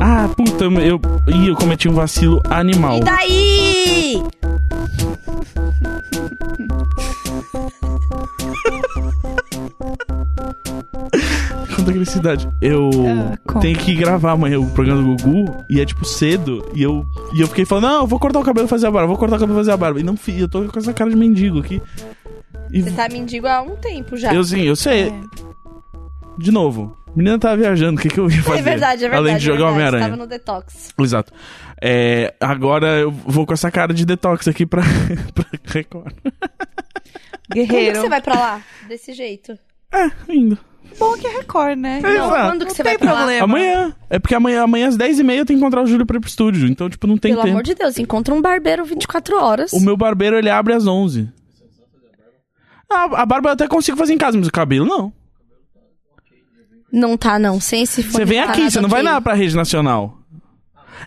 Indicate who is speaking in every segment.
Speaker 1: Ah, puta, eu, Ih, eu cometi um vacilo animal.
Speaker 2: E daí?
Speaker 1: Quanta agressividade. Eu
Speaker 2: Ah, conta.
Speaker 1: tenho que gravar amanhã o programa do Gugu e é tipo cedo. E eu, e eu fiquei falando, não, eu vou cortar o cabelo e fazer a barba, vou cortar o cabelo e fazer a barba. E não fiz, eu tô com essa cara de mendigo aqui. E
Speaker 2: Você É. tá mendigo há um tempo já.
Speaker 1: eu sim, eu sei. De novo, menina tava viajando, o que, que eu ia fazer?
Speaker 2: É verdade, é verdade.
Speaker 1: Além de
Speaker 2: é
Speaker 1: jogar
Speaker 2: verdade.
Speaker 1: Homem-Aranha.
Speaker 2: Tava no detox.
Speaker 1: Exato. É, agora eu vou com essa cara de detox aqui pra, pra Record.
Speaker 2: Quando que
Speaker 3: Guerreiro.
Speaker 2: você vai pra lá? Desse jeito.
Speaker 1: É, indo.
Speaker 3: Bom que é Record, né?
Speaker 1: É,
Speaker 2: Não,
Speaker 1: exato.
Speaker 2: quando que
Speaker 3: Não
Speaker 2: você
Speaker 3: tem
Speaker 2: vai pra lá?
Speaker 3: problema.
Speaker 1: Amanhã. É porque amanhã, amanhã às 10h30 eu tenho que encontrar o Júlio pra ir pro estúdio. Então, tipo, não tem
Speaker 2: Pelo
Speaker 1: tempo.
Speaker 2: amor de Deus, encontra um barbeiro 24 horas.
Speaker 1: O meu barbeiro, ele abre às 11. Ah, a barba eu até consigo fazer em casa, mas o cabelo não.
Speaker 2: Não tá, não. Sem esse
Speaker 1: Você vem aqui, você não vai lá pra rede nacional.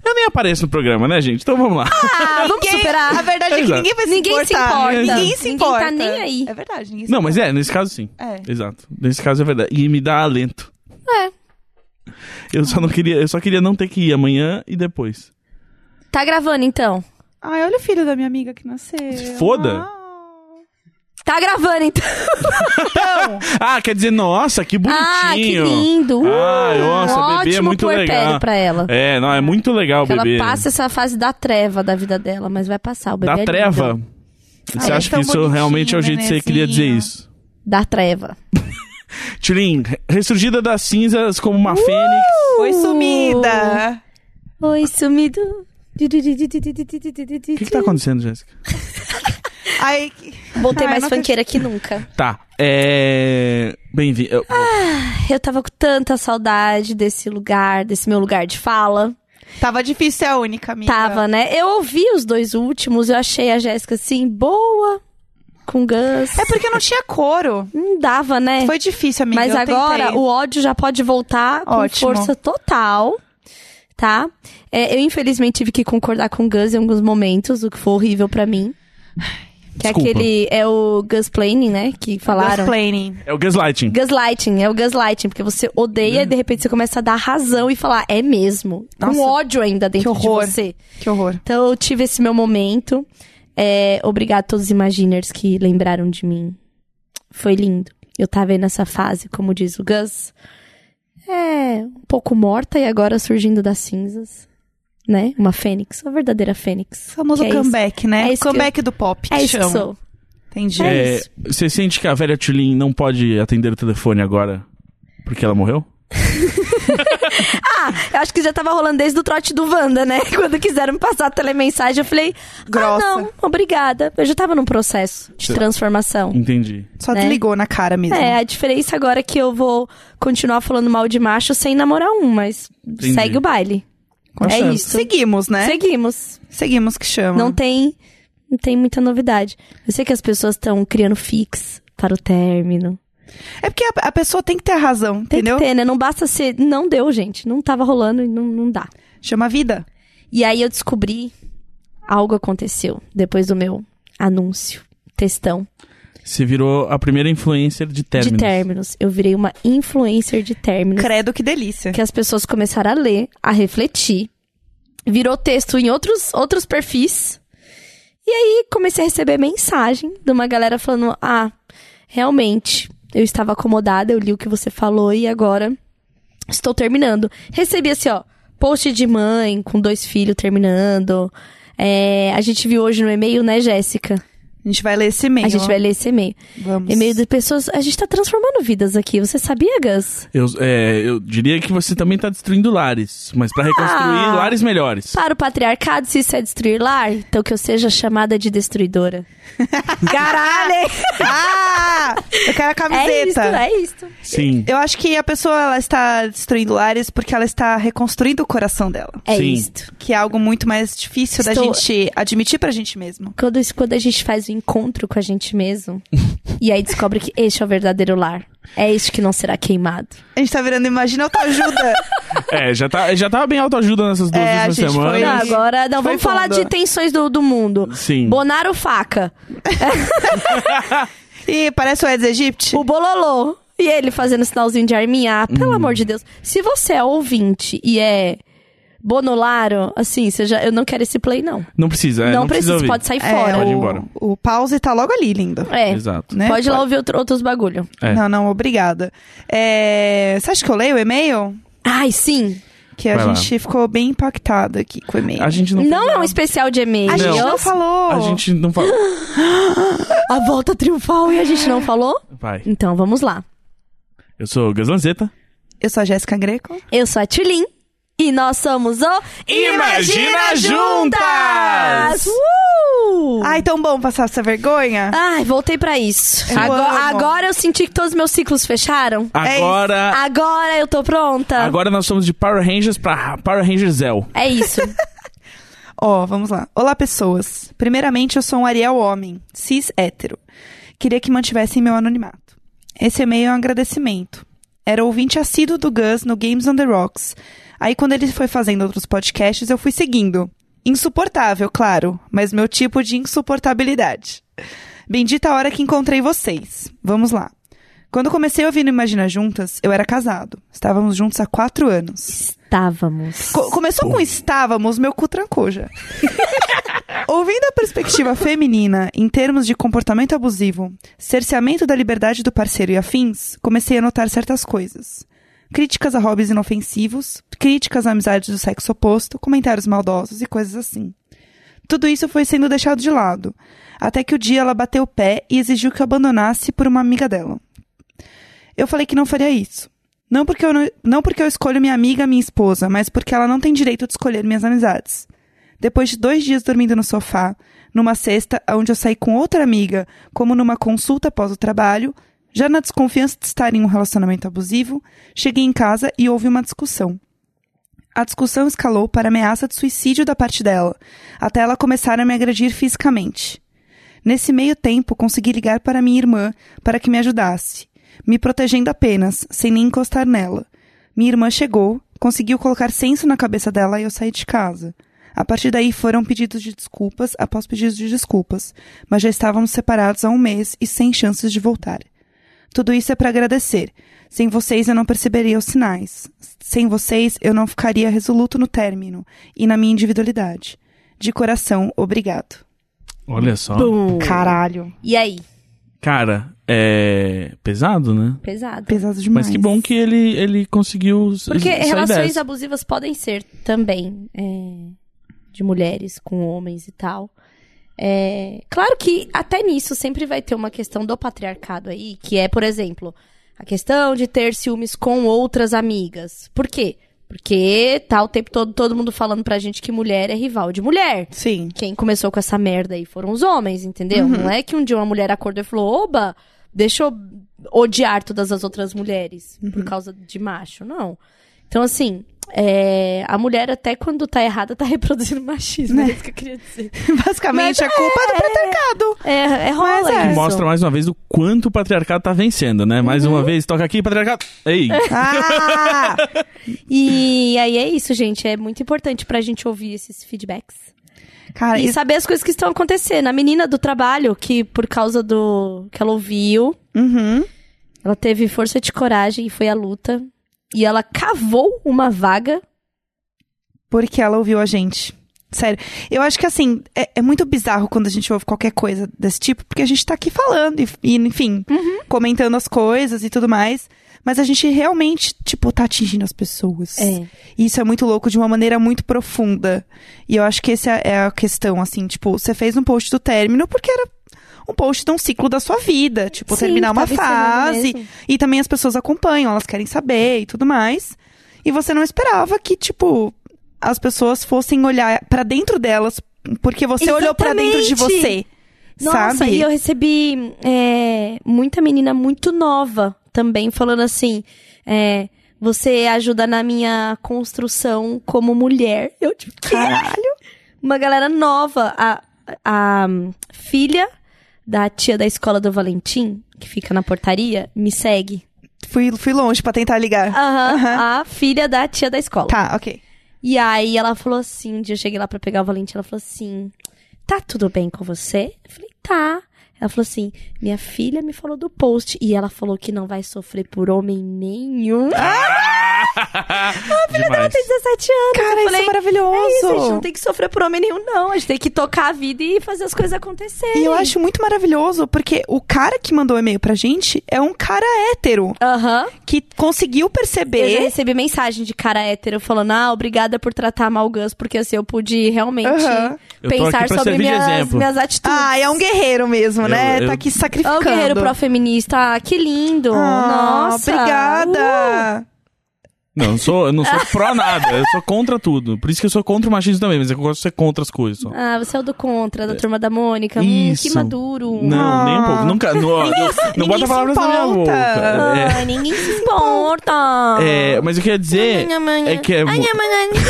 Speaker 1: Eu nem apareço no programa, né, gente? Então vamos lá.
Speaker 2: Ah, vamos
Speaker 3: Ninguém- A
Speaker 2: superar.
Speaker 3: verdade é que
Speaker 1: Exato.
Speaker 3: ninguém vai se
Speaker 2: Ninguém se
Speaker 3: importar.
Speaker 2: importa.
Speaker 3: Ninguém se
Speaker 2: Ninguém
Speaker 3: importa.
Speaker 2: tá nem aí.
Speaker 3: É verdade, ninguém se
Speaker 1: Não, mas é, nesse caso sim.
Speaker 3: É.
Speaker 1: Exato. Nesse caso é verdade. E me dá alento.
Speaker 2: É.
Speaker 1: Eu só não queria, eu só queria não ter que ir amanhã e depois.
Speaker 2: Tá gravando, então.
Speaker 3: Ai, olha o filho da minha amiga que nasceu.
Speaker 1: Foda.
Speaker 3: Ah.
Speaker 2: Tá gravando, então.
Speaker 3: Então,
Speaker 1: Ah, quer dizer, nossa, que bonitinho.
Speaker 2: Ah, que lindo.
Speaker 1: Ai,
Speaker 2: Uh,
Speaker 1: Um nossa,
Speaker 2: um
Speaker 1: bebê é
Speaker 2: ótimo
Speaker 1: muito
Speaker 2: puerpério
Speaker 1: legal.
Speaker 2: pra ela.
Speaker 1: É, não, é muito legal o
Speaker 2: Porque ela
Speaker 1: bebê.
Speaker 2: passa essa fase da treva da vida dela, mas vai passar. O bebê
Speaker 1: da
Speaker 2: é lindo.
Speaker 1: treva. Você
Speaker 3: Ah, é
Speaker 1: acha que
Speaker 3: tão
Speaker 1: isso realmente é o
Speaker 3: bonitinho,
Speaker 1: jeito que você queria dizer
Speaker 3: nenenzinho.
Speaker 1: isso?
Speaker 2: Da treva.
Speaker 1: Turin, ressurgida das cinzas como uma fênix.
Speaker 3: foi sumida.
Speaker 2: Oi, sumido.
Speaker 1: O que, que tá acontecendo, Jéssica?
Speaker 3: Ai,
Speaker 2: Voltei
Speaker 3: Ai,
Speaker 2: mais
Speaker 3: não
Speaker 2: funkeira que nunca.
Speaker 1: Tá, é. Bem-vindo. Eu-
Speaker 2: Eu tava com tanta saudade desse lugar, desse meu lugar de fala.
Speaker 3: tava difícil ser a única, amiga.
Speaker 2: Tava, né? Eu ouvi os dois últimos, eu achei a Jéssica assim, boa, com Gus.
Speaker 3: É porque não tinha couro.
Speaker 2: Não dava, né?
Speaker 3: Foi difícil, amiga.
Speaker 2: Mas
Speaker 3: eu
Speaker 2: agora
Speaker 3: tentei.
Speaker 2: o ódio já pode voltar com
Speaker 3: Ótimo.
Speaker 2: força total, tá? É, eu infelizmente tive que concordar com o Gus em alguns momentos, o que foi horrível pra mim. Que é
Speaker 1: Desculpa.
Speaker 2: aquele é o Gunsplaining, né? Que falaram.
Speaker 3: Gasplaining.
Speaker 1: É o gaslighting.
Speaker 2: Gaslighting, é o gaslighting, porque você odeia e de repente você começa a dar razão e falar, é mesmo.
Speaker 3: Nossa,
Speaker 2: com ódio ainda dentro
Speaker 3: que
Speaker 2: de
Speaker 3: horror.
Speaker 2: você.
Speaker 3: Que horror.
Speaker 2: Então eu tive esse meu momento. É, obrigado a todos os Imaginers que lembraram de mim. Foi lindo. Eu tava aí nessa fase, como diz o Gus. É, um pouco morta e agora surgindo das cinzas. Né? Uma fênix, uma verdadeira fênix.
Speaker 3: Famoso
Speaker 2: Que é isso.
Speaker 3: comeback, né?
Speaker 2: É isso que
Speaker 3: comeback do pop.
Speaker 2: É isso que
Speaker 3: chama.
Speaker 2: sou.
Speaker 3: Entendi.
Speaker 2: É
Speaker 1: É, você sente que a velha Tulin não pode atender o telefone agora porque ela morreu?
Speaker 2: Ah, eu acho que já tava rolando desde o trote do Wanda, né? Quando quiseram me passar a telemensagem, eu falei,
Speaker 3: Grossa.
Speaker 2: ah não, obrigada. Eu já tava num processo de
Speaker 1: Cê-
Speaker 2: transformação.
Speaker 1: Entendi.
Speaker 3: Só
Speaker 2: né?
Speaker 3: desligou na cara mesmo.
Speaker 2: É, a diferença agora é que eu vou continuar falando mal de macho sem namorar um, mas
Speaker 1: Entendi.
Speaker 2: segue o baile. É isso.
Speaker 3: Seguimos, né?
Speaker 2: Seguimos.
Speaker 3: Seguimos que chama.
Speaker 2: Não tem não tem muita novidade. Eu sei que as pessoas estão criando fix para o término.
Speaker 3: É porque a, a pessoa tem que ter a razão,
Speaker 2: Tem
Speaker 3: entendeu?
Speaker 2: que ter, né? Não basta ser. Não deu, gente. Não tava rolando e não, não dá.
Speaker 3: Chama a vida.
Speaker 2: E aí eu descobri algo aconteceu depois do meu anúncio, textão
Speaker 1: Você virou a primeira influencer de términos.
Speaker 2: de términos. Eu virei uma influencer de términos.
Speaker 3: Credo, que delícia.
Speaker 2: que as pessoas começaram a ler, a refletir. Virou texto em outros, outros perfis. E aí comecei a receber mensagem de uma galera falando: Ah, realmente, eu estava acomodada, eu li o que você falou e agora estou terminando. Recebi assim, ó, post de mãe com dois filhos terminando. É, a gente viu hoje no e-mail, né, Jéssica?
Speaker 3: A gente vai ler esse e-mail.
Speaker 2: A gente vai ler esse e-mail.
Speaker 3: Vamos.
Speaker 2: E-mail de pessoas. A gente tá transformando vidas aqui. Você sabia, Gus?
Speaker 1: Eu, é, eu diria que você também tá destruindo lares, mas pra reconstruir
Speaker 2: Ah.
Speaker 1: lares melhores.
Speaker 2: Para o patriarcado, se isso é destruir lar, então que eu seja chamada de destruidora. Caralho!
Speaker 3: Ah! Eu quero a
Speaker 2: É isso,
Speaker 3: camiseta.
Speaker 2: é isso.
Speaker 1: Sim.
Speaker 3: Eu acho que a pessoa ela está destruindo lares porque ela está reconstruindo o coração dela.
Speaker 2: É
Speaker 1: Sim.
Speaker 2: isto.
Speaker 3: Que é algo muito mais difícil da
Speaker 2: Estou-
Speaker 3: gente admitir pra gente mesmo.
Speaker 2: Quando, isso- quando a gente faz o encontro com a gente mesmo. e aí descobre que este é o verdadeiro lar. É este que não será queimado.
Speaker 3: A gente tá virando Imagina Autoajuda.
Speaker 1: É, já, tá, já tava bem autoajuda nessas duas
Speaker 3: É, a
Speaker 1: últimas
Speaker 3: gente foi-
Speaker 1: semanas.
Speaker 2: Não,
Speaker 3: Foi-
Speaker 2: agora não,
Speaker 3: foi
Speaker 2: vamos falar
Speaker 3: fundo.
Speaker 2: de tensões do, do mundo.
Speaker 1: Sim.
Speaker 2: Bonaro faca.
Speaker 3: Ih, parece o Eds Egipte.
Speaker 2: O Bololô. E ele fazendo sinalzinho de arminha. Ah,
Speaker 1: Uhum.
Speaker 2: pelo amor de Deus. Se você é ouvinte e é Bonolaro, assim, você já, eu não quero esse play, não.
Speaker 1: Não precisa, é,
Speaker 2: não,
Speaker 1: não precisa,
Speaker 2: precisa,
Speaker 1: ouvir.
Speaker 2: pode sair
Speaker 3: É,
Speaker 2: fora.
Speaker 1: Pode ir
Speaker 3: o-
Speaker 1: embora.
Speaker 3: O pause tá logo ali, lindo.
Speaker 2: É.
Speaker 1: Exato.
Speaker 3: Né?
Speaker 2: Pode ir lá ouvir outro- outros bagulho.
Speaker 1: É.
Speaker 3: Não, não, obrigada. É, Você acha que eu leio o e-mail?
Speaker 2: Ai, sim.
Speaker 3: Que a
Speaker 1: Vai lá.
Speaker 3: gente ficou bem impactada aqui com o e-mail.
Speaker 1: A gente não...
Speaker 2: Não, é um especial de e-mail.
Speaker 3: A gente não,
Speaker 1: Não.
Speaker 3: falou.
Speaker 1: A gente não fala...
Speaker 2: A volta triunfal e a gente não falou?
Speaker 1: Vai.
Speaker 2: Então vamos lá.
Speaker 1: Eu sou o Gaslanzeta.
Speaker 3: Eu sou a Jéssica Greco.
Speaker 2: Eu sou a Tulin e nós somos o
Speaker 1: Imagina Juntas!
Speaker 2: Uh!
Speaker 3: Ai, tão bom passar essa vergonha.
Speaker 2: Ai, voltei pra isso.
Speaker 3: Eu
Speaker 2: Agora,
Speaker 3: amo.
Speaker 2: agora eu senti que todos os meus ciclos fecharam.
Speaker 1: Agora...
Speaker 2: Agora eu tô pronta.
Speaker 1: Ah. Agora nós somos de Power Rangers pra Power Rangers Zell.
Speaker 2: É isso.
Speaker 3: Ó, vamos lá. Olá, pessoas. Primeiramente, eu sou um Ariel homem, cis hétero. Queria que mantivessem meu anonimato. Esse e-mail é um agradecimento. Era ouvinte assíduo do Gus no Games on the Rocks. Aí, quando ele foi fazendo outros podcasts, eu fui seguindo. Insuportável, claro, mas meu tipo de insuportabilidade. Bendita a hora que encontrei vocês. Vamos lá. Quando comecei a ouvir no Imagina Juntas, eu era casado. Estávamos juntos há quatro anos.
Speaker 2: Estávamos.
Speaker 3: Co- começou com estávamos, meu cu trancou já. Ouvindo a perspectiva feminina em termos de comportamento abusivo, cerceamento da liberdade do parceiro e afins, comecei a notar certas coisas. Críticas a hobbies inofensivos, críticas a amizades do sexo oposto, comentários maldosos e coisas assim. Tudo isso foi sendo deixado de lado, até que o dia ela bateu o pé e exigiu que eu abandonasse por uma amiga dela. Eu falei que não faria isso. Não porque eu, não, não porque eu escolho minha amiga, minha esposa, mas porque ela não tem direito de escolher minhas amizades. Depois de dois dias dormindo no sofá, numa sexta, onde eu saí com outra amiga, como numa consulta após o trabalho, já na desconfiança de estar em um relacionamento abusivo, cheguei em casa e houve uma discussão. A discussão escalou para ameaça de suicídio da parte dela, até ela começar a me agredir fisicamente. Nesse meio tempo, consegui ligar para minha irmã para que me ajudasse, me protegendo apenas, sem nem encostar nela. Minha irmã chegou, conseguiu colocar senso na cabeça dela e eu saí de casa. A partir daí foram pedidos de desculpas após pedidos de desculpas, mas já estávamos separados há um mês e sem chances de voltar. Tudo isso é para agradecer. Sem vocês eu não perceberia os sinais. Sem vocês eu não ficaria resoluto no término e na minha individualidade. De coração, obrigado.
Speaker 1: Olha só.
Speaker 2: Bum.
Speaker 3: Caralho.
Speaker 2: E aí?
Speaker 1: Cara, é. pesado, né?
Speaker 2: Pesado.
Speaker 3: Pesado demais.
Speaker 1: Mas que bom que ele, ele conseguiu. s-
Speaker 2: Porque
Speaker 1: sair
Speaker 2: relações
Speaker 1: dessa.
Speaker 2: abusivas podem ser também é, de mulheres com homens e tal. É, claro que até nisso sempre vai ter uma questão do patriarcado aí, que é, por exemplo, a questão de ter ciúmes com outras amigas. Por quê? Porque tá o tempo todo todo mundo falando pra gente que mulher é rival de mulher.
Speaker 3: Sim.
Speaker 2: Quem começou com essa merda aí foram os homens, entendeu?
Speaker 3: Uhum.
Speaker 2: Não é que um dia uma mulher acordou e falou: oba, deixa eu odiar todas as outras mulheres
Speaker 3: Uhum.
Speaker 2: por causa de macho. Não. Então, assim, é, a mulher, até quando tá errada, tá reproduzindo machismo. É
Speaker 3: Né?
Speaker 2: isso que eu queria dizer.
Speaker 3: Basicamente, a culpa é do patriarcado.
Speaker 2: É, é rola
Speaker 3: Mas é.
Speaker 1: Que
Speaker 2: isso.
Speaker 1: mostra mais uma vez o quanto o patriarcado tá vencendo, né? Mais
Speaker 2: Uhum.
Speaker 1: uma vez, toca aqui, patriarcado. Ei!
Speaker 3: Ah!
Speaker 2: E aí é isso, gente. É muito importante pra gente ouvir esses feedbacks.
Speaker 3: Cara,
Speaker 2: E
Speaker 3: isso...
Speaker 2: saber as coisas que estão acontecendo. A menina do trabalho, que por causa do que ela ouviu,
Speaker 3: Uhum.
Speaker 2: Ela teve força de coragem e foi à luta. E ela cavou uma vaga.
Speaker 3: Porque ela ouviu a gente. Sério. Eu acho que, assim, é, é muito bizarro quando a gente ouve qualquer coisa desse tipo, porque a gente tá aqui falando e, e, enfim, comentando as coisas e tudo mais. Mas a gente realmente, tipo, tá atingindo as pessoas. E isso é muito louco de uma maneira muito profunda. E eu acho que essa é a questão, assim, tipo, você fez um post do término porque era um post de um ciclo da sua vida. Tipo,
Speaker 2: Sim,
Speaker 3: terminar uma
Speaker 2: tava encerrando
Speaker 3: fase.
Speaker 2: mesmo.
Speaker 3: E também as pessoas acompanham, elas querem saber e tudo mais. E você não esperava que, tipo, as pessoas fossem olhar pra dentro delas, porque você olhou pra dentro de
Speaker 2: Exatamente.
Speaker 3: você.
Speaker 2: Nossa,
Speaker 3: sabe?
Speaker 2: e eu recebi é, muita menina muito nova também falando assim: é, Você ajuda na minha construção como mulher. Eu, tipo, "Quê?"
Speaker 3: Caralho.
Speaker 2: uma galera nova. A, a filha da tia da escola do Valentim, que fica na portaria, me segue.
Speaker 3: Fui, fui longe pra tentar ligar.
Speaker 2: Aham,
Speaker 3: Aham.
Speaker 2: a filha da tia da escola.
Speaker 3: Tá, ok.
Speaker 2: E aí ela falou assim, um dia eu cheguei lá pra pegar o Valentim, ela falou assim, tá tudo bem com você? Eu falei, tá. Ela falou assim, minha filha me falou do post e ela falou que não vai sofrer por homem nenhum.
Speaker 3: Ah!
Speaker 1: Demais.
Speaker 2: Tem 17 anos.
Speaker 3: Cara,
Speaker 2: eu
Speaker 3: isso
Speaker 2: falei,
Speaker 3: é maravilhoso.
Speaker 2: "É isso, a gente não tem que sofrer por homem nenhum, não. A gente tem que tocar a vida e fazer as coisas acontecerem.
Speaker 3: E eu acho muito maravilhoso, porque o cara que mandou o e-mail pra gente é um cara hétero
Speaker 2: Aham.
Speaker 3: que conseguiu
Speaker 2: Eu já
Speaker 3: perceber.
Speaker 2: recebi mensagem de cara hétero falando, ah, obrigada por tratar mal o Gus, porque assim eu pude realmente
Speaker 3: Aham.
Speaker 1: Eu tô aqui
Speaker 2: pensar
Speaker 1: pra
Speaker 2: sobre
Speaker 1: servir de
Speaker 2: minhas,
Speaker 1: exemplo.
Speaker 2: minhas atitudes.
Speaker 3: Ah, é um guerreiro mesmo, né?
Speaker 1: Eu- eu-
Speaker 3: Tá aqui se
Speaker 2: Ó,
Speaker 3: sacrificando.
Speaker 2: o É um guerreiro pró-feminista, ah, que lindo!
Speaker 3: Ah,
Speaker 2: Nossa!
Speaker 3: Obrigada!
Speaker 1: Não, eu, não sou, eu não sou pró nada, eu sou contra tudo. Por isso que eu sou contra o machismo também, mas é eu gosto de ser contra as coisas. Só.
Speaker 2: Uh! Ah, você é o do contra, da turma da Mônica. Hum, que
Speaker 1: Isso.
Speaker 2: maduro.
Speaker 1: Não, nem um pouco. Nunca. Não, não, não
Speaker 3: ninguém se
Speaker 1: bota palavras na minha boca.
Speaker 3: importa.
Speaker 1: É,
Speaker 2: Ai, Ah, ninguém se importa.
Speaker 1: é, mas eu queria dizer é que é, mu- doido.
Speaker 2: É muito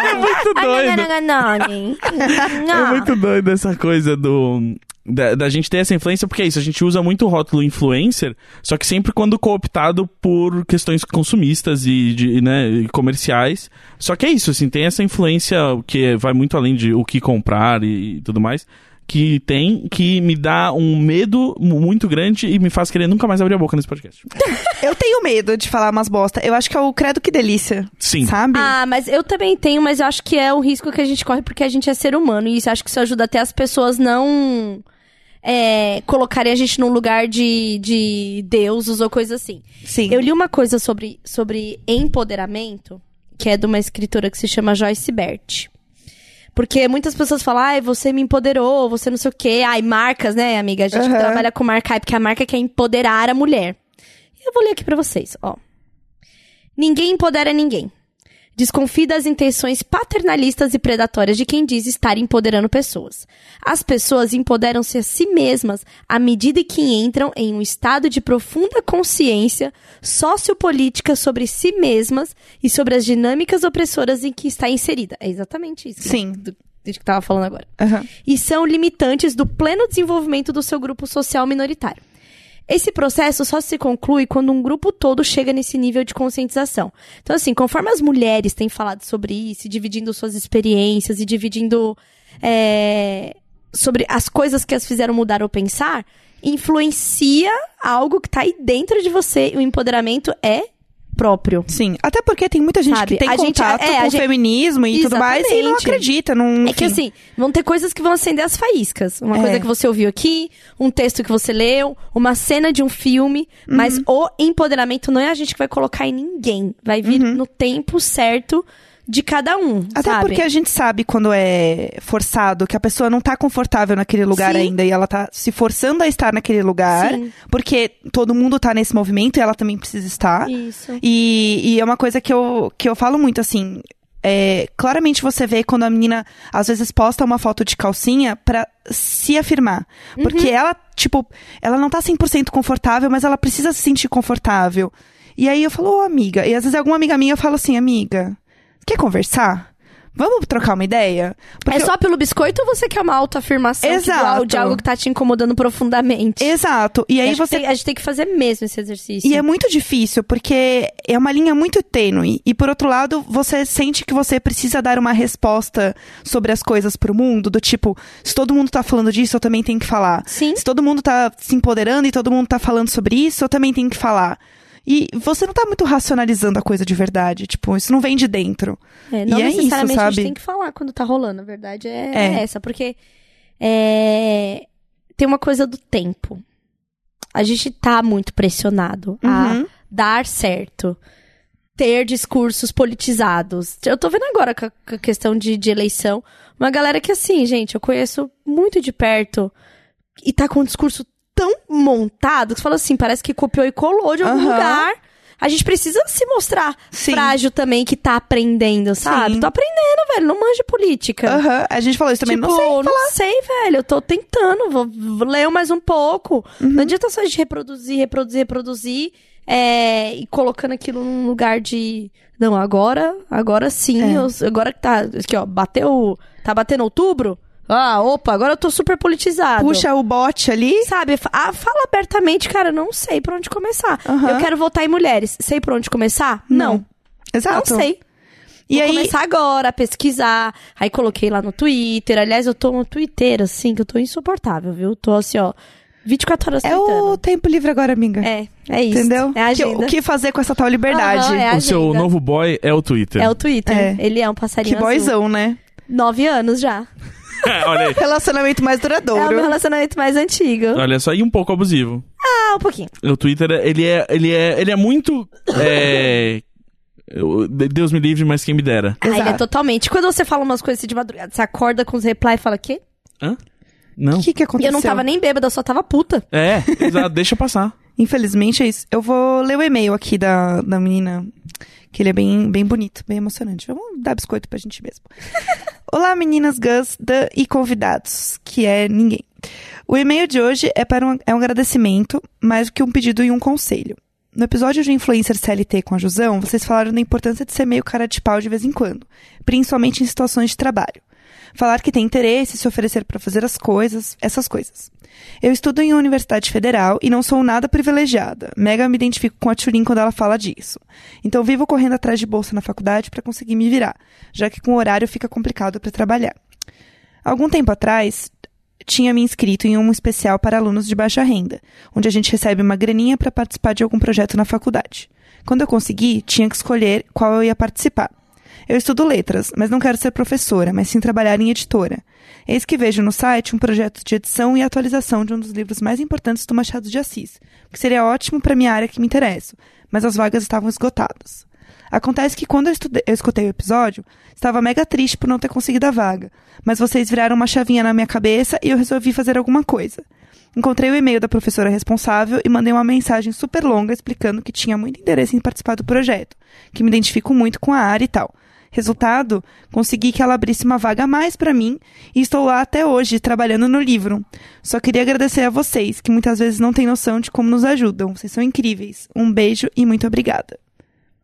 Speaker 1: é
Speaker 2: Ah.
Speaker 1: muito doido essa coisa do. Da, da gente ter essa influência, porque é isso, a gente usa muito o rótulo influencer, só que sempre quando cooptado por questões consumistas e, de, né, e comerciais. Só que é isso, assim, tem essa influência que é, vai muito além de o que comprar e, e tudo mais, que tem, que me dá um medo mu- muito grande e me faz querer nunca mais abrir a boca nesse podcast.
Speaker 2: Uh!
Speaker 3: Eu tenho medo de falar umas bosta. Eu acho que é o credo que delícia.
Speaker 1: Sim.
Speaker 3: Sabe?
Speaker 2: Ah, mas eu também tenho, mas eu acho que é o risco que a gente corre porque a gente é ser humano. E isso acho que isso ajuda até as pessoas não é, colocarem a gente num lugar de, de deuses ou coisa assim.
Speaker 3: Sim.
Speaker 2: Eu li uma coisa sobre, sobre empoderamento, que é de uma escritora que se chama Joyce Bert. Porque muitas pessoas falam, ai, você me empoderou, você não sei o quê. Ai, marcas, né, amiga? A gente que
Speaker 3: Aham.
Speaker 2: trabalha com marca, ai, porque a marca quer empoderar a mulher. Eu vou ler aqui pra vocês, ó. Ninguém empodera ninguém. Desconfie das intenções paternalistas e predatórias de quem diz estar empoderando pessoas. As pessoas empoderam-se a si mesmas à medida que entram em um estado de profunda consciência sociopolítica sobre si mesmas e sobre as dinâmicas opressoras em que está inserida. É exatamente isso. que-
Speaker 3: Sim.
Speaker 2: Do, do que estava falando agora
Speaker 3: Aham.
Speaker 2: e são limitantes do pleno desenvolvimento do seu grupo social minoritário. Esse processo só se conclui quando um grupo todo chega nesse nível de conscientização. Então, assim, conforme as mulheres têm falado sobre isso, e dividindo suas experiências e dividindo é, sobre as coisas que as fizeram mudar ou pensar, influencia algo que tá aí dentro de você e o empoderamento é próprio.
Speaker 3: Sim, até porque tem muita gente
Speaker 2: Sabe,
Speaker 3: que tem
Speaker 2: a gente-
Speaker 3: contato
Speaker 2: é, a
Speaker 3: com o
Speaker 2: gente-
Speaker 3: feminismo e tudo mais e não
Speaker 2: Exatamente.
Speaker 3: acredita. Não,
Speaker 2: É que
Speaker 3: enfim.
Speaker 2: assim, vão ter coisas que vão acender as faíscas. Uma
Speaker 3: É.
Speaker 2: coisa que você ouviu aqui, um texto que você leu, uma cena de um filme.
Speaker 3: Uhum.
Speaker 2: Mas o empoderamento não é a gente que vai colocar em ninguém. Vai vir no tempo certo de cada um.
Speaker 3: Uhum. Até
Speaker 2: sabe?
Speaker 3: porque a gente sabe quando é forçado, que a pessoa não tá confortável naquele lugar
Speaker 2: Sim.
Speaker 3: ainda e ela tá se forçando a estar naquele lugar,
Speaker 2: Sim.
Speaker 3: porque todo mundo tá nesse movimento e ela também precisa estar.
Speaker 2: Isso.
Speaker 3: E, e é uma coisa que eu, que eu falo muito, assim. é, claramente você vê quando a menina, às vezes, posta uma foto de calcinha pra se afirmar. Porque
Speaker 2: Uhum.
Speaker 3: ela, tipo, ela não tá 100% confortável, mas ela precisa se sentir confortável. E aí eu falo, ô amiga. E às vezes alguma amiga minha fala assim, amiga, quer conversar? Vamos trocar uma ideia?
Speaker 2: É só pelo biscoito ou você quer uma autoafirmação
Speaker 3: Exato.
Speaker 2: igual de algo que tá te incomodando profundamente?
Speaker 3: Exato. E aí
Speaker 2: Acho que
Speaker 3: você
Speaker 2: tem- a gente tem que fazer mesmo esse exercício.
Speaker 3: E é muito difícil, porque é uma linha muito tênue. E por outro lado, você sente que você precisa dar uma resposta sobre as coisas pro mundo, do tipo, se todo mundo tá falando disso, eu também tenho que falar.
Speaker 2: Sim.
Speaker 3: Se todo mundo tá se empoderando e todo mundo tá falando sobre isso, eu também tenho que falar. E você não tá muito racionalizando a coisa de verdade, tipo, isso não vem de dentro.
Speaker 2: É, não
Speaker 3: E é isso,
Speaker 2: necessariamente a
Speaker 3: sabe?
Speaker 2: gente tem que falar quando tá rolando, a verdade é,
Speaker 3: É.
Speaker 2: é essa, porque é, tem uma coisa do tempo. A gente tá muito pressionado a
Speaker 3: Uhum.
Speaker 2: dar certo, ter discursos politizados. Eu tô vendo agora com a, com a questão de, de eleição, uma galera que assim, gente, eu conheço muito de perto e tá com um discurso tão montado que você fala assim, parece que copiou e colou de algum
Speaker 3: Aham.
Speaker 2: lugar. A gente precisa se mostrar
Speaker 3: Sim.
Speaker 2: frágil também que tá aprendendo, sabe?
Speaker 3: Sim.
Speaker 2: Tô aprendendo, velho. Não manjo política.
Speaker 3: Aham, a gente falou isso também,
Speaker 2: tipo,
Speaker 3: não sei.
Speaker 2: não sei, velho. Eu tô tentando. Vou, vou ler mais um pouco.
Speaker 3: Uhum.
Speaker 2: Não adianta só a gente reproduzir, reproduzir, reproduzir. é, e colocando aquilo num lugar de. Não,
Speaker 3: É.
Speaker 2: agora, agora sim. eu- agora que tá. Aqui, ó, bateu. Tá batendo outubro? Ah, opa, agora eu tô super politizado.
Speaker 3: Puxa o bote ali.
Speaker 2: Sabe, fa- ah, fala abertamente, cara, não sei por onde começar.
Speaker 3: Aham.
Speaker 2: Eu quero votar em mulheres. Sei por onde começar? Não.
Speaker 3: Exato.
Speaker 2: Não sei.
Speaker 3: E
Speaker 2: Vou
Speaker 3: aí,
Speaker 2: começar agora a pesquisar. Aí coloquei lá no Twitter. Aliás, eu tô no Twitter, assim, que eu tô insuportável, viu? Tô assim, ó, 24 horas
Speaker 3: é
Speaker 2: tweetando.
Speaker 3: o tempo livre agora, amiga.
Speaker 2: É, é isso.
Speaker 3: Entendeu?
Speaker 2: É a
Speaker 3: Que-
Speaker 2: agenda.
Speaker 3: o que fazer com essa tal liberdade?
Speaker 2: Aham, é a
Speaker 1: o seu
Speaker 2: agenda.
Speaker 1: novo boy é o Twitter.
Speaker 2: É o Twitter.
Speaker 3: É.
Speaker 2: Ele é um passarinho
Speaker 3: Que
Speaker 2: azul.
Speaker 3: boyzão, né?
Speaker 2: Nove anos já.
Speaker 1: Olha aí.
Speaker 3: Relacionamento mais
Speaker 2: É o meu
Speaker 3: duradouro.
Speaker 2: relacionamento mais antigo.
Speaker 1: Olha só, e um pouco abusivo.
Speaker 2: Ah, um pouquinho.
Speaker 1: O Twitter, ele é, ele é, ele é muito. é, eu- de- Deus me livre, mas quem me dera.
Speaker 2: Ah, ele é
Speaker 3: Exato.
Speaker 2: totalmente. Quando você fala umas coisas assim de madrugada, você acorda com os reply e fala, quê?
Speaker 1: Não.
Speaker 3: O que, que
Speaker 2: E
Speaker 3: aconteceu?
Speaker 2: eu não tava nem bêbada, eu só tava puta.
Speaker 1: É, exato, deixa passar.
Speaker 3: Infelizmente é isso. Eu vou ler o e-mail aqui da, da menina, que ele é bem, bem bonito, bem emocionante. Vamos dar biscoito pra gente mesmo. Olá, meninas Gus da- e convidados, que é ninguém. O e-mail de hoje é para um, é um agradecimento, mais do que um pedido e um conselho. No episódio de Influencer CLT com a Jusão, vocês falaram da importância de ser meio cara de pau de vez em quando, principalmente em situações de trabalho. Falar que tem interesse, se oferecer para fazer as coisas, essas coisas. Eu estudo em uma universidade federal e não sou nada privilegiada. Mega me identifico com a Tulin quando ela fala disso. Então vivo correndo atrás de bolsa na faculdade para conseguir me virar, já que com o horário fica complicado para trabalhar. Algum tempo atrás, tinha me inscrito em um especial para alunos de baixa renda, onde a gente recebe uma graninha para participar de algum projeto na faculdade. Quando eu consegui, tinha que escolher qual eu ia participar. Eu estudo letras, mas não quero ser professora, mas sim trabalhar em editora. Eis que vejo no site um projeto de edição e atualização de um dos livros mais importantes do Machado de Assis, o que seria ótimo para minha área que me interesso, mas as vagas estavam esgotadas. Acontece que quando eu, estude- eu escutei o episódio, estava mega triste por não ter conseguido a vaga, mas vocês viraram uma chavinha na minha cabeça e eu resolvi fazer alguma coisa. Encontrei o e-mail da professora responsável e mandei uma mensagem super longa explicando que tinha muito interesse em participar do projeto, que me identifico muito com a área e tal. Resultado, consegui que ela abrisse uma vaga a mais para mim e estou lá até hoje trabalhando no livro. Só queria agradecer a vocês, que muitas vezes não têm noção de como nos ajudam. Vocês são incríveis. Um beijo e muito obrigada.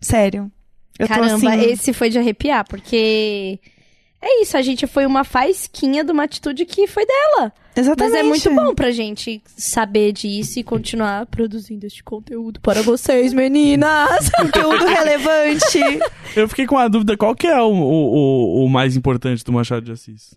Speaker 3: Sério. Eu tô
Speaker 2: Caramba,
Speaker 3: assim,
Speaker 2: esse foi de arrepiar, porque. É isso, a gente foi uma faisquinha de uma atitude que foi dela.
Speaker 3: Exatamente.
Speaker 2: Mas é muito bom pra gente saber disso e continuar produzindo este conteúdo para vocês, meninas.
Speaker 3: Conteúdo relevante.
Speaker 1: Eu fiquei com a dúvida: qual que é o, o, o- o mais importante do Machado de Assis?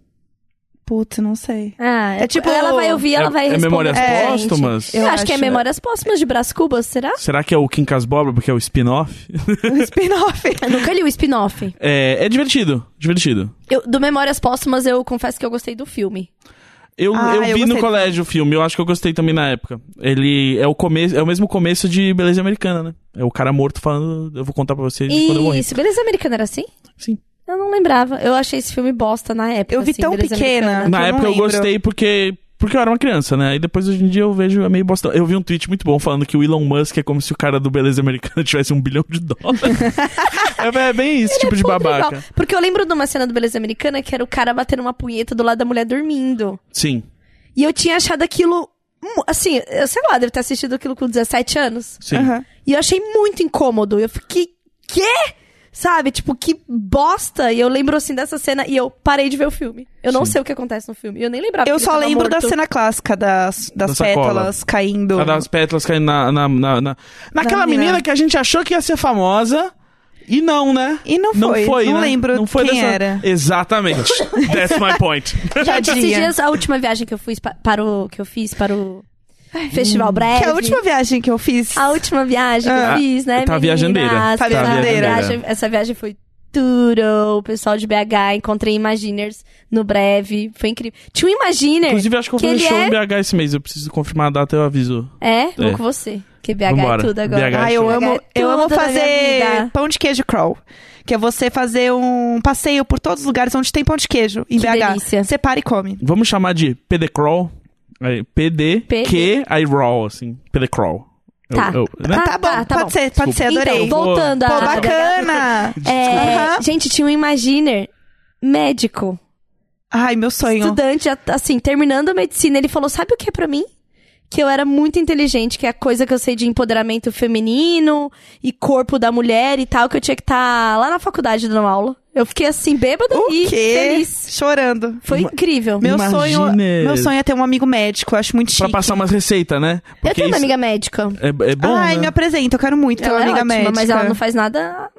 Speaker 3: Puta, não sei.
Speaker 2: Ah,
Speaker 3: É tipo-
Speaker 2: Ela vai ouvir, ela
Speaker 1: é,
Speaker 2: vai
Speaker 1: é
Speaker 2: responder.
Speaker 1: Memórias
Speaker 2: pra gente.
Speaker 1: Póstumas?
Speaker 2: Eu,
Speaker 3: Eu
Speaker 2: acho, que é
Speaker 3: acho,
Speaker 2: Memórias Póstumas de Brás Cubas, será?
Speaker 1: Será que é o Quincas Bobra, porque é o spin-off?
Speaker 3: Um spin-off.
Speaker 2: Eu nunca li o spin-off.
Speaker 1: É, é divertido, divertido.
Speaker 2: Eu- do Memórias Póstumas, eu confesso que eu gostei do filme.
Speaker 1: Eu, eu
Speaker 3: Ah, eu
Speaker 1: vi
Speaker 3: gostei
Speaker 1: no
Speaker 3: do
Speaker 1: colégio o filme, eu acho que eu gostei também na época. Ele é o começo, é o mesmo começo de Beleza Americana, né? É o cara morto falando, eu vou contar pra vocês quando eu morri.
Speaker 2: Isso, Beleza Americana era assim?
Speaker 1: Sim.
Speaker 2: Eu não lembrava. Eu achei esse filme bosta na época.
Speaker 3: Eu vi
Speaker 2: assim,
Speaker 3: tão
Speaker 2: Beleza
Speaker 3: pequena.
Speaker 2: Americana.
Speaker 1: Na
Speaker 3: eu não
Speaker 1: época eu
Speaker 3: lembro.
Speaker 1: gostei porque porque eu era uma criança, né? E depois hoje em dia eu vejo é meio bosta. Eu vi um tweet muito bom falando que o Elon Musk é como se o cara do Beleza Americana tivesse um bilhão de dólares. é, é bem esse tipo de
Speaker 2: Pô,
Speaker 1: babaca.
Speaker 2: legal. Porque eu lembro de uma cena do Beleza Americana que era o cara batendo uma punheta do lado da mulher dormindo.
Speaker 1: Sim.
Speaker 2: E eu tinha achado aquilo. mu- Assim, eu sei lá, deve ter assistido aquilo com 17 anos.
Speaker 1: Sim.
Speaker 3: Aham.
Speaker 2: E eu achei muito incômodo. Eu fiquei. Quê? Sabe? Tipo, que bosta. E eu lembro assim dessa cena e eu parei de ver o filme. Eu não
Speaker 1: Sim.
Speaker 2: sei o que acontece no filme. Eu nem lembrava.
Speaker 3: Eu
Speaker 2: que ele
Speaker 3: só
Speaker 2: tava
Speaker 3: lembro da
Speaker 2: tá morto.
Speaker 3: cena clássica das, das
Speaker 1: Da sacola. Ah,
Speaker 3: pétalas caindo.
Speaker 1: A das pétalas caindo na, na, na, na- Naquela
Speaker 3: Na menina.
Speaker 1: menina. que a gente achou que ia ser famosa e não, né?
Speaker 3: E não foi.
Speaker 1: Não foi,
Speaker 3: não
Speaker 1: né?
Speaker 3: lembro
Speaker 1: não foi
Speaker 3: quem
Speaker 1: dessa...
Speaker 3: era.
Speaker 1: Exatamente. That's my point.
Speaker 2: Gente, esses
Speaker 3: Tadinha.
Speaker 2: dias, a última viagem que eu fiz pa- para o. Que eu fiz para o Festival Breve.
Speaker 3: Que é a última viagem que eu fiz.
Speaker 2: a última viagem que eu
Speaker 1: Ah,
Speaker 2: fiz, né?
Speaker 1: tá
Speaker 2: meninas?
Speaker 1: viajandeira.
Speaker 3: Tá
Speaker 2: Essa
Speaker 3: É. viajandeira.
Speaker 2: viagem- essa viagem foi tudo. O pessoal de BH, encontrei Imaginers no breve. Foi incrível. Tinha um Imaginer.
Speaker 1: Inclusive, acho que eu
Speaker 2: Que
Speaker 1: vou fazer
Speaker 2: ele
Speaker 1: show
Speaker 2: é-
Speaker 1: em BH esse mês. Eu preciso confirmar a data, eu aviso.
Speaker 2: é, vou
Speaker 1: É.
Speaker 2: com você. Porque BH
Speaker 1: Vambora.
Speaker 2: é tudo agora.
Speaker 1: BH.
Speaker 3: Ah, eu
Speaker 2: Gatinho.
Speaker 3: amo, eu
Speaker 2: Tudo
Speaker 3: amo
Speaker 2: da minha
Speaker 3: fazer
Speaker 2: vida.
Speaker 3: pão de queijo crawl. Que é você fazer um passeio por todos os lugares onde tem pão de queijo em
Speaker 2: Que
Speaker 3: BH.
Speaker 2: delícia.
Speaker 3: Você para e come.
Speaker 1: Vamos chamar de PD Crawl. Aí, PD,
Speaker 2: PD.
Speaker 1: que aí Raw, assim. PD Crawl. Eu-
Speaker 2: Tá.
Speaker 1: eu- né?
Speaker 3: tá bom,
Speaker 2: tá, tá
Speaker 3: pode
Speaker 2: bom.
Speaker 3: ser, pode ser,
Speaker 2: Então,
Speaker 3: adorei.
Speaker 1: vou-
Speaker 2: voltando tá a.
Speaker 3: Pô, bacana!
Speaker 2: É,
Speaker 3: Aham.
Speaker 2: Gente, tinha um Imaginer médico.
Speaker 3: Ai, meu sonho.
Speaker 2: estudante, a- assim, terminando a medicina, ele falou: sabe o que é pra mim? Que eu era muito inteligente, que é a coisa que eu sei de empoderamento feminino e corpo da mulher e tal, que eu tinha que estar lá na tá faculdade dando aula. Eu fiquei assim, bêbada
Speaker 3: O
Speaker 2: e
Speaker 3: quê?
Speaker 2: feliz.
Speaker 3: Chorando.
Speaker 2: Foi incrível.
Speaker 3: Meu
Speaker 1: Imagine.
Speaker 3: sonho, meu sonho é ter um amigo médico, eu acho muito
Speaker 1: Pra
Speaker 3: chique.
Speaker 1: passar umas receitas, né? Porque
Speaker 2: eu tenho uma
Speaker 1: isso
Speaker 2: amiga médica.
Speaker 1: É, é bom,
Speaker 3: Ai,
Speaker 1: né?
Speaker 3: me apresenta, eu quero muito ter uma
Speaker 2: ela é
Speaker 3: amiga
Speaker 2: ótima,
Speaker 3: médica.
Speaker 2: mas ela não faz nada.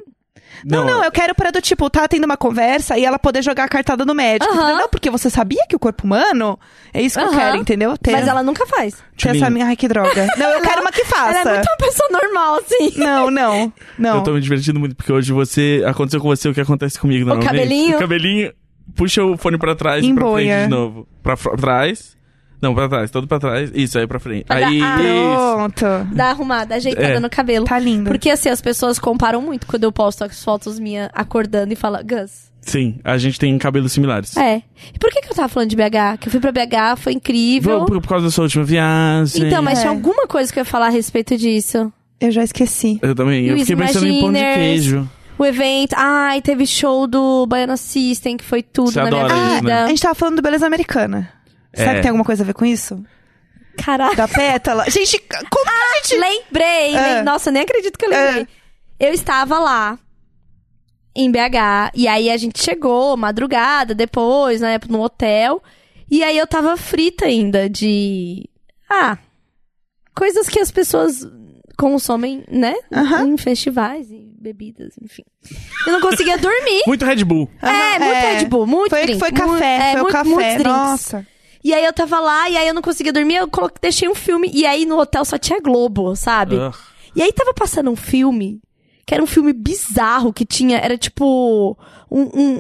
Speaker 3: Não, não,
Speaker 1: é-
Speaker 3: eu quero para do tipo, tá tendo uma conversa e ela poder jogar a cartada no médico.
Speaker 2: Aham.
Speaker 3: Não, porque você sabia que o corpo humano é isso que eu
Speaker 2: Aham.
Speaker 3: quero, entendeu? Ter,
Speaker 2: Mas ela nunca faz.
Speaker 3: ter essa minha. Ai, que droga. Não, eu quero uma que faça.
Speaker 2: Ela é muito uma pessoa normal, assim.
Speaker 3: Não, não, não.
Speaker 2: é
Speaker 1: Eu tô me divertindo muito, porque hoje você. Aconteceu com você o que acontece comigo, normalmente.
Speaker 2: cabelinho?
Speaker 1: O cabelinho. Puxa o fone pra trás e pra
Speaker 3: Embonha.
Speaker 1: frente de novo. Pra, fr- trás. Não, pra trás, todo pra trás. Isso, aí pra frente.
Speaker 2: Ah,
Speaker 1: Aí.
Speaker 2: ah.
Speaker 1: isso.
Speaker 3: Pronto.
Speaker 2: Dá arrumada, ajeitada
Speaker 1: É.
Speaker 2: no cabelo.
Speaker 3: Tá lindo.
Speaker 2: Porque assim, as pessoas comparam muito quando eu posto as fotos minhas acordando e falam, Gus.
Speaker 1: Sim, a gente tem cabelos similares.
Speaker 2: É. E por que, que eu tava falando de BH? Que eu fui pra BH, foi incrível.
Speaker 1: Vamos, Por, por causa da sua última viagem.
Speaker 2: Então, mas
Speaker 3: É.
Speaker 2: tinha alguma coisa que eu ia falar a respeito disso.
Speaker 3: Eu já esqueci.
Speaker 1: Eu também.
Speaker 2: E
Speaker 1: Eu
Speaker 2: os
Speaker 1: fiquei pensando em pão de
Speaker 2: Imaginers.
Speaker 1: queijo.
Speaker 2: O evento. Ai, teve show do Baiana System, que foi tudo
Speaker 1: Você
Speaker 2: na minha
Speaker 1: adora isso,
Speaker 2: vida.
Speaker 1: né?
Speaker 3: A gente tava falando do Beleza Americana. Será
Speaker 1: É.
Speaker 3: que tem alguma coisa a ver com isso?
Speaker 2: Caraca.
Speaker 3: Da pétala? Gente,
Speaker 2: Ah,
Speaker 3: como que a gente...
Speaker 2: Lembrei!
Speaker 3: Ah.
Speaker 2: lem- Nossa, eu nem acredito que eu lembrei.
Speaker 3: Ah.
Speaker 2: Eu estava lá. Em BH. E aí a gente chegou, madrugada, depois, né? No hotel. E aí eu tava frita ainda de. Ah. Coisas que as pessoas consomem, né?
Speaker 3: Aham.
Speaker 2: Em festivais e bebidas, enfim. Eu não conseguia dormir.
Speaker 1: Muito Red Bull.
Speaker 2: É, muito Red Bull, muito
Speaker 3: Foi,
Speaker 2: drink,
Speaker 3: foi
Speaker 2: muito-
Speaker 3: café,
Speaker 2: é,
Speaker 3: foi o
Speaker 2: muito-
Speaker 3: café.
Speaker 2: muitos drinks.
Speaker 3: Nossa.
Speaker 2: E aí eu tava lá, e aí eu não conseguia dormir, eu coloquei, deixei um filme, e aí no hotel só tinha Globo, sabe?
Speaker 1: Ugh.
Speaker 2: E aí tava passando um filme, que era um filme bizarro, que tinha, era tipo um, um-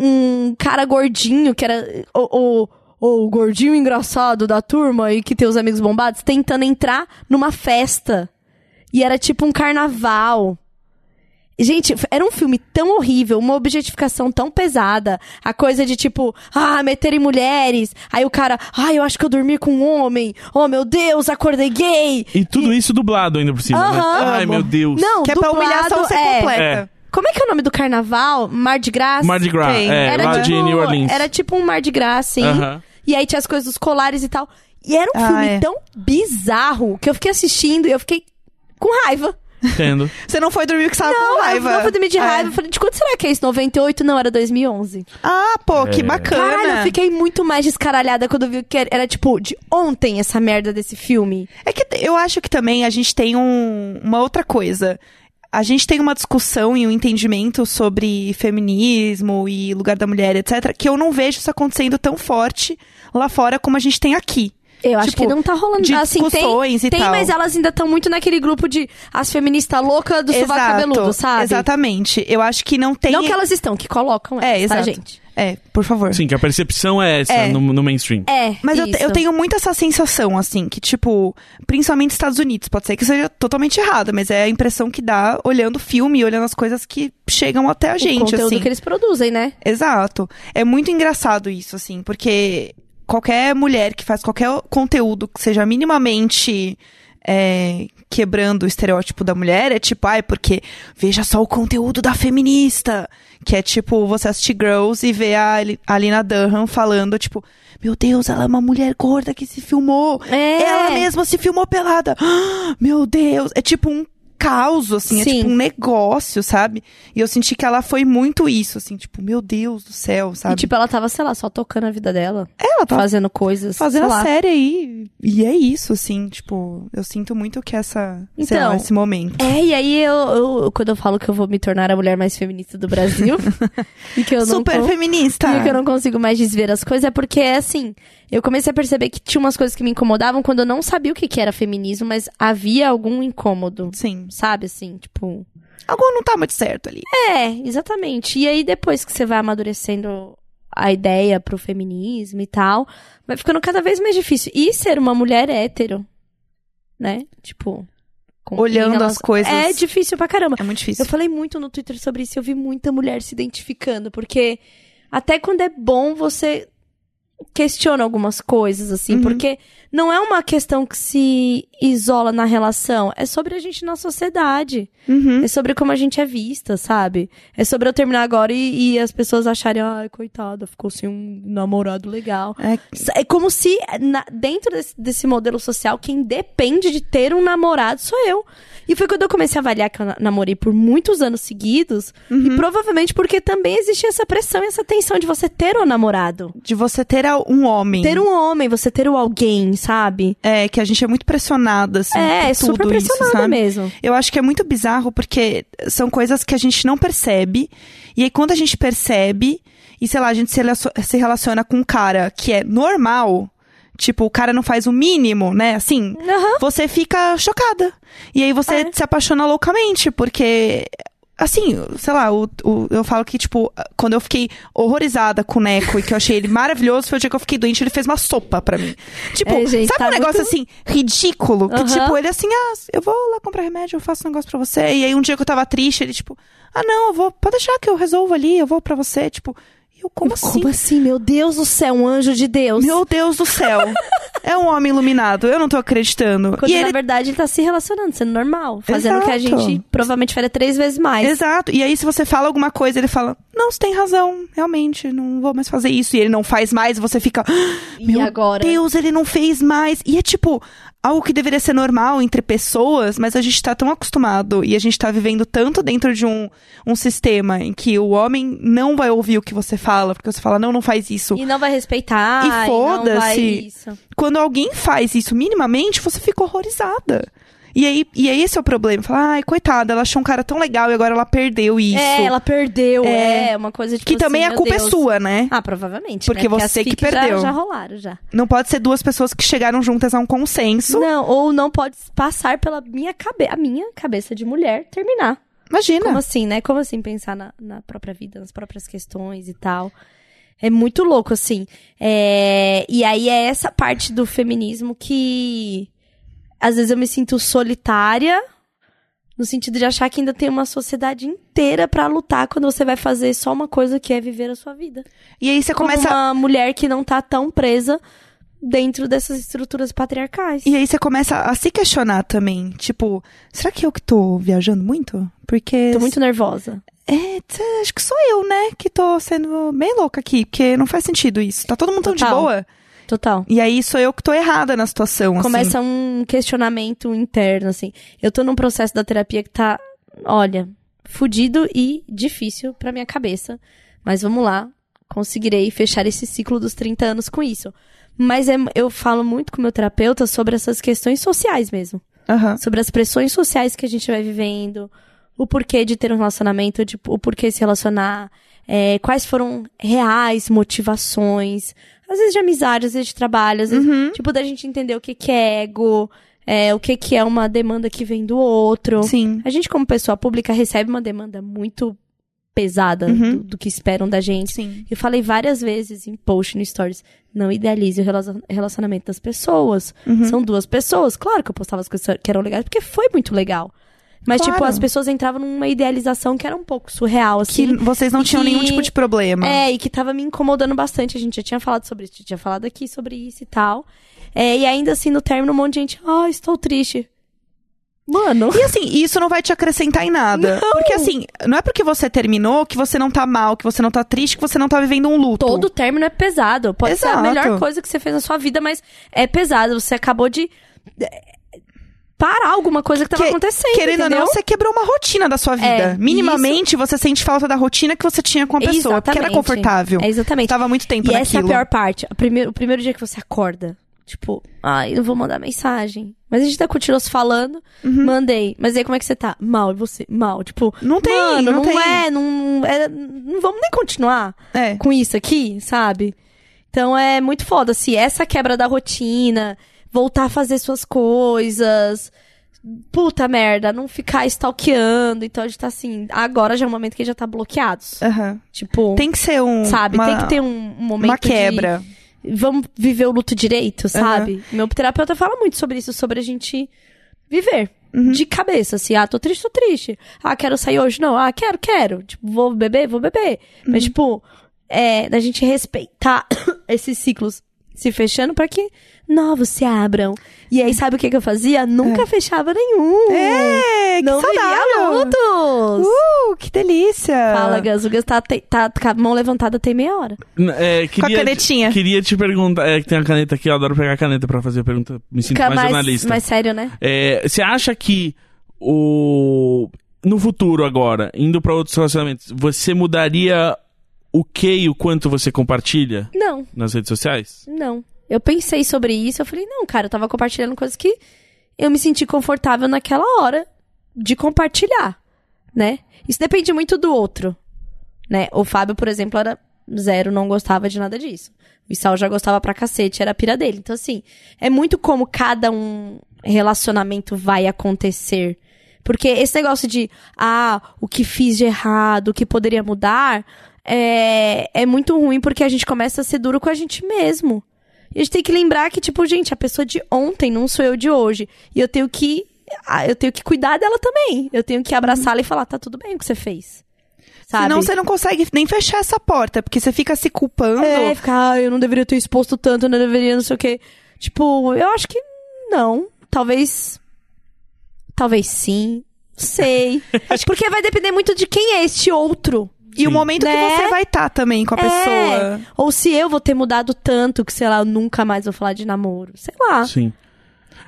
Speaker 2: um cara gordinho, que era o, o, o gordinho engraçado da turma e que tem os amigos bombados, tentando entrar numa festa. E era tipo um carnaval. Gente, f- era um filme tão horrível, uma objetificação tão pesada. A coisa de tipo, ah, meterem mulheres. Aí o cara, ah, eu acho que eu dormi com um homem. Oh, meu Deus, acordei gay.
Speaker 1: E tudo isso dublado ainda por cima. né?
Speaker 2: Aham.
Speaker 1: Ai, meu Deus.
Speaker 2: Não,
Speaker 3: que é pra
Speaker 2: dublado,
Speaker 3: humilhação ser
Speaker 2: é.
Speaker 3: completa.
Speaker 2: Como é que é o nome do carnaval? Mar de Graça?
Speaker 1: Mardi Gras.
Speaker 3: Tem.
Speaker 1: É,
Speaker 2: assim, era
Speaker 1: lá
Speaker 2: tipo,
Speaker 1: de New Orleans.
Speaker 2: Era tipo um Mar de Graça, sim.
Speaker 1: Aham.
Speaker 2: E aí tinha as coisas dos colares e tal. E era um
Speaker 3: Ah,
Speaker 2: filme
Speaker 3: é.
Speaker 2: tão bizarro que eu fiquei assistindo e eu fiquei com raiva.
Speaker 1: Entendo.
Speaker 3: Você não foi dormir que estava com
Speaker 2: Eu
Speaker 3: raiva.
Speaker 2: não fui dormir de
Speaker 3: É.
Speaker 2: raiva. Eu Falei, de quando será que é isso? 98? Não, era 2011.
Speaker 3: Ah, pô, que
Speaker 1: É.
Speaker 3: bacana.
Speaker 2: Caralho, eu fiquei muito mais descaralhada quando eu vi que era, era, tipo de ontem essa merda desse filme.
Speaker 3: É que eu acho que também a gente tem um- uma outra coisa. A gente tem uma discussão e um entendimento sobre feminismo e lugar da mulher, etc., que eu não vejo isso acontecendo tão forte lá fora como a gente tem aqui.
Speaker 2: Eu acho
Speaker 3: Tipo,
Speaker 2: que não tá rolando
Speaker 3: de
Speaker 2: assim, tem,
Speaker 3: discussões e
Speaker 2: tem,
Speaker 3: tal.
Speaker 2: mas elas ainda estão muito naquele grupo de as feministas loucas do sovaco cabeludo, sabe?
Speaker 3: Exatamente. Eu acho que não tem.
Speaker 2: Não que elas estão, que colocam
Speaker 3: É,
Speaker 2: elas, tá,
Speaker 3: exato.
Speaker 2: gente?
Speaker 3: É, por favor.
Speaker 1: Sim, que a percepção é essa
Speaker 3: É.
Speaker 1: No, no mainstream.
Speaker 2: É,
Speaker 3: Mas eu, te-
Speaker 2: isso.
Speaker 3: eu tenho muito essa sensação, assim, que, tipo, principalmente Estados Unidos, pode ser que seja totalmente errado, mas é a impressão que dá olhando o filme e olhando as coisas que chegam até a
Speaker 2: o
Speaker 3: gente,
Speaker 2: conteúdo
Speaker 3: assim.
Speaker 2: que eles produzem, né?
Speaker 3: Exato. É muito engraçado isso, assim, porque qualquer mulher que faz qualquer conteúdo que seja minimamente é, quebrando o estereótipo da mulher é tipo, ai, porque veja só o conteúdo da feminista. Que é tipo, você assistir Girls e ver a Ali- a Lina Dunham falando, tipo, meu Deus, ela é uma mulher gorda que se filmou.
Speaker 2: É.
Speaker 3: Ela mesma se filmou pelada. Ah, Meu Deus. É tipo um caos, assim. É
Speaker 2: Sim.
Speaker 3: tipo um negócio, sabe? E eu senti que ela foi muito isso, assim. Tipo, meu Deus do céu, sabe?
Speaker 2: E tipo, ela tava, sei lá, só tocando a vida dela,
Speaker 3: ela tá
Speaker 2: fazendo coisas,
Speaker 3: fazendo
Speaker 2: sei lá.
Speaker 3: a série aí. E é isso, assim. Tipo, eu sinto muito que essa... sei lá,
Speaker 2: Então.
Speaker 3: esse momento.
Speaker 2: É, e aí eu, eu- quando eu falo que eu vou me tornar a mulher mais feminista do Brasil, e que eu não
Speaker 3: Super
Speaker 2: con-
Speaker 3: feminista.
Speaker 2: E que eu não consigo mais desver as coisas é porque, assim, eu comecei a perceber que tinha umas coisas que me incomodavam quando eu não sabia o que, que era feminismo, mas havia algum incômodo,
Speaker 3: Sim.
Speaker 2: sabe? Assim, tipo.
Speaker 3: Algo não tá muito certo ali.
Speaker 2: É, exatamente. E aí, depois que você vai amadurecendo a ideia pro feminismo e tal, vai ficando cada vez mais difícil. E ser uma mulher hétero, né? Tipo. com-
Speaker 3: Olhando
Speaker 2: em
Speaker 3: as coisas.
Speaker 2: É difícil pra caramba.
Speaker 3: É muito difícil.
Speaker 2: Eu falei muito no Twitter sobre isso, eu vi muita mulher se identificando, porque até quando é bom você questiona algumas coisas, assim, porque não é uma questão que se isola na relação, é sobre a gente na sociedade.
Speaker 3: Uhum.
Speaker 2: É sobre como a gente é vista, sabe? É sobre eu terminar agora e, e as pessoas acharem, ai, coitada, ficou sem um namorado legal.
Speaker 3: É,
Speaker 2: S- É como se, na- dentro desse, desse modelo social, quem depende de ter um namorado sou eu. E foi quando eu comecei a avaliar que eu na- namorei por muitos anos seguidos. E provavelmente porque também existia essa pressão e essa tensão de você ter um namorado.
Speaker 3: de você ter a- um homem.
Speaker 2: Ter um homem, você ter o alguém, sabe?
Speaker 3: É, que a gente é muito pressionada, assim.
Speaker 2: É,
Speaker 3: por
Speaker 2: é
Speaker 3: tudo
Speaker 2: super pressionada
Speaker 3: isso, sabe?
Speaker 2: mesmo.
Speaker 3: Eu acho que é muito bizarro porque são coisas que a gente não percebe. E aí, quando a gente percebe, e sei lá, a gente se relacio- se relaciona com um cara que é normal, tipo, o cara não faz o mínimo, né? Assim,
Speaker 2: Aham.
Speaker 3: você fica chocada. E aí você
Speaker 2: É.
Speaker 3: se apaixona loucamente, porque. Assim, sei lá, o, o- eu falo que, tipo, quando eu fiquei horrorizada com o Neco e que eu achei ele maravilhoso, foi o dia que eu fiquei doente, ele fez uma sopa pra mim. Tipo,
Speaker 2: É, gente,
Speaker 3: sabe
Speaker 2: tá
Speaker 3: um negócio
Speaker 2: muito-
Speaker 3: assim, ridículo? Que,
Speaker 2: Aham.
Speaker 3: tipo, ele assim, ah, eu vou lá comprar remédio, eu faço um negócio pra você. E aí um dia que eu tava triste, ele, tipo, ah, não, eu vou, pode deixar que eu resolvo ali, eu vou pra você. Tipo, eu, como assim?
Speaker 2: Como assim? Meu Deus do céu, um anjo de Deus.
Speaker 3: Meu Deus do céu. é um homem iluminado, eu não tô acreditando.
Speaker 2: Quando
Speaker 3: e
Speaker 2: na
Speaker 3: ele
Speaker 2: verdade ele tá se relacionando, sendo normal. Fazendo o que a
Speaker 3: Exato.
Speaker 2: gente provavelmente faria três vezes mais.
Speaker 3: Exato. E aí, se você fala alguma coisa, ele fala: Não, você tem razão, realmente, não vou mais fazer isso. E ele não faz mais, você fica. "Ah,
Speaker 2: E
Speaker 3: Meu
Speaker 2: agora?
Speaker 3: Deus, ele não fez mais. E é tipo, algo que deveria ser normal entre pessoas, mas a gente tá tão acostumado e a gente tá vivendo tanto dentro de um, um sistema em que o homem não vai ouvir o que você fala, porque você fala, não, não faz isso.
Speaker 2: E não vai respeitar.
Speaker 3: E
Speaker 2: não
Speaker 3: foda-se.
Speaker 2: vai isso.
Speaker 3: Quando alguém faz isso minimamente, você fica horrorizada. E aí, e aí esse é o problema. Fala, ai, coitada, ela achou um cara tão legal e agora ela perdeu isso.
Speaker 2: É, ela perdeu.
Speaker 3: É.
Speaker 2: É, uma coisa de
Speaker 3: Que também a culpa é sua, né?
Speaker 2: Ah, provavelmente.
Speaker 3: Porque
Speaker 2: né? Porque
Speaker 3: você
Speaker 2: as
Speaker 3: que
Speaker 2: fic já-
Speaker 3: perdeu.
Speaker 2: Já, rolaram, já.
Speaker 3: Não pode ser duas pessoas que chegaram juntas a um consenso.
Speaker 2: Não, ou não pode passar pela minha cabeça. A minha cabeça de mulher terminar.
Speaker 3: Imagina.
Speaker 2: Como assim, né? Como assim pensar na, na própria vida, nas próprias questões e tal. É muito louco, assim. É, E aí é essa parte do feminismo que às vezes eu me sinto solitária, no sentido de achar que ainda tem uma sociedade inteira pra lutar quando você vai fazer só uma coisa que é viver a sua vida.
Speaker 3: E aí você
Speaker 2: Como
Speaker 3: começa.
Speaker 2: uma mulher que não tá tão presa dentro dessas estruturas patriarcais.
Speaker 3: E aí você começa a se questionar também. Tipo, será que eu que tô viajando muito? Porque.
Speaker 2: Tô muito nervosa.
Speaker 3: É, tê, acho que sou eu, né? Que tô sendo bem louca aqui, porque não faz sentido isso. Tá todo mundo tão de
Speaker 2: Total.
Speaker 3: boa.
Speaker 2: Total.
Speaker 3: E aí sou eu que tô errada na situação. assim.
Speaker 2: Começa um questionamento interno, assim. Eu tô num processo da terapia que tá, olha, fudido e difícil pra minha cabeça. Mas vamos lá, conseguirei fechar esse ciclo dos 30 anos com isso. Mas é- eu falo muito com meu terapeuta sobre essas questões sociais mesmo.
Speaker 3: Aham.
Speaker 2: Sobre as pressões sociais que a gente vai vivendo, o porquê de ter um relacionamento, de- o porquê se relacionar, é, quais foram reais motivações, às vezes de amizade, às vezes de trabalho, às vezes,
Speaker 3: Uhum.
Speaker 2: tipo, da gente entender o que, que é ego, é, o que, que é uma demanda que vem do outro.
Speaker 3: Sim.
Speaker 2: A gente, como pessoa pública, recebe uma demanda muito pesada
Speaker 3: Uhum.
Speaker 2: do, do que esperam da gente.
Speaker 3: Sim.
Speaker 2: Eu falei várias vezes em post, no stories, não idealize o relacion- relacionamento das pessoas.
Speaker 3: Uhum.
Speaker 2: São duas pessoas. Claro que eu postava as coisas que eram legais, porque foi muito legal. Mas,
Speaker 3: Claro.
Speaker 2: tipo, as pessoas entravam numa idealização que era um pouco surreal,
Speaker 3: Que
Speaker 2: assim.
Speaker 3: vocês não
Speaker 2: E
Speaker 3: tinham
Speaker 2: que-
Speaker 3: nenhum tipo de problema.
Speaker 2: É, e que tava me incomodando bastante. A gente já tinha falado sobre isso, tinha falado aqui sobre isso e tal. É, e ainda assim, no término, um monte de gente, ah, estou triste. Mano.
Speaker 3: E assim, isso não vai te acrescentar em nada. Porque assim, não é porque você terminou que você não tá mal, que você não tá triste, que você não tá vivendo um luto.
Speaker 2: Todo término é pesado. Pode ser
Speaker 3: Exato.
Speaker 2: a melhor coisa que você fez na sua vida, mas é pesado. Você acabou de é, parar alguma coisa que tava
Speaker 3: Que-
Speaker 2: acontecendo.
Speaker 3: Querendo ou
Speaker 2: entendeu?
Speaker 3: não, você quebrou uma rotina da sua vida.
Speaker 2: É,
Speaker 3: Minimamente, você sente falta da rotina que você tinha com a é pessoa, porque era
Speaker 2: Exatamente.
Speaker 3: confortável.
Speaker 2: É, exatamente.
Speaker 3: Tava muito tempo
Speaker 2: E
Speaker 3: naquilo.
Speaker 2: essa é a pior parte. A primeiro- o primeiro dia que você acorda, tipo, ai, eu vou mandar mensagem. Mas a gente tá continuou se falando,
Speaker 3: Uhum.
Speaker 2: mandei. Mas aí como é que você tá? Mal, e você? Mal. Tipo,
Speaker 3: Não tem,
Speaker 2: mano,
Speaker 3: não tem.
Speaker 2: é, não, é, não vamos nem continuar
Speaker 3: É.
Speaker 2: com isso aqui, sabe? Então é muito foda, assim, essa quebra da rotina, voltar a fazer suas coisas. Puta merda, não ficar stalkeando. Então a gente tá assim, agora já é um momento que já tá bloqueados.
Speaker 3: Aham.
Speaker 2: Tipo
Speaker 3: É. Tem que ser um.
Speaker 2: sabe?
Speaker 3: uma-
Speaker 2: Tem que ter um, um momento
Speaker 3: Uma quebra.
Speaker 2: de vamos viver o luto direito, sabe? Meu terapeuta fala muito sobre isso, sobre a gente viver
Speaker 3: Uhum.
Speaker 2: de cabeça, assim, ah, tô triste, tô triste. Ah, quero sair hoje, não. Ah, quero, quero. Tipo,
Speaker 3: Uhum.
Speaker 2: vou beber, vou beber. Mas tipo, é, da gente respeitar esses ciclos se fechando para que novos se abram. E aí, sabe o que, que eu fazia? Nunca fechava nenhum.
Speaker 3: É, que
Speaker 2: Não vivia
Speaker 3: saudável.
Speaker 2: lutos.
Speaker 3: Uh, que delícia.
Speaker 2: Fala, Gus. O Gus tá, te- tá com a mão levantada tem meia hora.
Speaker 1: N- é,
Speaker 3: Com a
Speaker 1: queria,
Speaker 3: canetinha.
Speaker 1: Queria te perguntar. É que tem uma caneta aqui, eu adoro pegar a caneta pra fazer a pergunta. Me sinto
Speaker 2: Fica
Speaker 1: mais, jornalista.
Speaker 2: mais sério, né?
Speaker 1: É, Você acha que o. No futuro agora, indo pra outros relacionamentos, você mudaria o que e o quanto você compartilha
Speaker 2: Não.
Speaker 1: nas redes sociais?
Speaker 2: Não. Eu pensei sobre isso, eu falei, não, cara, eu tava compartilhando coisas que eu me senti confortável naquela hora de compartilhar, né? Isso depende muito do outro, né? O Fábio, por exemplo, era zero, não gostava de nada disso. O Isal já gostava pra cacete, era a pira dele. Então, assim, é muito como cada um relacionamento vai acontecer. Porque esse negócio de, ah, o que fiz de errado, o que poderia mudar, é, é muito ruim porque a gente começa a ser duro com a gente mesmo. E a gente tem que lembrar que, tipo, gente, a pessoa de ontem não sou eu de hoje. E eu tenho que. ah, Eu tenho que cuidar dela também. Eu tenho que abraçá-la e falar, tá tudo bem o que você fez. Sabe?
Speaker 3: Senão você não consegue nem fechar essa porta, porque você fica se culpando.
Speaker 2: É, ficar, ah, eu não deveria ter exposto tanto, eu não deveria não sei o quê. Tipo, eu acho que não. Talvez. Talvez sim. Sei. Porque vai depender muito de quem é este outro.
Speaker 3: e o
Speaker 1: Sim.
Speaker 3: momento
Speaker 2: Né?
Speaker 3: que você vai estar também com a
Speaker 2: É.
Speaker 3: pessoa.
Speaker 2: Ou se eu vou ter mudado tanto que, sei lá, eu nunca mais vou falar de namoro. Sei lá.
Speaker 1: Sim.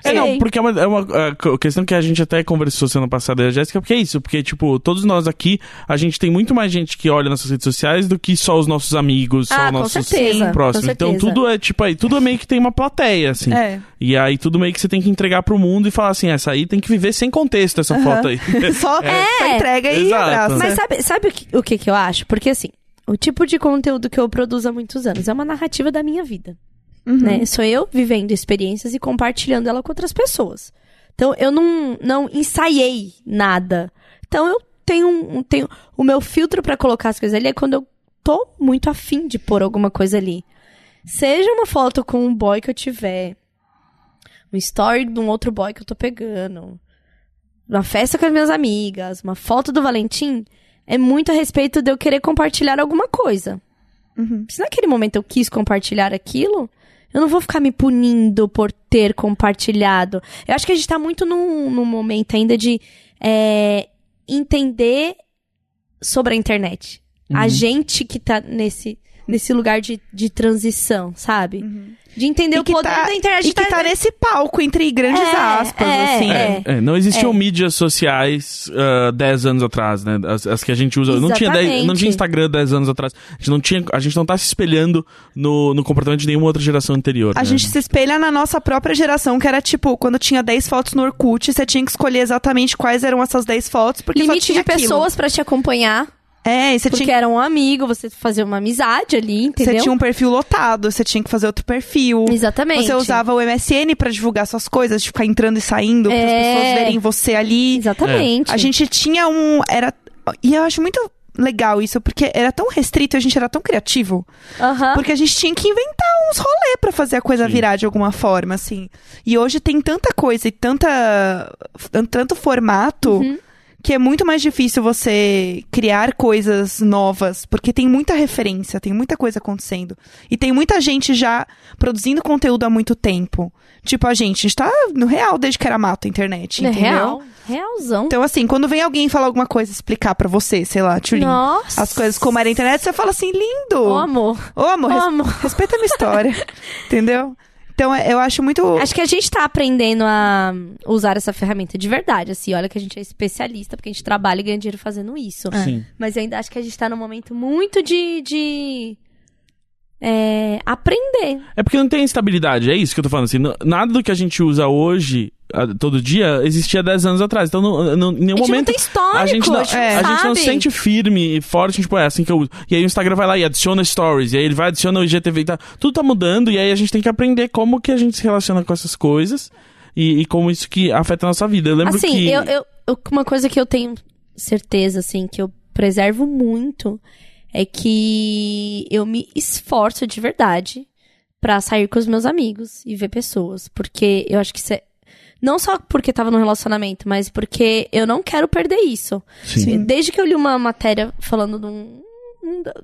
Speaker 1: É,
Speaker 2: Sei.
Speaker 1: não, porque é uma, é uma, a co- questão que a gente até conversou semana passada, eu e a Jéssica, porque é isso, porque, tipo, todos nós aqui, a gente tem muito mais gente que olha nossas redes sociais do que só os nossos amigos, só
Speaker 2: Ah,
Speaker 1: os
Speaker 2: com
Speaker 1: nossos
Speaker 2: certeza, com
Speaker 1: próximos. Então,
Speaker 2: certeza.
Speaker 1: tudo é, tipo, aí, tudo é meio que tem uma plateia, assim.
Speaker 3: É.
Speaker 1: E aí, tudo meio que você tem que entregar pro mundo e falar assim, essa aí tem que viver sem contexto, essa foto aí.
Speaker 3: Só, só
Speaker 2: É.
Speaker 3: entrega e
Speaker 1: Exato.
Speaker 3: abraça.
Speaker 2: Mas sabe, sabe o, que, o que que eu acho? Porque assim, o tipo de conteúdo que eu produzo há muitos anos é uma narrativa da minha vida. Né? Sou eu vivendo experiências e compartilhando ela com outras pessoas. Então eu não, não ensaiei nada. Então eu tenho, um- tenho o meu filtro pra colocar as coisas ali é quando eu tô muito afim de pôr alguma coisa ali. Seja uma foto com um boy que eu tiver, um story de um outro boy que eu tô pegando, uma festa com as minhas amigas, uma foto do Valentim, é muito a respeito de eu querer compartilhar alguma coisa.
Speaker 3: Uhum.
Speaker 2: Se naquele momento eu quis compartilhar aquilo, eu não vou ficar me punindo por ter compartilhado. Eu acho que a gente tá muito num, num momento ainda de é, entender sobre a internet. A gente que tá nesse, nesse lugar de, de transição, sabe? De entender
Speaker 3: Uhum. E
Speaker 2: o
Speaker 3: que
Speaker 2: poder
Speaker 3: tá-
Speaker 2: da internet.
Speaker 3: E que tá nesse palco entre grandes
Speaker 2: É,
Speaker 3: aspas,
Speaker 2: é,
Speaker 3: assim.
Speaker 2: é.
Speaker 1: É, não existiam mídias sociais ah, 10 anos atrás, né? As, as que a gente usa. Não tinha, 10 não
Speaker 2: Exatamente.
Speaker 1: tinha Instagram 10 anos atrás. A gente não, tinha, a gente não tá se espelhando no, no comportamento de nenhuma outra geração anterior.
Speaker 3: A
Speaker 1: né?
Speaker 3: gente se espelha na nossa própria geração, que era tipo, quando tinha 10 fotos no Orkut, você tinha que escolher exatamente quais eram essas 10 fotos, porque só
Speaker 2: Limite
Speaker 3: tinha
Speaker 2: de pessoas pra te acompanhar.
Speaker 3: aquilo. É, e você
Speaker 2: Porque
Speaker 3: tinha,
Speaker 2: era um amigo, você fazia uma amizade ali, entendeu?
Speaker 3: você tinha um perfil lotado, você tinha que fazer outro perfil.
Speaker 2: Exatamente.
Speaker 3: Você usava o MSN pra divulgar suas coisas, de ficar entrando e saindo, para as
Speaker 2: É.
Speaker 3: pessoas verem você ali. é,
Speaker 2: Exatamente.
Speaker 3: A gente tinha um. Era, e eu acho muito legal isso, porque era tão restrito, a gente era tão criativo.
Speaker 2: Aham.
Speaker 3: Porque a gente tinha que inventar uns rolê pra fazer a coisa virar de alguma forma, assim. E hoje tem tanta coisa e tanta, tan- tanto formato que é muito mais difícil você criar coisas novas, porque tem muita referência, tem muita coisa acontecendo. E tem muita gente já produzindo conteúdo há muito tempo. Tipo, a gente está no real desde que era mato a internet,
Speaker 2: É
Speaker 3: entendeu?
Speaker 2: real. Realzão.
Speaker 3: Então, assim, quando vem alguém falar alguma coisa, explicar pra você, sei lá, Tchulinho,
Speaker 2: Nossa.
Speaker 3: as coisas como é era a internet, você fala assim, lindo!
Speaker 2: Ô, amor.
Speaker 3: Ô, amor, res-
Speaker 2: Ô, amor.
Speaker 3: respeita a minha história. entendeu? Então, é- eu acho muito.
Speaker 2: Acho que a gente tá aprendendo a usar essa ferramenta de verdade, assim. Olha que a gente é especialista, porque a gente trabalha e ganha dinheiro fazendo isso.
Speaker 3: É.
Speaker 1: Sim.
Speaker 2: Mas eu ainda acho que a gente tá num momento muito de... de é, aprender.
Speaker 1: É porque não tem estabilidade, é isso que eu tô falando. Assim, N- nada do que a gente usa hoje, ah, todo dia, existia 10 anos atrás. Então, não, não, em nenhum
Speaker 2: a
Speaker 3: É um
Speaker 2: gente não
Speaker 1: momento.
Speaker 2: tem histórico,
Speaker 1: A gente, não,
Speaker 2: não
Speaker 1: é, a gente não
Speaker 2: sabe.
Speaker 1: se sente firme e forte, tipo, é assim que eu uso. E aí o Instagram vai lá e adiciona stories, e aí ele vai adiciona o IGTV, e tá, tudo tá mudando, e aí a gente tem que aprender como que a gente se relaciona com essas coisas e, e como isso que afeta a nossa vida. Eu lembro
Speaker 2: assim,
Speaker 1: que...
Speaker 2: eu, eu- eu- uma coisa que eu tenho certeza, assim, que eu preservo muito é que eu me esforço de verdade pra sair com os meus amigos e ver pessoas. Porque eu acho que isso é. Não só porque tava num relacionamento, mas porque eu não quero perder isso.
Speaker 1: Sim.
Speaker 2: Desde que eu li uma matéria falando de um,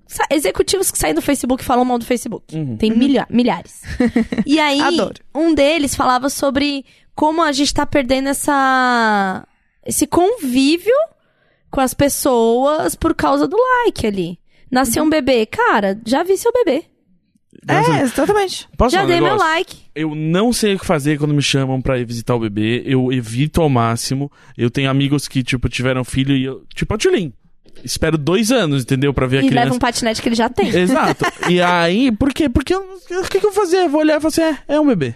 Speaker 2: sa- executivos que saem do Facebook e falam mal do Facebook.
Speaker 1: Uhum.
Speaker 2: Tem milha- milhares. e aí,
Speaker 3: Adoro.
Speaker 2: um deles falava sobre como a gente tá perdendo essa esse convívio com as pessoas por causa do like ali. Nasceu um bebê. Cara, já vi seu bebê.
Speaker 3: É, exatamente.
Speaker 1: Posso
Speaker 2: já
Speaker 1: falar um
Speaker 2: dei meu
Speaker 1: negócio?
Speaker 2: like.
Speaker 1: Eu não sei o que fazer quando me chamam pra ir visitar o bebê. Eu evito ao máximo. Eu tenho amigos que, tipo, tiveram filho e eu. Tipo, a Tulin. Espero dois anos, entendeu? Pra ver a
Speaker 2: E
Speaker 1: criança.
Speaker 2: leva um patinete que ele já tem.
Speaker 1: Exato. E aí, por quê? Porque eu- o que, que eu vou fazer? Eu vou olhar e falar assim: é, é um bebê.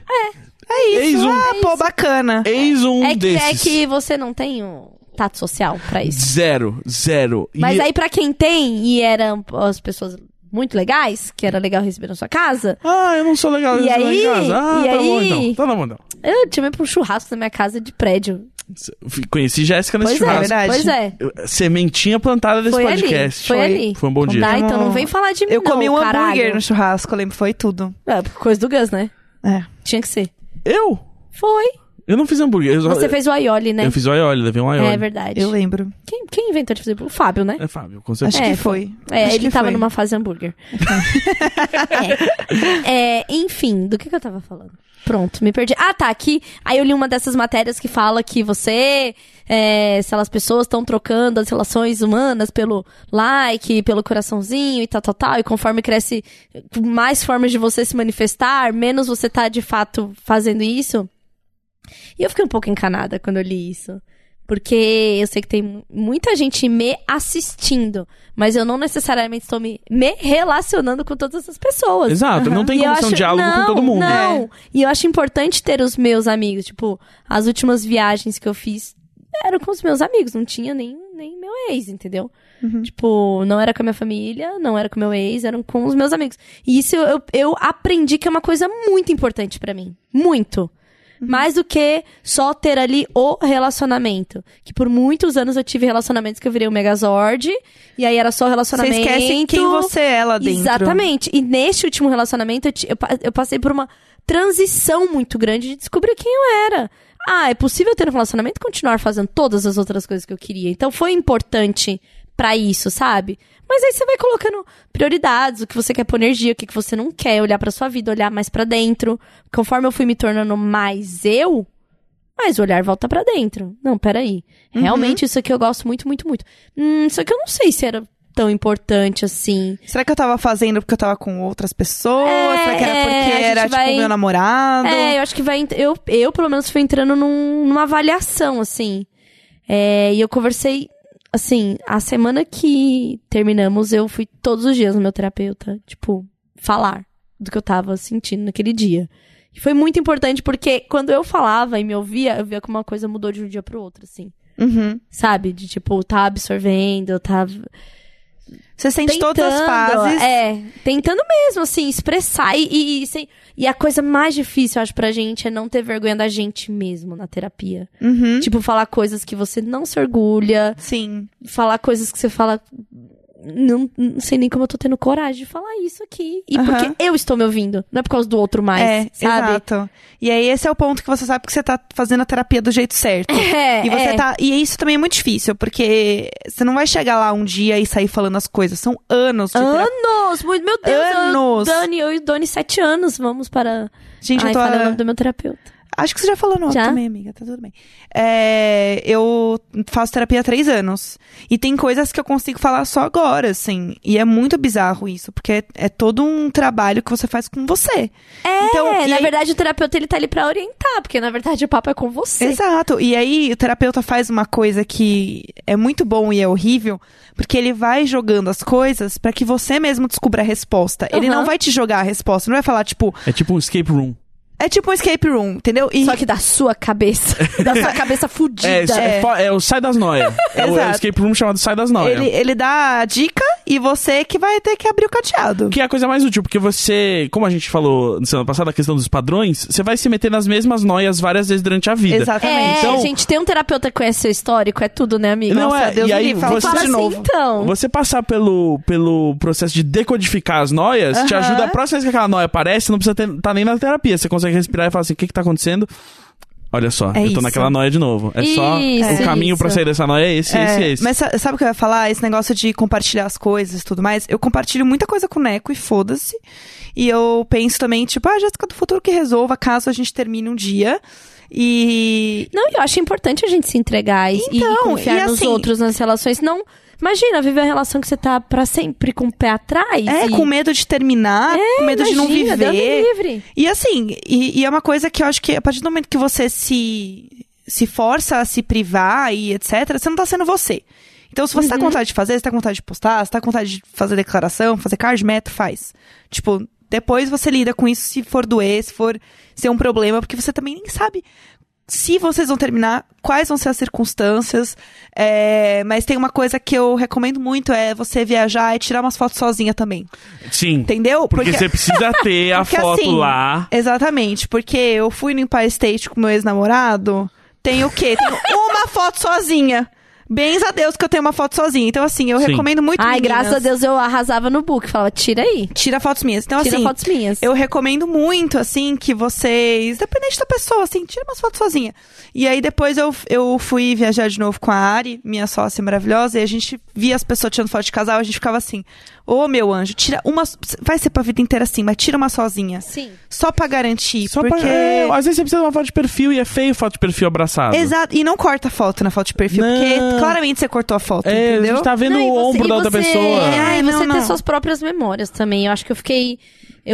Speaker 3: É isso.
Speaker 1: Eis um.
Speaker 3: ah, pô, bacana.
Speaker 1: Eis um
Speaker 2: é, que, é
Speaker 1: desses.
Speaker 2: que você não tem o tato social pra isso.
Speaker 1: Zero, zero. E-
Speaker 2: Mas aí, pra quem tem, e eram as pessoas muito legais, que era legal receber na sua casa,
Speaker 1: Ah, eu não sou legal.
Speaker 2: E
Speaker 1: eu sou
Speaker 2: aí?
Speaker 1: legal em casa. Ah,
Speaker 2: E
Speaker 1: tá bom
Speaker 2: aí?
Speaker 1: então. Tá bom então.
Speaker 2: eu te chamei pra um churrasco na minha casa de prédio.
Speaker 1: Fui- Conheci Jéssica nesse
Speaker 2: Pois é,
Speaker 1: churrasco.
Speaker 3: verdade.
Speaker 2: pois é.
Speaker 1: Eu- Sementinha plantada desse
Speaker 2: Foi ali.
Speaker 1: podcast.
Speaker 2: Foi ali.
Speaker 1: Foi um bom dia.
Speaker 2: Tá, então não vem falar de mim,
Speaker 3: Eu comi
Speaker 2: não,
Speaker 3: um
Speaker 2: caralho.
Speaker 3: hambúrguer no churrasco, eu lembro, foi tudo.
Speaker 2: É, coisa do Gus, né?
Speaker 3: É.
Speaker 2: Tinha que ser.
Speaker 1: Eu?
Speaker 2: Foi.
Speaker 1: Eu não fiz hambúrguer. Eu, só-
Speaker 2: Você fez o aioli, né?
Speaker 1: eu fiz o aioli, levei um aioli.
Speaker 2: É verdade.
Speaker 3: Eu lembro.
Speaker 2: Quem, quem inventou de fazer? O Fábio, né?
Speaker 1: É, Fábio, com certeza.
Speaker 3: Acho
Speaker 2: É,
Speaker 3: que foi.
Speaker 2: É,
Speaker 3: Acho
Speaker 2: ele
Speaker 3: que
Speaker 2: tava
Speaker 3: foi.
Speaker 2: numa fase hambúrguer. É. É, enfim, do que, que eu tava falando? Pronto, me perdi. Ah, tá, aqui. Aí eu li uma dessas matérias que fala que você, é, se as pessoas estão trocando as relações humanas pelo like, pelo coraçãozinho e tal, tal, tal. E conforme cresce com mais formas de você se manifestar, menos você tá de fato fazendo isso. E eu fiquei um pouco encanada quando eu li isso. Porque eu sei que tem mu- muita gente me assistindo, mas eu não necessariamente estou me, me relacionando com todas essas pessoas.
Speaker 1: Exato, não tem
Speaker 2: é E eu
Speaker 1: como ser um
Speaker 2: acho-
Speaker 1: diálogo
Speaker 2: não,
Speaker 1: com todo mundo.
Speaker 2: Não,
Speaker 3: É.
Speaker 2: e eu acho importante ter os meus amigos. Tipo, as últimas viagens que eu fiz eram com os meus amigos, não tinha nem, nem meu ex, entendeu?
Speaker 3: Uhum.
Speaker 2: Tipo, não era com a minha família, não era com meu ex, eram com os meus amigos. E isso eu, eu aprendi que é uma coisa muito importante pra mim. Muito.
Speaker 3: Uhum.
Speaker 2: Mais do que só ter ali o relacionamento. Que por muitos anos eu tive relacionamentos que eu virei o Megazord, e aí era só
Speaker 3: Você
Speaker 2: relacionamento.
Speaker 3: esquece quem você é lá dentro.
Speaker 2: Exatamente. E neste último relacionamento, eu, ti- eu pa- eu passei por uma transição muito grande de descobrir quem eu era. Ah, é possível ter um relacionamento e continuar fazendo todas as outras coisas que eu queria. Então foi importante pra isso, sabe? Mas aí você vai colocando prioridades, o que você quer pôr energia, o que que você não quer, olhar pra sua vida, olhar mais pra dentro. Conforme eu fui me tornando mais eu, mas o olhar volta pra dentro. Não, peraí. Realmente, isso aqui eu gosto muito, muito, muito. Hum, isso aqui eu não sei se era tão importante assim.
Speaker 3: Será que eu tava fazendo porque eu tava com outras pessoas?
Speaker 2: É,
Speaker 3: Será que era
Speaker 2: é, a
Speaker 3: porque
Speaker 2: gente
Speaker 3: era, tipo,
Speaker 2: vai-
Speaker 3: meu namorado?
Speaker 2: É, eu acho que vai. ent- Eu, eu pelo menos, fui entrando num- numa avaliação, assim. É, e eu conversei. Assim, a semana que terminamos, eu fui todos os dias no meu terapeuta, tipo, falar do que eu tava sentindo naquele dia. E foi muito importante porque quando eu falava e me ouvia, eu via como uma coisa mudou de um dia pro outro, assim.
Speaker 3: Uhum.
Speaker 2: Sabe? De tipo, tá absorvendo, tá.
Speaker 3: Você sente
Speaker 2: tentando,
Speaker 3: todas as fases.
Speaker 2: É, tentando mesmo, assim, expressar. E, e, e sem- e a coisa mais difícil, eu acho, pra gente é não ter vergonha da gente mesmo na terapia.
Speaker 3: Uhum.
Speaker 2: Tipo, falar coisas que você não se orgulha,
Speaker 3: Sim.
Speaker 2: falar coisas que você fala. Não, não sei nem como eu tô tendo coragem de falar isso aqui. E
Speaker 3: Aham.
Speaker 2: porque eu estou me ouvindo, não é por causa do outro mais,
Speaker 3: é,
Speaker 2: sabe?
Speaker 3: exato. E aí esse é o ponto que você sabe que você tá fazendo a terapia do jeito certo.
Speaker 2: É,
Speaker 3: E, você
Speaker 2: é.
Speaker 3: tá... e isso também é muito difícil, porque você não vai chegar lá um dia e sair falando as coisas. São anos de terapia.
Speaker 2: Anos! muito- Meu Deus! eu-
Speaker 3: Anos.
Speaker 2: Dani, eu e o Dani, sete anos, vamos para.
Speaker 3: Gente,
Speaker 2: Ai,
Speaker 3: eu tô...
Speaker 2: falei o nome do meu terapeuta.
Speaker 3: Acho que você já falou no
Speaker 2: Já?
Speaker 3: também, amiga. Tá tudo bem. É, eu faço terapia há três anos. E tem coisas que eu consigo falar só agora, assim. E é muito bizarro isso, porque é, é todo um trabalho que você faz com você. É, então,
Speaker 2: é,
Speaker 3: e
Speaker 2: na
Speaker 3: aí-
Speaker 2: verdade o terapeuta ele tá ali pra orientar, porque na verdade o papo é com você.
Speaker 3: Exato. E aí o terapeuta faz uma coisa que é muito bom e é horrível, porque ele vai jogando as coisas pra que você mesmo descubra a resposta. Ele
Speaker 2: Uhum.
Speaker 3: não vai te jogar a resposta, não vai falar tipo,
Speaker 1: É tipo um escape room.
Speaker 3: é tipo um escape room, entendeu? E
Speaker 2: Só que da sua cabeça. da sua cabeça fudida.
Speaker 1: É, isso é fo- é o Sai das Noias. é, o, é o
Speaker 3: Exato.
Speaker 1: escape room chamado Sai das Noias.
Speaker 3: ele, ele dá a dica e você que vai ter que abrir o cadeado.
Speaker 1: Que é a coisa mais útil, porque você, como a gente falou na semana passada, a questão dos padrões, você vai se meter nas mesmas noias várias vezes durante a vida.
Speaker 3: Exatamente.
Speaker 2: É,
Speaker 1: Então-
Speaker 2: gente, tem um terapeuta que conhece seu histórico, é tudo, né, amigo?
Speaker 1: Não,
Speaker 2: Nossa,
Speaker 1: é, e
Speaker 3: Deus me
Speaker 1: aí
Speaker 3: livre, fala
Speaker 1: você,
Speaker 3: isso
Speaker 2: Fala
Speaker 3: de
Speaker 2: assim,
Speaker 3: novo.
Speaker 2: então.
Speaker 1: você passar pelo, pelo processo de decodificar as noias te
Speaker 3: Aham.
Speaker 1: ajuda a próxima vez que aquela noia aparece, não precisa estar nem na terapia. Você consegue respirar e falar assim: o que, que tá acontecendo? Olha só,
Speaker 3: É
Speaker 1: eu tô
Speaker 3: isso.
Speaker 1: naquela noia de novo. É só
Speaker 2: Isso,
Speaker 1: o caminho pra
Speaker 2: isso.
Speaker 1: sair dessa noia é esse,
Speaker 3: É,
Speaker 1: esse, esse.
Speaker 3: Mas sa- sabe o que eu ia falar? Esse negócio de compartilhar as coisas e tudo mais. Eu compartilho muita coisa com o Neco e foda-se. E eu penso também, tipo, ah, Jéssica do futuro que resolva, caso a gente termine um dia. E.
Speaker 2: Não, eu acho importante a gente se entregar e, e
Speaker 3: Então,
Speaker 2: confiar
Speaker 3: e
Speaker 2: nos
Speaker 3: assim-
Speaker 2: outros nas relações. Não, imagina viver a relação que você tá pra sempre com o pé atrás. e...
Speaker 3: É,
Speaker 2: É,
Speaker 3: com medo de terminar, com medo de não
Speaker 2: Imagina,
Speaker 3: viver.
Speaker 2: Deus me livre.
Speaker 3: E assim, e, e é uma coisa que eu acho que a partir do momento que você se, se força a se privar e etc., você não tá sendo você. Então, se você tá com
Speaker 2: Uhum.
Speaker 3: vontade de fazer, se tá com vontade de postar, se tá com vontade de fazer declaração, fazer card, metro, faz. Tipo, depois você lida com isso se for doer, se for ser um problema, porque você também nem sabe se vocês vão terminar, quais vão ser as circunstâncias. É, mas tem uma coisa que eu recomendo muito, é você viajar e tirar umas fotos sozinha também.
Speaker 1: Sim.
Speaker 3: Entendeu?
Speaker 1: Porque, você precisa ter a
Speaker 3: Porque,
Speaker 1: foto
Speaker 3: assim,
Speaker 1: lá.
Speaker 3: Exatamente, porque eu fui no Empire State com meu ex-namorado, tem o quê? Tenho uma foto sozinha. Bens a Deus que eu tenho uma foto sozinha. Então, assim, eu
Speaker 1: Sim.
Speaker 3: recomendo muito.
Speaker 2: Ai,
Speaker 3: meninas,
Speaker 2: graças a Deus eu arrasava no book. Falava, tira aí.
Speaker 3: Tira fotos minhas. Então,
Speaker 2: tira
Speaker 3: assim,
Speaker 2: fotos minhas.
Speaker 3: eu recomendo muito, assim, que vocês, independente da pessoa, assim, tira umas fotos sozinha. E aí depois eu, eu fui viajar de novo com a Ari, minha sócia maravilhosa, e a gente via as pessoas tirando foto de casal, a gente ficava assim, ô meu anjo, tira uma. Vai ser pra vida inteira assim, mas tira uma sozinha.
Speaker 2: Sim.
Speaker 3: Só pra garantir.
Speaker 1: Só pra-
Speaker 3: porque...
Speaker 1: é, às vezes você precisa de uma foto de perfil e é feio foto de perfil abraçado.
Speaker 3: Exato, e não corta a foto na foto de perfil,
Speaker 1: Não.
Speaker 3: porque claramente você cortou a foto,
Speaker 1: É, a
Speaker 3: entendeu?
Speaker 1: gente tá vendo
Speaker 2: Não, e
Speaker 1: o
Speaker 2: você-
Speaker 1: ombro
Speaker 2: e
Speaker 1: da outra
Speaker 2: você-
Speaker 1: pessoa.
Speaker 2: É,
Speaker 3: Ai,
Speaker 2: e
Speaker 3: não,
Speaker 2: você
Speaker 3: não.
Speaker 2: ter suas próprias memórias também. Eu acho que eu fiquei.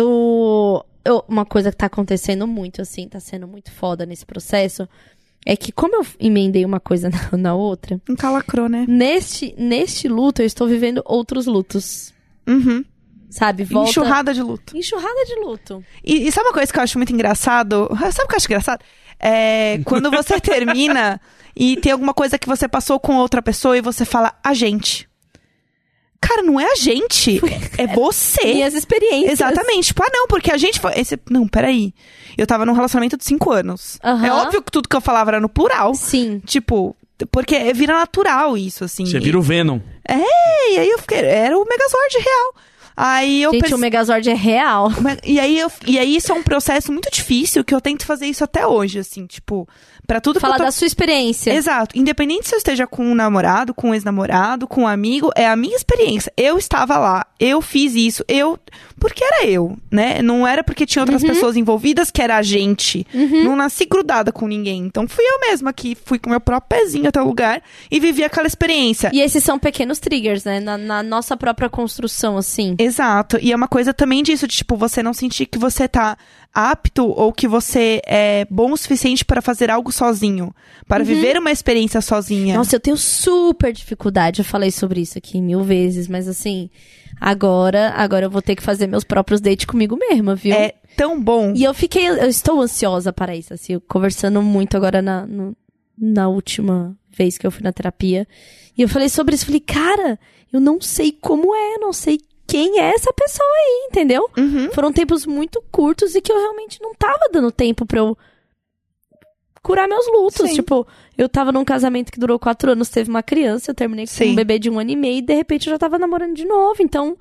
Speaker 2: Eu, eu- Uma coisa que tá acontecendo muito, assim, tá sendo muito foda nesse processo. É que como eu emendei uma coisa na, na outra,
Speaker 3: Encalacrou, né?
Speaker 2: neste, neste luto eu estou vivendo outros lutos.
Speaker 3: Uhum.
Speaker 2: Sabe? Volta.
Speaker 3: Enxurrada de luto.
Speaker 2: Enxurrada de luto.
Speaker 3: E, e sabe uma coisa que eu acho muito engraçado? Sabe o que eu acho engraçado? É quando você termina e tem alguma coisa que você passou com outra pessoa e você fala a gente. Cara, não é a gente, é você.
Speaker 2: Minhas experiências.
Speaker 3: Exatamente. Tipo, ah, não, porque a gente foi. Esse... Não, peraí. Eu tava num relacionamento de cinco anos.
Speaker 2: Aham.
Speaker 3: É óbvio que tudo que eu falava era no plural.
Speaker 2: Sim.
Speaker 3: Tipo, porque vira natural isso, assim.
Speaker 1: Você vira o Venom.
Speaker 3: E aí eu fiquei, era o Megazord real. Aí eu
Speaker 2: Gente,
Speaker 3: perce-
Speaker 2: o Megazord é real.
Speaker 3: Mas- E aí, eu- e aí isso é um processo muito difícil que eu tento fazer isso até hoje, assim, tipo, pra tudo
Speaker 2: Falar
Speaker 3: que eu
Speaker 2: da
Speaker 3: tô...
Speaker 2: sua experiência.
Speaker 3: Exato. Independente se eu esteja com um namorado, com um ex-namorado, com um amigo, é a minha experiência. Eu estava lá, eu fiz isso, eu. Porque era eu, né? Não era porque tinha
Speaker 2: Uhum.
Speaker 3: outras pessoas envolvidas que era a gente. Não nasci grudada com ninguém. Então fui eu mesma que fui com meu próprio pezinho até o lugar e vivi aquela experiência.
Speaker 2: E esses são pequenos triggers, né? Na, na nossa própria construção, assim.
Speaker 3: Exato. E é uma coisa também disso, de tipo, você não sentir que você tá apto ou que você é bom o suficiente para fazer algo sozinho. Para viver uma experiência sozinha.
Speaker 2: Uhum. Nossa, eu tenho super dificuldade. Eu falei sobre isso aqui mil vezes, mas assim, agora, agora eu vou ter que fazer meus próprios dates comigo mesma, viu?
Speaker 3: é tão bom.
Speaker 2: E eu fiquei, eu estou ansiosa para isso, assim, eu conversando muito agora na, no- na última vez que eu fui na terapia. E eu falei sobre isso, falei, cara, eu não sei como é, eu não sei quem é essa pessoa aí, entendeu?
Speaker 3: Uhum.
Speaker 2: Foram tempos muito curtos e que eu realmente não tava dando tempo pra eu curar meus lutos.
Speaker 3: Sim.
Speaker 2: Tipo, eu tava num casamento que durou quatro anos, teve uma criança, eu terminei com um
Speaker 3: Sim.
Speaker 2: bebê de um ano e meio e de repente eu já tava namorando de novo, então...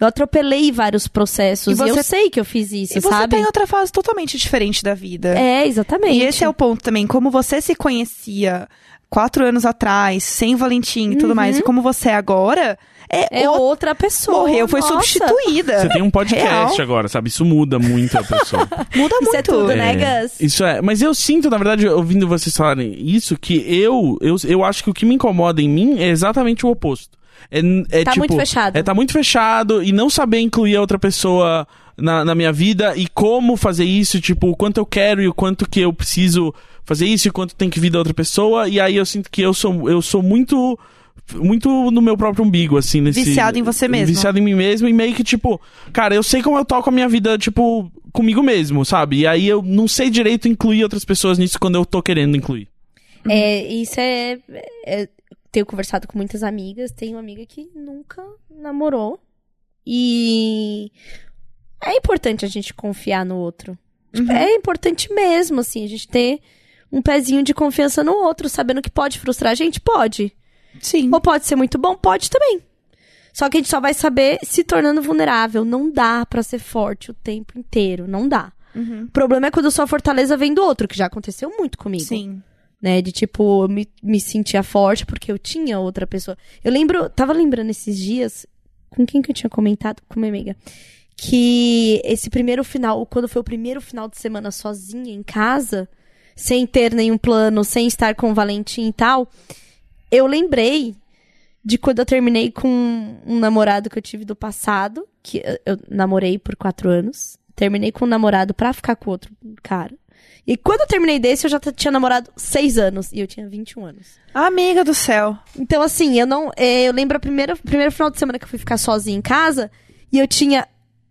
Speaker 2: Eu atropelei vários processos.
Speaker 3: E
Speaker 2: E,
Speaker 3: você-
Speaker 2: eu sei que eu fiz isso,
Speaker 3: E você
Speaker 2: sabe?
Speaker 3: tá em outra fase totalmente diferente da vida.
Speaker 2: É, exatamente.
Speaker 3: E esse é o ponto também, como você se conhecia quatro anos atrás, sem Valentim e tudo mais, e como você é agora, é,
Speaker 2: Uhum. É
Speaker 3: outra-
Speaker 2: outra pessoa.
Speaker 3: morreu, foi
Speaker 2: nossa.
Speaker 3: substituída.
Speaker 2: É,
Speaker 1: Você tem um podcast
Speaker 3: Real.
Speaker 1: agora, sabe? Isso muda muito a pessoa.
Speaker 3: Muda
Speaker 2: Isso
Speaker 3: muito.
Speaker 2: é tudo, né, Gus?
Speaker 1: Isso é. Mas eu sinto, na verdade, ouvindo vocês falarem isso, que eu, eu, eu acho que o que me incomoda em mim é exatamente o oposto. É, é,
Speaker 2: Tá
Speaker 1: tipo,
Speaker 2: muito fechado.
Speaker 1: É, tá muito fechado e não saber incluir a outra pessoa na, na minha vida e como fazer isso, tipo, o quanto eu quero e o quanto que eu preciso fazer isso e o quanto tem que vir da outra pessoa. E aí eu sinto que eu sou, eu sou muito. Muito no meu próprio umbigo, assim, nesse.
Speaker 3: Viciado em você mesmo.
Speaker 1: Viciado em mim mesmo e meio que, tipo, cara, eu sei como eu toco a minha vida, tipo, comigo mesmo, sabe? E aí eu não sei direito incluir outras pessoas nisso quando eu tô querendo incluir.
Speaker 2: É, isso é, é- Tenho conversado com muitas amigas. Tem uma amiga que nunca namorou. E. É importante a gente confiar no outro. Tipo, É importante mesmo, assim, a gente ter um pezinho de confiança no outro, sabendo que pode frustrar a gente? Pode.
Speaker 1: É.
Speaker 3: Sim.
Speaker 2: Ou pode ser muito bom? Pode também. Só que a gente só vai saber se tornando vulnerável. Não dá pra ser forte o tempo inteiro. Não dá.
Speaker 3: Uhum.
Speaker 2: O problema é quando sua fortaleza vem do outro, que já aconteceu muito comigo.
Speaker 3: Sim.
Speaker 2: Né? De tipo, eu me, me sentia forte porque eu tinha outra pessoa. Eu lembro, tava lembrando esses dias, com quem que eu tinha comentado? Com minha amiga. Que esse primeiro final, quando foi o primeiro final de semana sozinha em casa, sem ter nenhum plano, sem estar com o Valentim e tal, eu lembrei de quando eu terminei com um namorado que eu tive do passado, que eu- eu namorei por quatro anos. Terminei com um namorado pra ficar com outro cara. E quando eu terminei desse, eu já t- tinha namorado seis anos e eu tinha 21 anos.
Speaker 3: Amiga do céu.
Speaker 2: Então, assim, eu não. é, Eu lembro a primeira, o primeiro final de semana que eu fui ficar sozinha em casa e eu tinha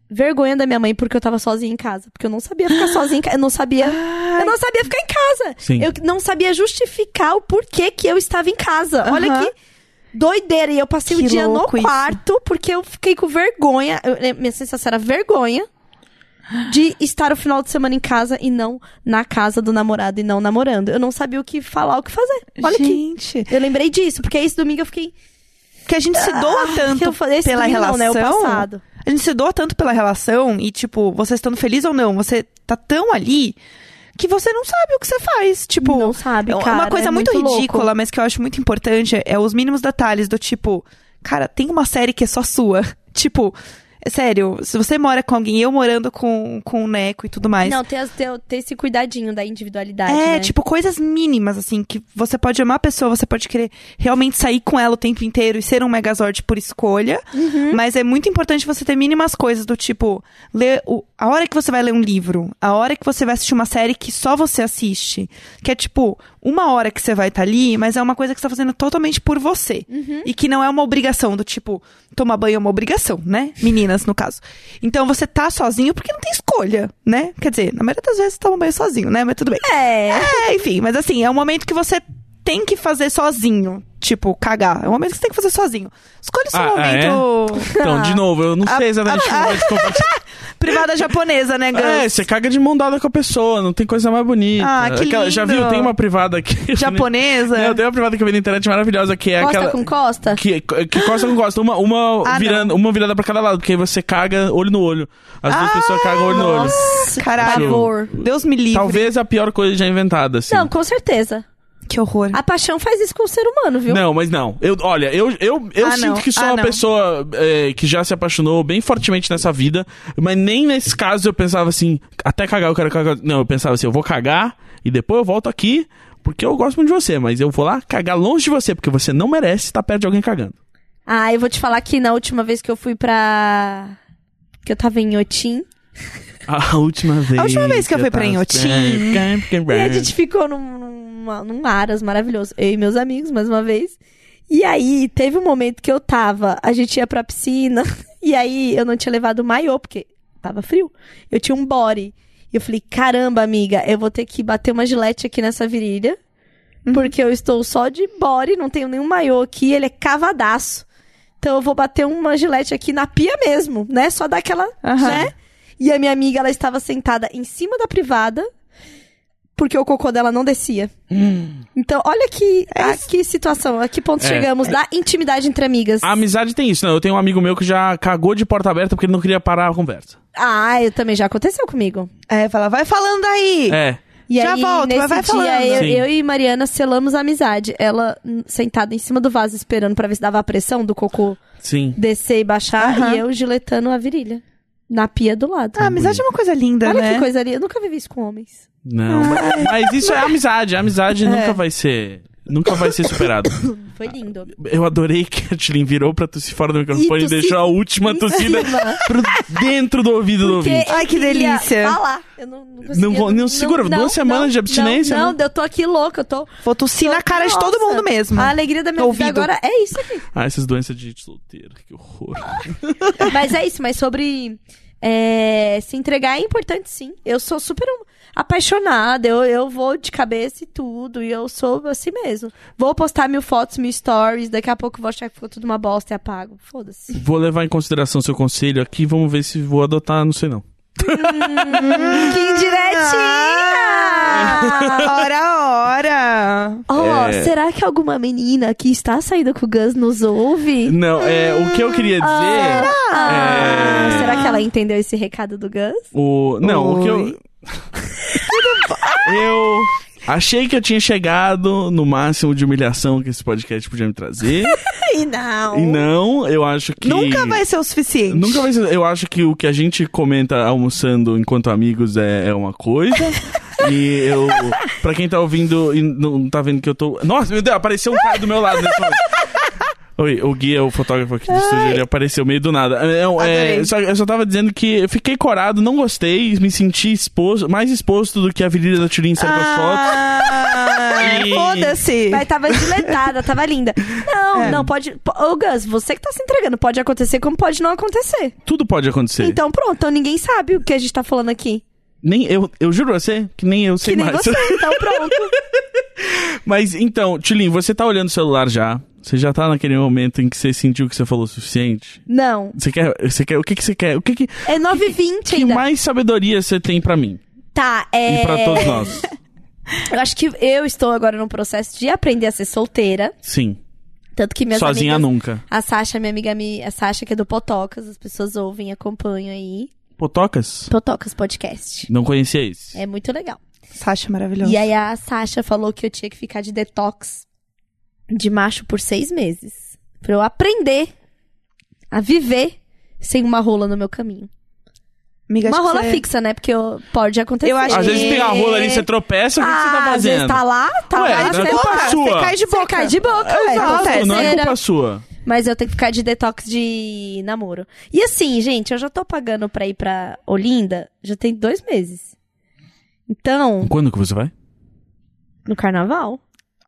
Speaker 2: vergonha da minha mãe porque eu tava sozinha em casa. Porque eu não sabia ficar sozinha em casa. Eu não sabia. Eu não sabia ficar em casa.
Speaker 1: Sim.
Speaker 2: Eu não sabia justificar o porquê que eu estava em casa. Olha
Speaker 3: Aham.
Speaker 2: que doideira. E eu passei
Speaker 3: Que
Speaker 2: o dia no
Speaker 3: louco isso.
Speaker 2: quarto porque eu fiquei com vergonha. Eu- né, minha sensação era vergonha de estar o final de semana em casa e não na casa do namorado e não namorando. Eu não sabia o que falar, o que fazer. Olha que.
Speaker 3: Gente.
Speaker 2: Eu lembrei disso, porque esse domingo eu fiquei.
Speaker 3: Que a gente se doa tanto
Speaker 2: que Ah, eu falei, esse
Speaker 3: pela
Speaker 2: domingo
Speaker 3: relação.
Speaker 2: não, né? O passado.
Speaker 3: A gente se doa tanto pela relação e, tipo, você estando feliz ou não, você tá tão ali que você não sabe o que você faz. Tipo,
Speaker 2: Não sabe,
Speaker 3: é uma
Speaker 2: cara,
Speaker 3: coisa
Speaker 2: é
Speaker 3: muito,
Speaker 2: muito louco.
Speaker 3: ridícula, mas que eu acho muito importante é os mínimos detalhes do tipo, cara, tem uma série que é só sua. tipo, é sério, se você mora com alguém, eu morando com, com o Neco e tudo mais.
Speaker 2: Não, ter, as- ter, ter esse cuidadinho da individualidade.
Speaker 3: É,
Speaker 2: né?
Speaker 3: tipo, coisas mínimas, assim, que você pode amar a pessoa, você pode querer realmente sair com ela o tempo inteiro e ser um megazord por escolha. Mas é muito importante você ter mínimas coisas do tipo, ler o- a hora que você vai ler um livro, a hora que você vai assistir uma série que só você assiste. Que é tipo, uma hora que você vai estar ali, mas é uma coisa que você tá fazendo totalmente por você. E que não é uma obrigação do tipo, tomar banho é uma obrigação, né? Meninas, no caso. Então você tá sozinho porque não tem escolha, né? Quer dizer, na maioria das vezes você toma banho sozinho, né? Mas tudo bem.
Speaker 2: É.
Speaker 3: É, enfim, mas assim, é um momento que você tem que fazer sozinho. Tipo, cagar. É um momento que você tem que fazer sozinho. Escolha o seu
Speaker 1: Ah, ah,
Speaker 3: momento.
Speaker 1: Então, de novo, eu não
Speaker 3: Ah,
Speaker 1: sei exatamente como vai descompartilhar.
Speaker 3: Privada japonesa, né, Gus?
Speaker 1: É, você caga de mão dada com a pessoa, não tem coisa mais bonita.
Speaker 3: Ah, que
Speaker 1: Aquela- Já
Speaker 3: lindo.
Speaker 1: viu? Tem uma privada aqui.
Speaker 3: Japonesa.
Speaker 1: Não, tem uma privada que eu vi na internet maravilhosa, que é
Speaker 2: Costa
Speaker 1: aquela. Tipo,
Speaker 2: com costa?
Speaker 1: Que, que costa com costa. Uma, uma,
Speaker 3: Ah, não.
Speaker 1: virando, uma virada pra cada lado, porque aí você caga olho no olho. As
Speaker 3: Ah,
Speaker 1: duas pessoas cagam olho no olho.
Speaker 2: Nossa,
Speaker 3: Caralho.
Speaker 2: Favor.
Speaker 3: Deus me livre.
Speaker 1: Talvez a pior coisa já inventada, assim.
Speaker 2: Não, com certeza.
Speaker 3: Que horror.
Speaker 2: A paixão faz isso com o ser humano, viu?
Speaker 1: Não, mas não. Eu, olha, eu, eu, eu
Speaker 3: Ah,
Speaker 1: sinto
Speaker 3: não.
Speaker 1: que sou
Speaker 3: Ah,
Speaker 1: uma
Speaker 3: não.
Speaker 1: pessoa é, que já se apaixonou bem fortemente nessa vida, mas nem nesse caso eu pensava assim, até cagar eu quero cagar. Não, eu pensava assim, eu vou cagar e depois eu volto aqui, porque eu gosto muito de você, mas eu vou lá cagar longe de você, porque você não merece estar perto de alguém cagando.
Speaker 2: Ah, eu vou te falar que na última vez que eu fui pra. que eu tava em Otim.
Speaker 1: A última vez.
Speaker 3: A última vez que eu fui pra Inhotim.
Speaker 2: E a gente ficou num, num, num Aras maravilhoso. Eu e meus amigos, mais uma vez. E aí, teve um momento que eu tava. A gente ia pra piscina. E aí, eu não tinha levado maiô, porque tava frio. Eu tinha um body. E eu falei: caramba, amiga, eu vou ter que bater uma gilete aqui nessa virilha. Porque eu estou só de body, não tenho nenhum maiô aqui. Ele é cavadaço. Então eu vou bater uma gilete aqui na pia mesmo, né? Só dar aquela.
Speaker 3: Aham.
Speaker 2: Né? E a minha amiga, ela estava sentada em cima da privada, porque o cocô dela não descia. Então, olha que,
Speaker 3: É
Speaker 2: a, que situação, a que ponto
Speaker 1: Hum. É.
Speaker 2: chegamos da intimidade entre amigas.
Speaker 1: A amizade tem isso, não. Eu tenho um amigo meu que já cagou de porta aberta porque ele não queria parar a conversa.
Speaker 2: Ah, eu também já aconteceu comigo.
Speaker 3: É, fala, vai falando aí.
Speaker 1: É.
Speaker 2: E
Speaker 3: Já
Speaker 2: aí,
Speaker 3: volto, mas
Speaker 2: nesse
Speaker 3: vai falando.
Speaker 2: dia, eu,
Speaker 1: Sim.
Speaker 2: eu e Mariana selamos a amizade. Ela hum, sentada em cima do vaso esperando pra ver se dava a pressão do cocô
Speaker 1: Sim.
Speaker 2: descer e baixar,
Speaker 3: Aham.
Speaker 2: e eu giletando a virilha. Na pia do lado.
Speaker 3: Ah, amizade é uma coisa linda,
Speaker 2: Olha
Speaker 3: né?
Speaker 2: que coisa ali. Eu nunca vivi isso com homens. Ah.
Speaker 1: Não, mas, mas isso é amizade. A
Speaker 2: É.
Speaker 1: amizade nunca vai ser. Nunca vai ser superado.
Speaker 2: Foi lindo.
Speaker 1: Eu adorei que a Tilin virou pra tossir fora do microfone e,
Speaker 2: E tossi-
Speaker 1: deixou a última tossida
Speaker 2: cima.
Speaker 1: pro dentro do ouvido do
Speaker 2: Porque
Speaker 1: ouvinte.
Speaker 3: Ai, que
Speaker 2: eu queria
Speaker 3: delícia.
Speaker 2: Falar. Eu não, não, conseguia,
Speaker 1: Não vou- não segura, duas semanas de abstinência,
Speaker 2: Não,
Speaker 1: né?
Speaker 2: eu tô aqui louca, eu tô.
Speaker 3: Vou tossir na cara de todo
Speaker 2: Nossa, Ah.
Speaker 3: mundo mesmo.
Speaker 2: A alegria
Speaker 1: tá
Speaker 2: da minha
Speaker 3: Ouvido.
Speaker 2: vida agora é isso aqui.
Speaker 1: Ah, essas doenças de gente solteira, que horror.
Speaker 2: mas é isso, mas sobre é, se entregar é importante sim. Eu sou super um apaixonada, eu, eu vou de cabeça e tudo, e eu sou assim mesmo. Vou postar mil fotos, mil stories, daqui a pouco eu vou achar que ficou tudo uma bosta e apago. Foda-se.
Speaker 1: Vou levar em consideração seu conselho aqui, vamos ver se vou adotar, não sei não.
Speaker 2: que indiretinha!
Speaker 3: Ora, ora.
Speaker 2: Ó,
Speaker 1: É.
Speaker 2: será que alguma menina que está saindo com o Gus nos ouve?
Speaker 1: Não, é, o que eu queria dizer.
Speaker 2: Ah,
Speaker 1: É.
Speaker 2: Será que ela entendeu esse recado do Gus?
Speaker 1: O, não, o que
Speaker 3: Oi.
Speaker 1: eu. Eu achei que eu tinha chegado no máximo de humilhação que esse podcast podia me trazer.
Speaker 2: E não.
Speaker 1: E não, eu acho que.
Speaker 3: Nunca vai ser o suficiente.
Speaker 1: Nunca vai ser. Eu acho que o que a gente comenta almoçando enquanto amigos é, é uma coisa. E eu. Pra quem tá ouvindo e não tá vendo que eu tô. Nossa, meu Deus, apareceu um cara do meu lado nesse momento. Oi, o Gui é o fotógrafo aqui do estúdio, ele apareceu meio do nada. Eu, é,
Speaker 3: Adorei.
Speaker 1: só- eu só tava dizendo que eu fiquei corado, não gostei, me senti exposto, mais exposto do que a Avenida da Turim saiu das fotos.
Speaker 3: Ah,
Speaker 1: E-
Speaker 3: foda-se.
Speaker 2: Mas tava diletada, tava linda. Não, não, pode. po- Ô, Gus, você que tá se entregando, pode acontecer como pode não acontecer.
Speaker 1: Tudo pode acontecer.
Speaker 2: Então pronto, então ninguém sabe o que a gente tá falando aqui.
Speaker 1: Nem eu, eu juro a você que nem eu sei
Speaker 2: Que nem
Speaker 1: mais.
Speaker 2: você, então pronto.
Speaker 1: Mas então, Tilin, você tá olhando o celular já? Você já tá naquele momento em que você sentiu que você falou o suficiente?
Speaker 2: Não.
Speaker 1: Você quer, você quer, o que que você quer? O que que,
Speaker 2: É 9h20
Speaker 1: que
Speaker 2: ainda.
Speaker 1: mais sabedoria você tem pra mim
Speaker 2: Tá, é.
Speaker 1: e pra todos nós?
Speaker 2: Eu acho que eu estou agora num processo de aprender a ser solteira.
Speaker 1: Sim.
Speaker 2: Tanto que minhas
Speaker 1: Sozinha
Speaker 2: amigas...
Speaker 1: nunca.
Speaker 2: A Sasha, minha amiga, me- a Sasha que é do Potocas, as pessoas ouvem, acompanham aí.
Speaker 1: Potocas?
Speaker 2: Potocas Podcast.
Speaker 1: Não conhecia esse.
Speaker 2: É muito legal.
Speaker 3: Sasha é maravilhosa.
Speaker 2: E aí a Sasha falou que eu tinha que ficar de detox de macho por seis meses. Pra eu aprender a viver sem uma rola no meu caminho.
Speaker 3: Amiga,
Speaker 2: uma
Speaker 3: acho que
Speaker 2: rola
Speaker 3: você-
Speaker 2: fixa, né? Porque eu- pode acontecer.
Speaker 3: Eu acho
Speaker 1: Às vezes
Speaker 3: que-
Speaker 1: tem a rola ali, você tropeça, o que que você
Speaker 2: Ah,
Speaker 1: tá
Speaker 2: às vezes
Speaker 1: fazendo?
Speaker 2: tá lá, tá
Speaker 1: Ué,
Speaker 2: lá,
Speaker 1: não é
Speaker 2: você
Speaker 1: culpa
Speaker 2: tá-
Speaker 1: sua.
Speaker 3: Você cai de
Speaker 2: você
Speaker 3: boca.
Speaker 2: cai de boca. é,
Speaker 3: exato,
Speaker 2: acontece.
Speaker 1: não é
Speaker 2: Era-
Speaker 1: culpa sua.
Speaker 2: Mas eu tenho que ficar de detox de namoro. E assim, gente, eu já tô pagando pra ir pra Olinda já tem dois meses. Então,
Speaker 1: Quando que você vai?
Speaker 2: no carnaval.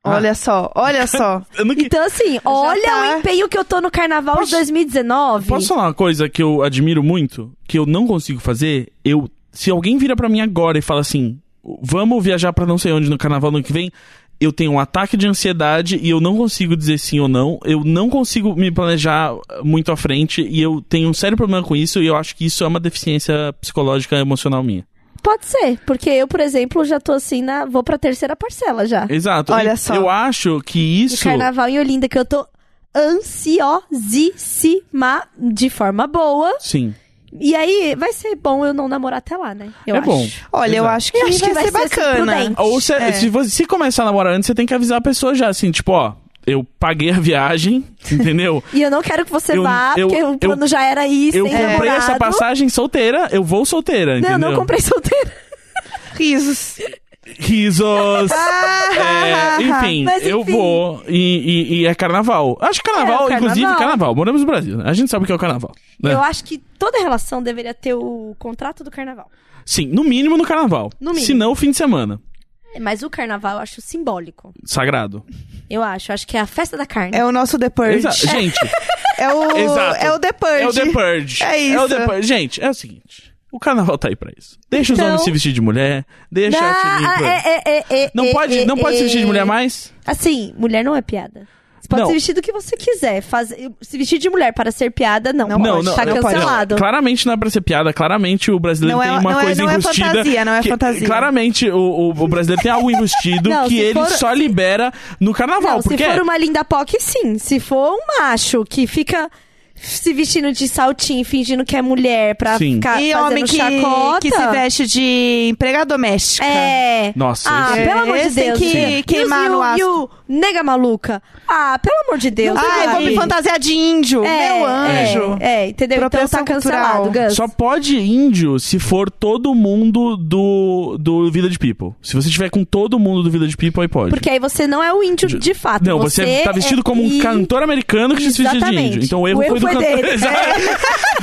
Speaker 3: Olha só, olha só.
Speaker 1: Eu não que-
Speaker 2: Então, assim, olha
Speaker 3: tá.
Speaker 2: o empenho que eu tô no carnaval de 2019.
Speaker 1: Posso falar uma coisa que eu admiro muito, que eu não consigo fazer? Eu, se alguém vira pra mim agora e fala assim, vamos viajar pra não sei onde no carnaval no ano que vem, eu tenho um ataque de ansiedade e eu não consigo dizer sim ou não. Eu não consigo me planejar eh, muito à frente e eu tenho um sério problema com isso e eu acho que isso é uma deficiência psicológica e emocional minha.
Speaker 2: Pode ser, porque eu, por exemplo, já tô assim na. Vou pra terceira parcela já.
Speaker 1: Exato.
Speaker 3: Olha
Speaker 1: E
Speaker 3: só.
Speaker 1: Eu acho que
Speaker 2: No
Speaker 1: isso
Speaker 2: carnaval em Olinda, que eu tô ansiosíssima de forma boa.
Speaker 1: Sim.
Speaker 2: E aí, vai ser bom eu não namorar até lá, né? Eu
Speaker 1: é
Speaker 2: acho.
Speaker 1: bom.
Speaker 3: Olha, eu
Speaker 1: Exato.
Speaker 3: acho que,
Speaker 2: Eu acho
Speaker 3: vai,
Speaker 2: que vai
Speaker 3: ser
Speaker 2: ser assim,
Speaker 3: bacana.
Speaker 2: prudente.
Speaker 1: Ou se,
Speaker 3: É.
Speaker 1: se você se começar a namorar antes, você tem que avisar a pessoa já, assim, tipo, ó, eu paguei a viagem, entendeu?
Speaker 2: E eu não quero que você
Speaker 1: Eu-
Speaker 2: vá,
Speaker 1: eu-
Speaker 2: porque o plano
Speaker 1: eu-
Speaker 2: já era isso.
Speaker 1: eu
Speaker 2: sem
Speaker 1: comprei
Speaker 2: namorado.
Speaker 1: essa passagem solteira, eu vou solteira,
Speaker 2: Não,
Speaker 1: entendeu?
Speaker 2: eu não comprei solteira.
Speaker 3: Risos.
Speaker 1: Risos! É, enfim,
Speaker 2: Mas,
Speaker 1: eu
Speaker 2: enfim.
Speaker 1: vou e, e- e é carnaval. Acho que carnaval,
Speaker 2: É, o
Speaker 1: inclusive
Speaker 2: carnaval.
Speaker 1: carnaval. Moramos no Brasil, né? A gente sabe o que é o carnaval. né?
Speaker 2: Eu acho que toda relação deveria ter o contrato do carnaval.
Speaker 1: Sim, no mínimo no carnaval.
Speaker 2: No mínimo.
Speaker 1: Se não, fim de semana.
Speaker 2: Mas o carnaval eu acho simbólico.
Speaker 1: Sagrado.
Speaker 2: Eu acho. Eu acho que é a festa da carne.
Speaker 3: É o nosso The Purge.
Speaker 1: Exa- Gente,
Speaker 3: É o,
Speaker 1: Exato.
Speaker 3: é o The Purge.
Speaker 1: É o The Purge.
Speaker 3: É
Speaker 1: o
Speaker 3: isso.
Speaker 1: The Purge. Gente, é o seguinte. O carnaval tá aí pra isso. Deixa os
Speaker 2: Então-
Speaker 1: homens se vestir de mulher. Deixa a tirinha.
Speaker 2: ah, é, é, é, é,
Speaker 1: não
Speaker 2: é,
Speaker 1: pode,
Speaker 2: é,
Speaker 1: não pode se
Speaker 2: é.
Speaker 1: vestir de mulher mais?
Speaker 2: Assim, mulher não é piada. Você pode
Speaker 1: Não.
Speaker 2: se vestir do que você quiser. Fazer, se vestir de mulher para ser piada, não.
Speaker 3: Não
Speaker 2: pode.
Speaker 3: pode,
Speaker 2: tá
Speaker 3: não pode.
Speaker 2: cancelado.
Speaker 1: claramente não é pra ser piada. Claramente o brasileiro
Speaker 3: Não é-
Speaker 1: tem uma
Speaker 3: não é-
Speaker 1: coisa
Speaker 3: não é
Speaker 1: enrustida.
Speaker 3: fantasia, não é
Speaker 1: que-
Speaker 3: fantasia.
Speaker 1: Claramente o, o, o brasileiro tem algo enrustido
Speaker 2: Não,
Speaker 1: que
Speaker 2: se
Speaker 1: ele
Speaker 2: for-
Speaker 1: só libera no carnaval.
Speaker 2: Não, se
Speaker 1: porque
Speaker 2: for uma linda POC, sim. Se for um macho que fica se vestindo de saltinho, fingindo que é mulher pra
Speaker 1: Sim.
Speaker 2: ficar
Speaker 3: E
Speaker 2: fazendo
Speaker 3: homem que,
Speaker 2: chacota...
Speaker 3: que se veste de empregada doméstica.
Speaker 2: É.
Speaker 1: Nossa,
Speaker 2: ah,
Speaker 1: esse-
Speaker 2: pelo amor de
Speaker 3: esse tem
Speaker 2: Deus.
Speaker 3: que
Speaker 2: E os-
Speaker 3: queimar
Speaker 2: e
Speaker 3: no
Speaker 2: o,
Speaker 3: asco.
Speaker 2: E o nega maluca. Ah, pelo amor de Deus.
Speaker 3: Ah,
Speaker 2: né,
Speaker 3: eu vou me
Speaker 2: gente?
Speaker 3: fantasiar de índio. Meu anjo.
Speaker 2: É, é, entendeu? Então
Speaker 3: Propensão
Speaker 2: tá cancelado,
Speaker 3: cultural.
Speaker 2: Gus.
Speaker 1: Só pode índio se for todo mundo do, do Vida de People. Se você tiver com todo mundo do Vida de People, aí pode.
Speaker 2: Porque aí você não é o índio de, fato.
Speaker 1: Não, você, tá vestido
Speaker 2: é-
Speaker 1: como um
Speaker 2: e-
Speaker 1: cantor americano que se vestiu de
Speaker 2: Exatamente.
Speaker 1: índio. Então o erro,
Speaker 2: O erro
Speaker 1: foi do
Speaker 2: foi
Speaker 1: cantor.
Speaker 2: dele.
Speaker 1: Exato.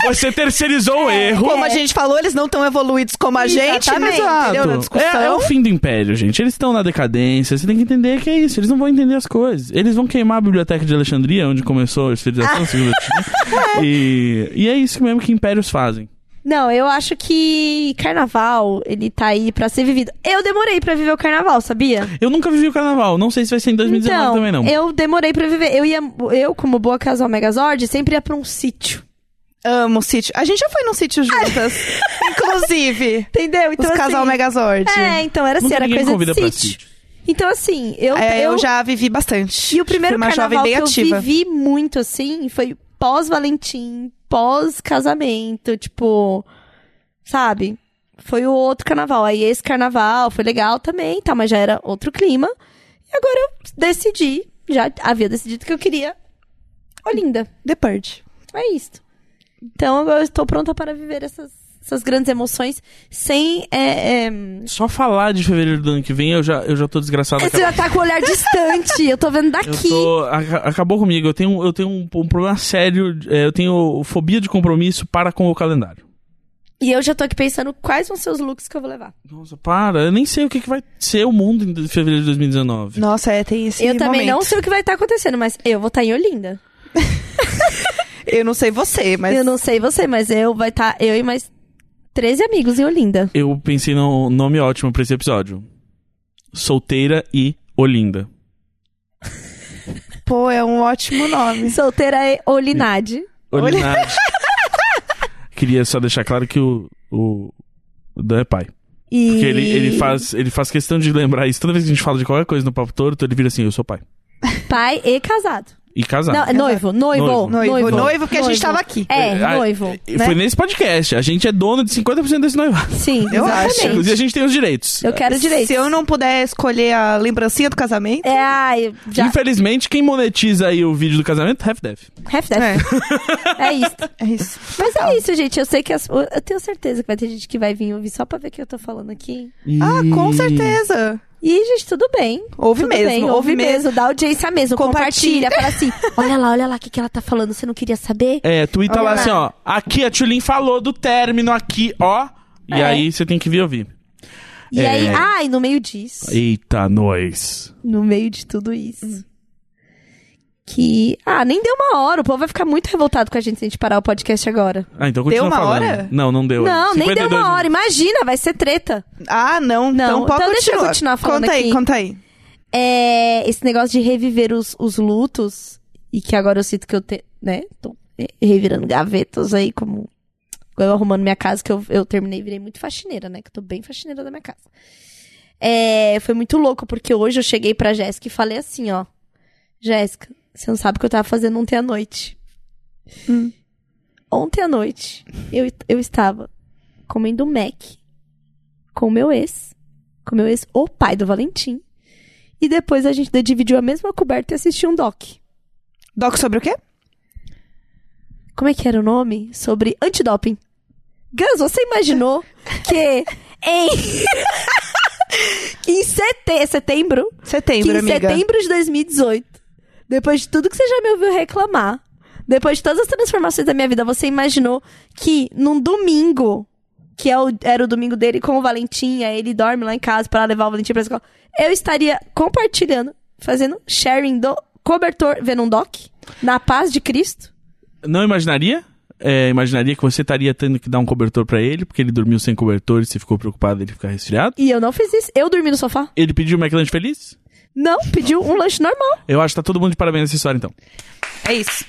Speaker 1: Você terceirizou o erro.
Speaker 3: Como a gente falou, eles não tão evoluídos como a gente, mas
Speaker 2: Exatamente.
Speaker 3: entendeu? Na
Speaker 1: Exato.
Speaker 3: discussão.
Speaker 1: É, é o fim do império, gente. Eles estão na decadência. Você tem que entender que é isso. Eles não vão entender as coisas. Eles vão queimar a biblioteca de Alexandria, onde começou a civilização, segundo a e, e é isso mesmo que impérios fazem.
Speaker 2: Não, eu acho que carnaval, ele tá aí pra ser vivido. Eu demorei pra viver o carnaval, sabia?
Speaker 1: Eu nunca vivi o carnaval. Não sei se vai ser em 2019
Speaker 2: então,
Speaker 1: também, não.
Speaker 2: eu demorei pra viver. Eu ia, eu como boa casal Megazord, sempre ia pra um sítio.
Speaker 3: Amo sítio. A gente já foi num sítio juntas. inclusive.
Speaker 2: Entendeu? Então
Speaker 3: os casal
Speaker 2: assim,
Speaker 3: Megazord.
Speaker 2: É, então era assim,
Speaker 1: Nunca
Speaker 2: era
Speaker 1: ninguém me
Speaker 2: coisa
Speaker 1: convida
Speaker 2: de
Speaker 1: pra
Speaker 2: sítio.
Speaker 1: sítio.
Speaker 2: Então assim, eu
Speaker 3: É, eu,
Speaker 2: eu
Speaker 3: já vivi bastante.
Speaker 2: E o primeiro
Speaker 3: Fui uma jovem
Speaker 2: carnaval
Speaker 3: bem
Speaker 2: que
Speaker 3: ativa.
Speaker 2: eu vivi muito, assim, foi pós-Valentim, pós-casamento, tipo, sabe? Foi o outro carnaval. Aí esse carnaval foi legal também, tá? Mas já era outro clima. E agora eu decidi, já havia decidido que eu queria Olinda.
Speaker 3: The Purge.
Speaker 2: É isso. Então eu estou pronta para viver essas, essas grandes emoções sem. É, é...
Speaker 1: Só falar de fevereiro do ano que vem, eu já, eu já tô desgraçado.
Speaker 2: Você já tá com o olhar distante. Eu tô vendo
Speaker 1: Eu
Speaker 2: daqui.
Speaker 1: tô- aca- acabou comigo. Eu tenho, eu tenho um, um problema sério. é, Eu tenho fobia de compromisso para com o calendário.
Speaker 2: E eu já tô aqui pensando quais vão ser os looks que eu vou levar.
Speaker 1: Nossa, para. Eu nem sei o que, que vai ser o mundo em fevereiro de 2019.
Speaker 3: Nossa, é, tem esse
Speaker 2: eu também
Speaker 3: momento.
Speaker 2: não sei o que vai estar acontecendo, mas eu vou estar em Olinda.
Speaker 3: Eu não sei você, mas...
Speaker 2: Eu não sei você, mas eu vai estar eu e mais 13 amigos em Olinda.
Speaker 1: Eu pensei num nome ótimo pra esse episódio. Solteira e Olinda.
Speaker 3: Pô, é um ótimo nome.
Speaker 2: Solteira é Olinade.
Speaker 1: Olinade. Queria só deixar claro que o, o, o Dan é pai.
Speaker 2: E...
Speaker 1: Porque ele, ele, faz, ele faz questão de lembrar isso. Toda vez que a gente fala de qualquer coisa no Papo Torto, ele vira assim, eu sou pai.
Speaker 2: Pai e casado.
Speaker 1: E casado.
Speaker 2: Não, é noivo, noivo,
Speaker 1: Tá. Noivo.
Speaker 2: noivo.
Speaker 3: Noivo, noivo, porque a gente
Speaker 2: Noivo.
Speaker 3: tava aqui.
Speaker 2: É,
Speaker 1: Ah,
Speaker 2: noivo.
Speaker 1: e Foi
Speaker 2: né?
Speaker 1: nesse podcast. A gente é dono de 50% desse noivado.
Speaker 2: Sim,
Speaker 3: Eu acho.
Speaker 2: exatamente.
Speaker 1: Inclusive, a gente tem os direitos.
Speaker 2: Eu quero direito.
Speaker 3: Se eu não puder escolher a lembrancinha do casamento...
Speaker 2: É, ai, já.
Speaker 1: Infelizmente, quem monetiza aí o vídeo do casamento, Half Death.
Speaker 2: Half Death.
Speaker 3: É,
Speaker 2: É. isso.
Speaker 3: é isso.
Speaker 2: Mas é isso, gente. Eu sei que as- eu tenho certeza que vai ter gente que vai vir ouvir só pra ver o que eu tô falando aqui.
Speaker 3: Ah, com certeza.
Speaker 2: E, gente, tudo bem.
Speaker 3: Ouve
Speaker 2: Tudo
Speaker 3: mesmo,
Speaker 2: bem,
Speaker 3: ouve,
Speaker 2: mesmo.
Speaker 3: mesmo.
Speaker 2: Dá audiência mesmo.
Speaker 3: Compartilha.
Speaker 2: Compartilha. Fala assim: olha lá, olha lá o que, que ela tá falando. Você não queria saber?
Speaker 1: É, twitta
Speaker 2: Olha
Speaker 1: lá
Speaker 2: lá.
Speaker 1: assim, ó. Aqui a Tulin falou do término aqui, ó. E
Speaker 2: É.
Speaker 1: aí você tem que vir ouvir.
Speaker 2: E
Speaker 1: É.
Speaker 2: aí, ai, no meio disso.
Speaker 1: Eita, nós.
Speaker 2: No meio de tudo isso. Que. Ah, nem deu uma hora. O povo vai ficar muito revoltado com a gente se a gente parar o podcast agora.
Speaker 1: Ah, então continua
Speaker 3: uma
Speaker 1: falando.
Speaker 3: hora?
Speaker 1: Não, não deu.
Speaker 2: Não, nem deu
Speaker 1: 52
Speaker 2: uma hora. Imagina, vai ser treta.
Speaker 3: Ah, não.
Speaker 2: Não,
Speaker 3: então pode
Speaker 2: então
Speaker 3: continuar.
Speaker 2: deixa eu continuar falando
Speaker 3: Conta aí,
Speaker 2: aqui.
Speaker 3: conta aí.
Speaker 2: É, esse negócio de reviver os, os lutos, e que agora eu sinto que eu te, né, tô re- revirando gavetas aí, como igual eu arrumando minha casa, que eu, eu terminei e virei muito faxineira, né, que eu tô bem faxineira da minha casa. É, foi muito louco, porque hoje eu cheguei pra Jéssica e falei assim, ó, Jéssica, você não sabe o que eu tava fazendo ontem à noite. Ontem à noite, eu, eu estava comendo Mac com o meu ex, com o meu ex, o pai do Valentim, e depois a gente dividiu a mesma coberta e assistiu um doc.
Speaker 3: Doc sobre o quê?
Speaker 2: Como é que era o nome? Sobre antidoping. Gus, você imaginou que em... que em sete... setembro, que
Speaker 3: Setembro,
Speaker 2: em
Speaker 3: amiga.
Speaker 2: setembro de 2018, depois de tudo que você já me ouviu reclamar, depois de todas as transformações da minha vida, você imaginou que num domingo, que é o- era o domingo dele com o Valentim, aí ele dorme lá em casa para levar o Valentim pra escola, eu estaria compartilhando, fazendo sharing do cobertor vendo um doc, na paz de Cristo.
Speaker 1: Não imaginaria? É, imaginaria que você estaria tendo que dar um cobertor pra ele, porque ele dormiu sem cobertor e se ficou preocupado ele ficar resfriado.
Speaker 2: E eu não fiz isso. Eu dormi no sofá?
Speaker 1: Ele pediu o McLanche feliz?
Speaker 2: Não, pediu um lanche normal.
Speaker 1: Eu acho que tá todo mundo de parabéns nessa história, então.
Speaker 3: É isso.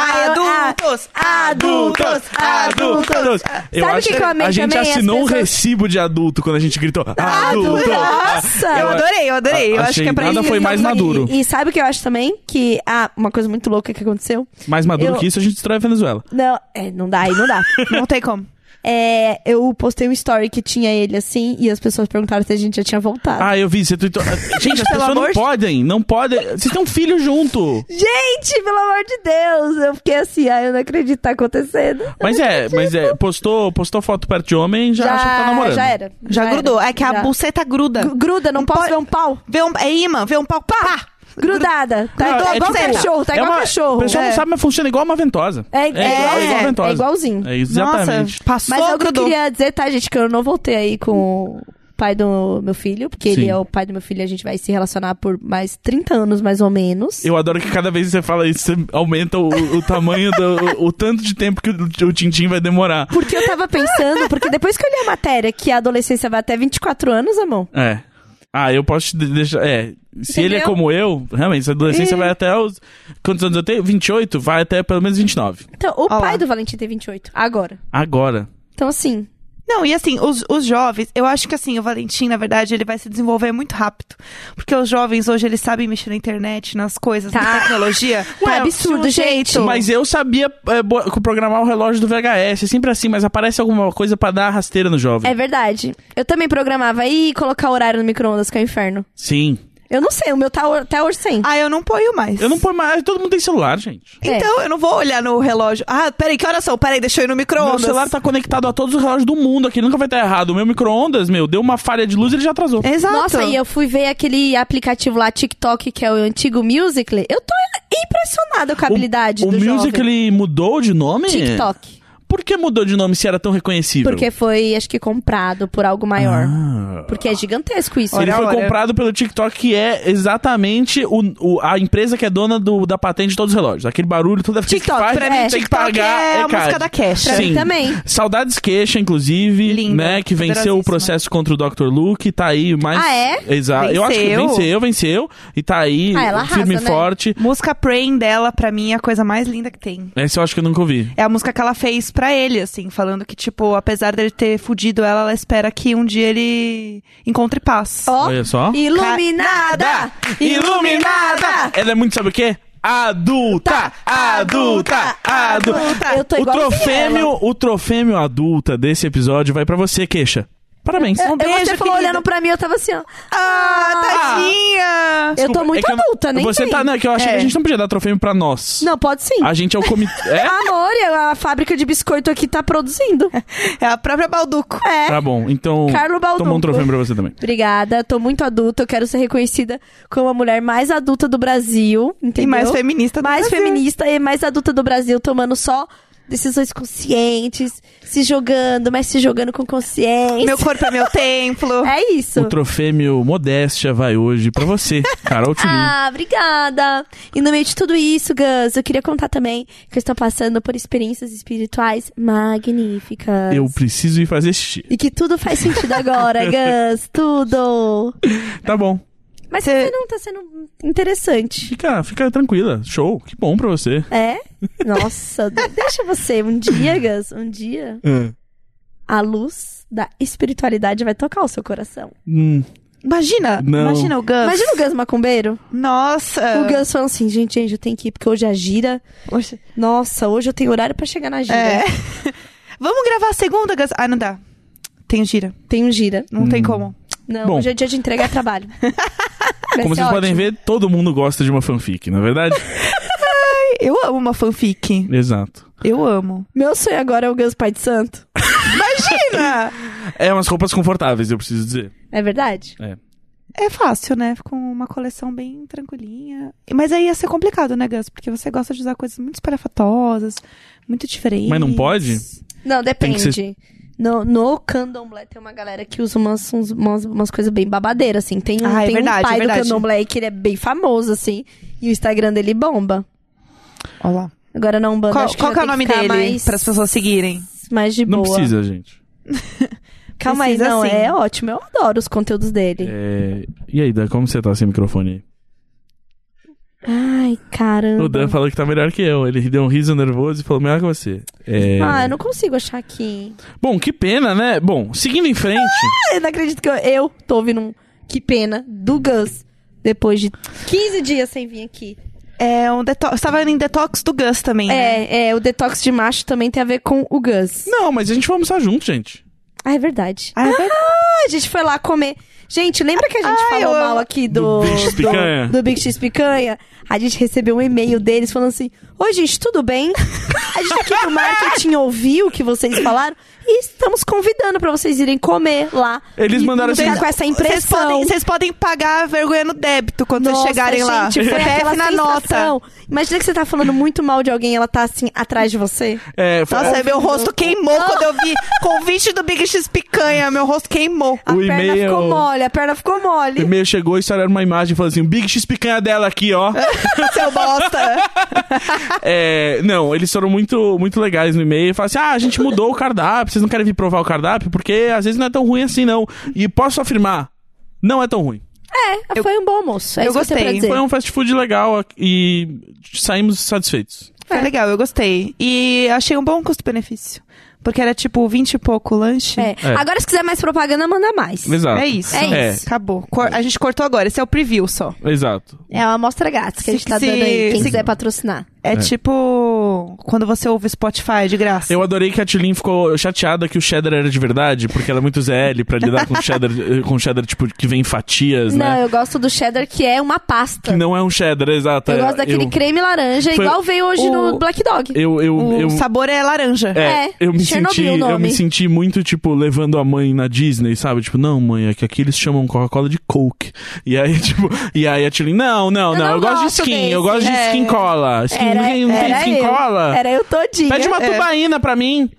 Speaker 2: Ah, eu-
Speaker 3: Adultos!
Speaker 2: ah,
Speaker 3: Adultos! Adultos!
Speaker 1: Eu
Speaker 2: Sabe o
Speaker 1: acho
Speaker 2: que que eu amei
Speaker 1: A gente
Speaker 2: também? As
Speaker 1: assinou um
Speaker 2: pessoas-
Speaker 1: recibo de adulto quando a gente gritou adulto.
Speaker 2: Nossa!
Speaker 3: Eu adorei, eu adorei. Eu
Speaker 1: Achei
Speaker 3: acho que é pra
Speaker 1: nada
Speaker 3: isso que
Speaker 1: foi mais
Speaker 3: estamos aqui.
Speaker 1: maduro.
Speaker 2: E, e sabe o que eu acho também? Que ah, uma coisa muito louca que aconteceu.
Speaker 1: Mais maduro
Speaker 2: Eu-
Speaker 1: que isso, a gente destrói a Venezuela.
Speaker 2: Não, é, não dá, aí não dá.
Speaker 3: Não tem como.
Speaker 2: É, eu postei um story que tinha ele assim, e as pessoas perguntaram se a gente já tinha voltado.
Speaker 1: Ah, eu vi, você tweetou. Gente, as
Speaker 3: Pelo
Speaker 1: pessoas não
Speaker 3: amor de-
Speaker 1: podem, não podem. Vocês têm um filho junto.
Speaker 2: Gente, pelo amor de Deus! Eu fiquei assim, ah, eu não acredito que tá acontecendo.
Speaker 1: Mas é, mas é, postou, postou foto perto de homem, já, acha que tá namorando.
Speaker 2: já era.
Speaker 3: Já,
Speaker 2: era,
Speaker 3: grudou. É que a
Speaker 2: já.
Speaker 3: buceta gruda.
Speaker 2: Gru- Gruda, não,
Speaker 3: Não
Speaker 2: posso
Speaker 3: pode-
Speaker 2: ver um pau.
Speaker 3: Vê um, é imã, vê um pau. Pá!
Speaker 2: Grudada. Tá
Speaker 1: Não,
Speaker 2: igual,
Speaker 1: é
Speaker 2: igual
Speaker 3: assim,
Speaker 1: tipo-
Speaker 2: cachorro, tá
Speaker 1: É
Speaker 2: igual
Speaker 1: uma- O
Speaker 2: cachorro.
Speaker 1: pessoal não
Speaker 2: É.
Speaker 1: sabe, mas funciona igual uma ventosa.
Speaker 2: É,
Speaker 1: igual,
Speaker 2: é,
Speaker 1: igual a ventosa.
Speaker 2: é igualzinho.
Speaker 1: É exatamente.
Speaker 3: Nossa, passou,
Speaker 2: Mas eu que
Speaker 3: grudou.
Speaker 2: queria dizer, tá, gente, que eu não voltei aí com o pai do meu filho, porque
Speaker 1: Sim.
Speaker 2: ele é o pai do meu filho e a gente vai se relacionar por mais 30 anos, mais ou menos.
Speaker 1: Eu adoro que cada vez que você fala isso, você aumenta o, o tamanho, do, o, o tanto de tempo que o, o Tintim vai demorar.
Speaker 2: Porque eu tava pensando, porque depois que eu li a matéria que a adolescência vai até 24 anos, amor.
Speaker 1: É. Ah, eu posso te de- deixar. É. Se ele é
Speaker 2: Entendeu? É.
Speaker 1: como eu, realmente, essa adolescência vai até os. Quantos anos eu tenho? 28? Vai até pelo menos 29.
Speaker 2: Então, o
Speaker 3: Ó lá.
Speaker 2: pai do Valentim tem 28, agora.
Speaker 1: Agora.
Speaker 2: Então, assim,
Speaker 3: Não, e assim, os, os jovens, eu acho que assim, o Valentim, na verdade, ele vai se desenvolver muito rápido. Porque os jovens hoje, eles sabem mexer na internet, nas coisas,
Speaker 2: Tá.
Speaker 3: na tecnologia.
Speaker 2: Tá
Speaker 3: Ué,
Speaker 2: absurdo,
Speaker 3: de um
Speaker 2: gente.
Speaker 3: jeito.
Speaker 1: Mas eu sabia é, bo- programar o relógio do VHS, é sempre assim, mas aparece alguma coisa pra dar rasteira no jovem.
Speaker 2: É verdade. Eu também programava e colocar horário no micro-ondas, que é o inferno.
Speaker 1: Sim.
Speaker 2: Eu não sei, o meu tá ho- até hoje sem.
Speaker 3: Ah, eu não ponho mais.
Speaker 1: Eu não ponho mais, todo mundo tem celular, gente.
Speaker 2: É.
Speaker 3: Então, eu não vou olhar no relógio. Ah, peraí, que horas são? Peraí, deixa eu ir no
Speaker 1: Meu
Speaker 3: micro-ondas.
Speaker 1: celular tá conectado a todos os relógios do mundo aqui, nunca vai estar errado. O meu micro-ondas, meu, deu uma falha de luz e ele já atrasou.
Speaker 2: É
Speaker 3: Exato.
Speaker 2: Nossa, e eu fui ver aquele aplicativo lá, TikTok, que é o antigo Musical.ly. Eu tô impressionada com a habilidade
Speaker 1: o é
Speaker 2: do
Speaker 1: Music
Speaker 2: jovem.
Speaker 1: ele mudou de nome?
Speaker 2: TikTok.
Speaker 1: Por que mudou de nome se era tão reconhecível?
Speaker 2: Porque foi, acho que, comprado por algo maior.
Speaker 1: Ah.
Speaker 2: Porque é gigantesco isso.
Speaker 1: Ele
Speaker 3: Olha,
Speaker 1: foi
Speaker 3: olha.
Speaker 1: comprado pelo TikTok, que é exatamente o, o- a empresa que é dona do- da patente de todos os relógios. Aquele barulho toda vez
Speaker 2: TikTok,
Speaker 1: que faz,
Speaker 2: pra mim,
Speaker 1: tem que
Speaker 3: TikTok
Speaker 1: pagar.
Speaker 3: é a
Speaker 1: caro.
Speaker 3: música da Kesha.
Speaker 2: Pra mim
Speaker 1: Sim.
Speaker 2: também.
Speaker 1: Saudades Queixa, inclusive,
Speaker 3: Linda,
Speaker 1: né? Que venceu o
Speaker 3: poderosíssima.
Speaker 1: processo contra o Dr. Luke, tá aí mais...
Speaker 2: Ah, é?
Speaker 1: Exato. Eu acho que
Speaker 3: Venceu.
Speaker 1: venceu, venceu. E tá aí,
Speaker 2: Ah, ela arrasa,
Speaker 1: firme e
Speaker 2: né?
Speaker 1: forte.
Speaker 3: Música Praying dela, pra mim, é a coisa mais linda que tem.
Speaker 1: Essa eu acho que eu nunca ouvi.
Speaker 3: É a música que ela fez pra ele, assim, falando que, tipo, apesar dele ter fudido ela, ela espera que um dia ele encontre paz.
Speaker 2: Ó,
Speaker 1: Olha só.
Speaker 2: iluminada! Iluminada!
Speaker 1: Ela é muito, sabe o quê? Adulta! Adulta! Adulta!
Speaker 2: Eu tô
Speaker 1: o
Speaker 2: igualzinha
Speaker 1: trofêmeo, o trofêmeo adulta desse episódio vai pra você, Queixa. Parabéns.
Speaker 2: Eu-
Speaker 3: beijo,
Speaker 2: É, você falou
Speaker 3: querida.
Speaker 2: olhando pra mim, eu tava assim, ó.
Speaker 3: Ah, tadinha!
Speaker 2: Eu tô
Speaker 1: Desculpa,
Speaker 2: muito
Speaker 1: é que não-
Speaker 2: adulta, nem
Speaker 1: Você
Speaker 2: sei.
Speaker 1: tá, né? Que eu achei
Speaker 3: É.
Speaker 1: que a gente não podia dar trofêmeo pra nós.
Speaker 2: Não, pode sim. Ah,
Speaker 1: A gente é o comitê. É?
Speaker 2: Amor, a fábrica de biscoito aqui tá produzindo.
Speaker 3: É a própria Balduco.
Speaker 2: É.
Speaker 1: Tá bom, então.
Speaker 2: Carlo Balduco.
Speaker 1: Tomou um troféu pra você também.
Speaker 2: Obrigada, tô muito adulta, eu quero ser reconhecida como a mulher mais adulta do Brasil, entendeu?
Speaker 3: E mais feminista do
Speaker 2: Mais
Speaker 3: Brasil.
Speaker 2: feminista e mais adulta do Brasil, tomando só decisões conscientes, se jogando, mas se jogando com consciência.
Speaker 3: Meu corpo é meu templo.
Speaker 2: É isso.
Speaker 1: O trofêmeo Modéstia vai hoje pra você, Carol Tulin.
Speaker 2: Ah, obrigada! E no meio de tudo isso, Gus, eu queria contar também que eu estou passando por experiências espirituais magníficas.
Speaker 1: Eu preciso ir fazer xixi.
Speaker 2: E que tudo faz sentido agora, Gus, tudo!
Speaker 1: Tá bom.
Speaker 2: Mas
Speaker 3: Cê-
Speaker 2: você não tá sendo interessante.
Speaker 1: Fica, fica tranquila. Show. Que bom pra você.
Speaker 2: É? Nossa, de- deixa você. Um dia, Gus, um dia, a luz da espiritualidade vai tocar o seu coração.
Speaker 1: Hum,
Speaker 3: Imagina,
Speaker 1: Não.
Speaker 3: imagina o Gus.
Speaker 2: Imagina o Gus macumbeiro.
Speaker 3: Nossa.
Speaker 2: O Gus falando assim, gente, gente, eu tenho que ir, porque hoje é a gira.
Speaker 3: Oxe.
Speaker 2: Nossa, hoje eu tenho horário pra chegar na gira.
Speaker 3: É. Vamos gravar a segunda, Gus. Ah, não dá. Tem gira.
Speaker 2: Tenho um gira.
Speaker 3: Não tem como.
Speaker 2: Não,
Speaker 1: Bom.
Speaker 2: hoje é dia de entregar trabalho. Vai
Speaker 1: como
Speaker 2: ser
Speaker 1: vocês podem
Speaker 2: é ótimo.
Speaker 1: ver, todo mundo gosta de uma fanfic, não é verdade?
Speaker 3: Eu amo uma fanfic.
Speaker 1: Exato.
Speaker 3: Eu amo.
Speaker 2: Meu sonho agora é o Gus Pai de Santo.
Speaker 3: Imagina!
Speaker 1: É umas roupas confortáveis, eu preciso dizer.
Speaker 2: É verdade?
Speaker 3: É fácil, né? Com uma coleção bem tranquilinha. Mas aí ia ser complicado, né, Gus? Porque você gosta de usar coisas muito espalhafatosas, muito diferentes.
Speaker 1: Mas não pode?
Speaker 2: Não,
Speaker 1: Tem que
Speaker 2: depende. No, no candomblé tem uma galera que usa umas, uns- umas, umas coisas bem babadeiras, assim. Tem, um-
Speaker 3: Ah, é
Speaker 2: tem
Speaker 3: verdade,
Speaker 2: um pai
Speaker 3: é
Speaker 2: do
Speaker 3: verdade.
Speaker 2: candomblé que ele é bem famoso, assim. E o Instagram dele bomba.
Speaker 3: Olha lá.
Speaker 2: Agora na Umbanda,
Speaker 3: Qual,
Speaker 2: acho que
Speaker 3: qual
Speaker 2: já
Speaker 3: que é o
Speaker 2: tem
Speaker 3: nome
Speaker 2: ficar
Speaker 3: dele?
Speaker 2: mais,
Speaker 3: Para as pessoas seguirem.
Speaker 2: mais de
Speaker 1: Não
Speaker 2: boa.
Speaker 1: precisa, gente.
Speaker 2: Calma aí,
Speaker 3: Precisa
Speaker 2: não,
Speaker 3: sim.
Speaker 2: é ótimo. Eu adoro os conteúdos dele.
Speaker 1: É, E aí, Dan, como você tá sem microfone aí?
Speaker 2: Ai,
Speaker 1: É. O Dan
Speaker 2: caramba.
Speaker 1: falou que tá melhor que eu. Ele deu um riso nervoso e falou melhor que você. É...
Speaker 2: Ah, eu não consigo achar aqui.
Speaker 1: Bom, que pena, né? Bom, seguindo em frente.
Speaker 2: Ah, Eu não acredito que eu, eu tô ouvindo um que pena do Gus depois de 15 dias sem vir aqui.
Speaker 3: É um detox. Estava em detox do Gus também. né?
Speaker 2: É, é, o detox de macho também tem a ver com o Gus.
Speaker 1: Não, mas a gente vai almoçar junto, gente.
Speaker 2: Ah, é verdade.
Speaker 3: Ah, é verdade.
Speaker 2: Ah, a gente foi lá comer. Gente, lembra que a gente
Speaker 3: Ah,
Speaker 2: falou
Speaker 3: eu-
Speaker 2: mal aqui do.
Speaker 1: Do Big X Picanha.
Speaker 2: Do, do Big X Picanha? A gente recebeu um e-mail deles falando assim: Oi, gente, tudo bem? A gente aqui do marketing ouviu o que vocês falaram e estamos convidando pra vocês irem comer lá.
Speaker 1: Eles
Speaker 2: E
Speaker 1: mandaram
Speaker 2: ficar
Speaker 1: assim-
Speaker 2: com essa
Speaker 3: Vocês podem,
Speaker 2: impressão.
Speaker 3: vocês podem pagar a vergonha no débito quando vocês
Speaker 2: Nossa,
Speaker 3: chegarem lá.
Speaker 2: gente, foi
Speaker 3: Chefe
Speaker 2: aquela
Speaker 3: na
Speaker 2: sensação.
Speaker 3: nota.
Speaker 2: Imagina que você tá falando muito mal de alguém e ela tá assim atrás de você.
Speaker 1: É,
Speaker 2: Tá
Speaker 3: Nossa,
Speaker 1: fa-
Speaker 3: meu rosto queimou quando eu vi convite do Big X Picanha. Meu rosto queimou.
Speaker 2: A
Speaker 1: O
Speaker 2: perna
Speaker 1: e-mail-
Speaker 2: ficou mole, a perna ficou
Speaker 1: o
Speaker 2: mole.
Speaker 1: e-mail chegou e só era uma imagem falando assim: Big X picanha dela aqui, ó.
Speaker 2: Ah.
Speaker 3: Seu bosta.
Speaker 1: É, não, eles foram muito, muito legais no e-mail. Falaram assim: ah, a gente mudou o cardápio, vocês não querem vir provar o cardápio? Porque às vezes não é tão ruim assim, não. E posso afirmar: não é tão ruim.
Speaker 2: É, foi um bom almoço. É
Speaker 3: eu
Speaker 2: isso que tenho pra
Speaker 3: gostei.
Speaker 2: dizer.
Speaker 1: Foi um fast food legal e saímos satisfeitos.
Speaker 3: Foi legal, eu gostei. E achei um bom custo-benefício. Porque era tipo 20 e pouco o lanche.
Speaker 2: É.
Speaker 1: É.
Speaker 2: Agora, se quiser mais propaganda, manda mais.
Speaker 1: Exato.
Speaker 3: É isso.
Speaker 2: É isso.
Speaker 3: Acabou. Cor- a gente cortou agora. Esse é o preview só.
Speaker 1: Exato.
Speaker 2: É uma amostra grátis que a gente
Speaker 3: Se-
Speaker 2: tá
Speaker 3: se-
Speaker 2: dando aí, quem
Speaker 3: se-
Speaker 2: quiser patrocinar.
Speaker 3: É, tipo quando você ouve Spotify de graça.
Speaker 1: Eu adorei que a Tilin ficou chateada que o cheddar era de verdade, porque ela é muito ZL pra lidar com cheddar, eh, com cheddar tipo, que vem em fatias,
Speaker 2: Não,
Speaker 1: né?
Speaker 2: eu gosto do cheddar que é uma pasta.
Speaker 1: Que não é um cheddar, exato.
Speaker 2: eu
Speaker 1: é,
Speaker 2: gosto daquele
Speaker 1: eu,
Speaker 2: creme laranja,
Speaker 1: Foi-
Speaker 2: igual veio hoje
Speaker 3: O-
Speaker 2: no Black Dog.
Speaker 1: eu, eu,
Speaker 3: O
Speaker 1: eu-
Speaker 3: sabor é laranja.
Speaker 1: é,
Speaker 2: É,
Speaker 1: eu me
Speaker 2: Chernobyl
Speaker 1: senti,
Speaker 2: o
Speaker 1: eu
Speaker 2: nome.
Speaker 1: me senti muito tipo levando a mãe na Disney, sabe? Tipo, não, mãe, é que aqui eles chamam Coca-Cola de Coke. E aí, tipo, e aí a Tilin, não, não,
Speaker 2: Eu
Speaker 1: não,
Speaker 2: não
Speaker 1: eu gosto de
Speaker 2: gosto
Speaker 1: skin, eu
Speaker 2: desse.
Speaker 1: gosto de
Speaker 3: É.
Speaker 1: skin cola. Skin, não tem-
Speaker 2: Era-
Speaker 1: não tem
Speaker 2: era
Speaker 1: skin
Speaker 2: eu.
Speaker 1: um cola?
Speaker 2: Era eu todinha.
Speaker 1: Pede uma
Speaker 3: É.
Speaker 1: tubaína pra mim.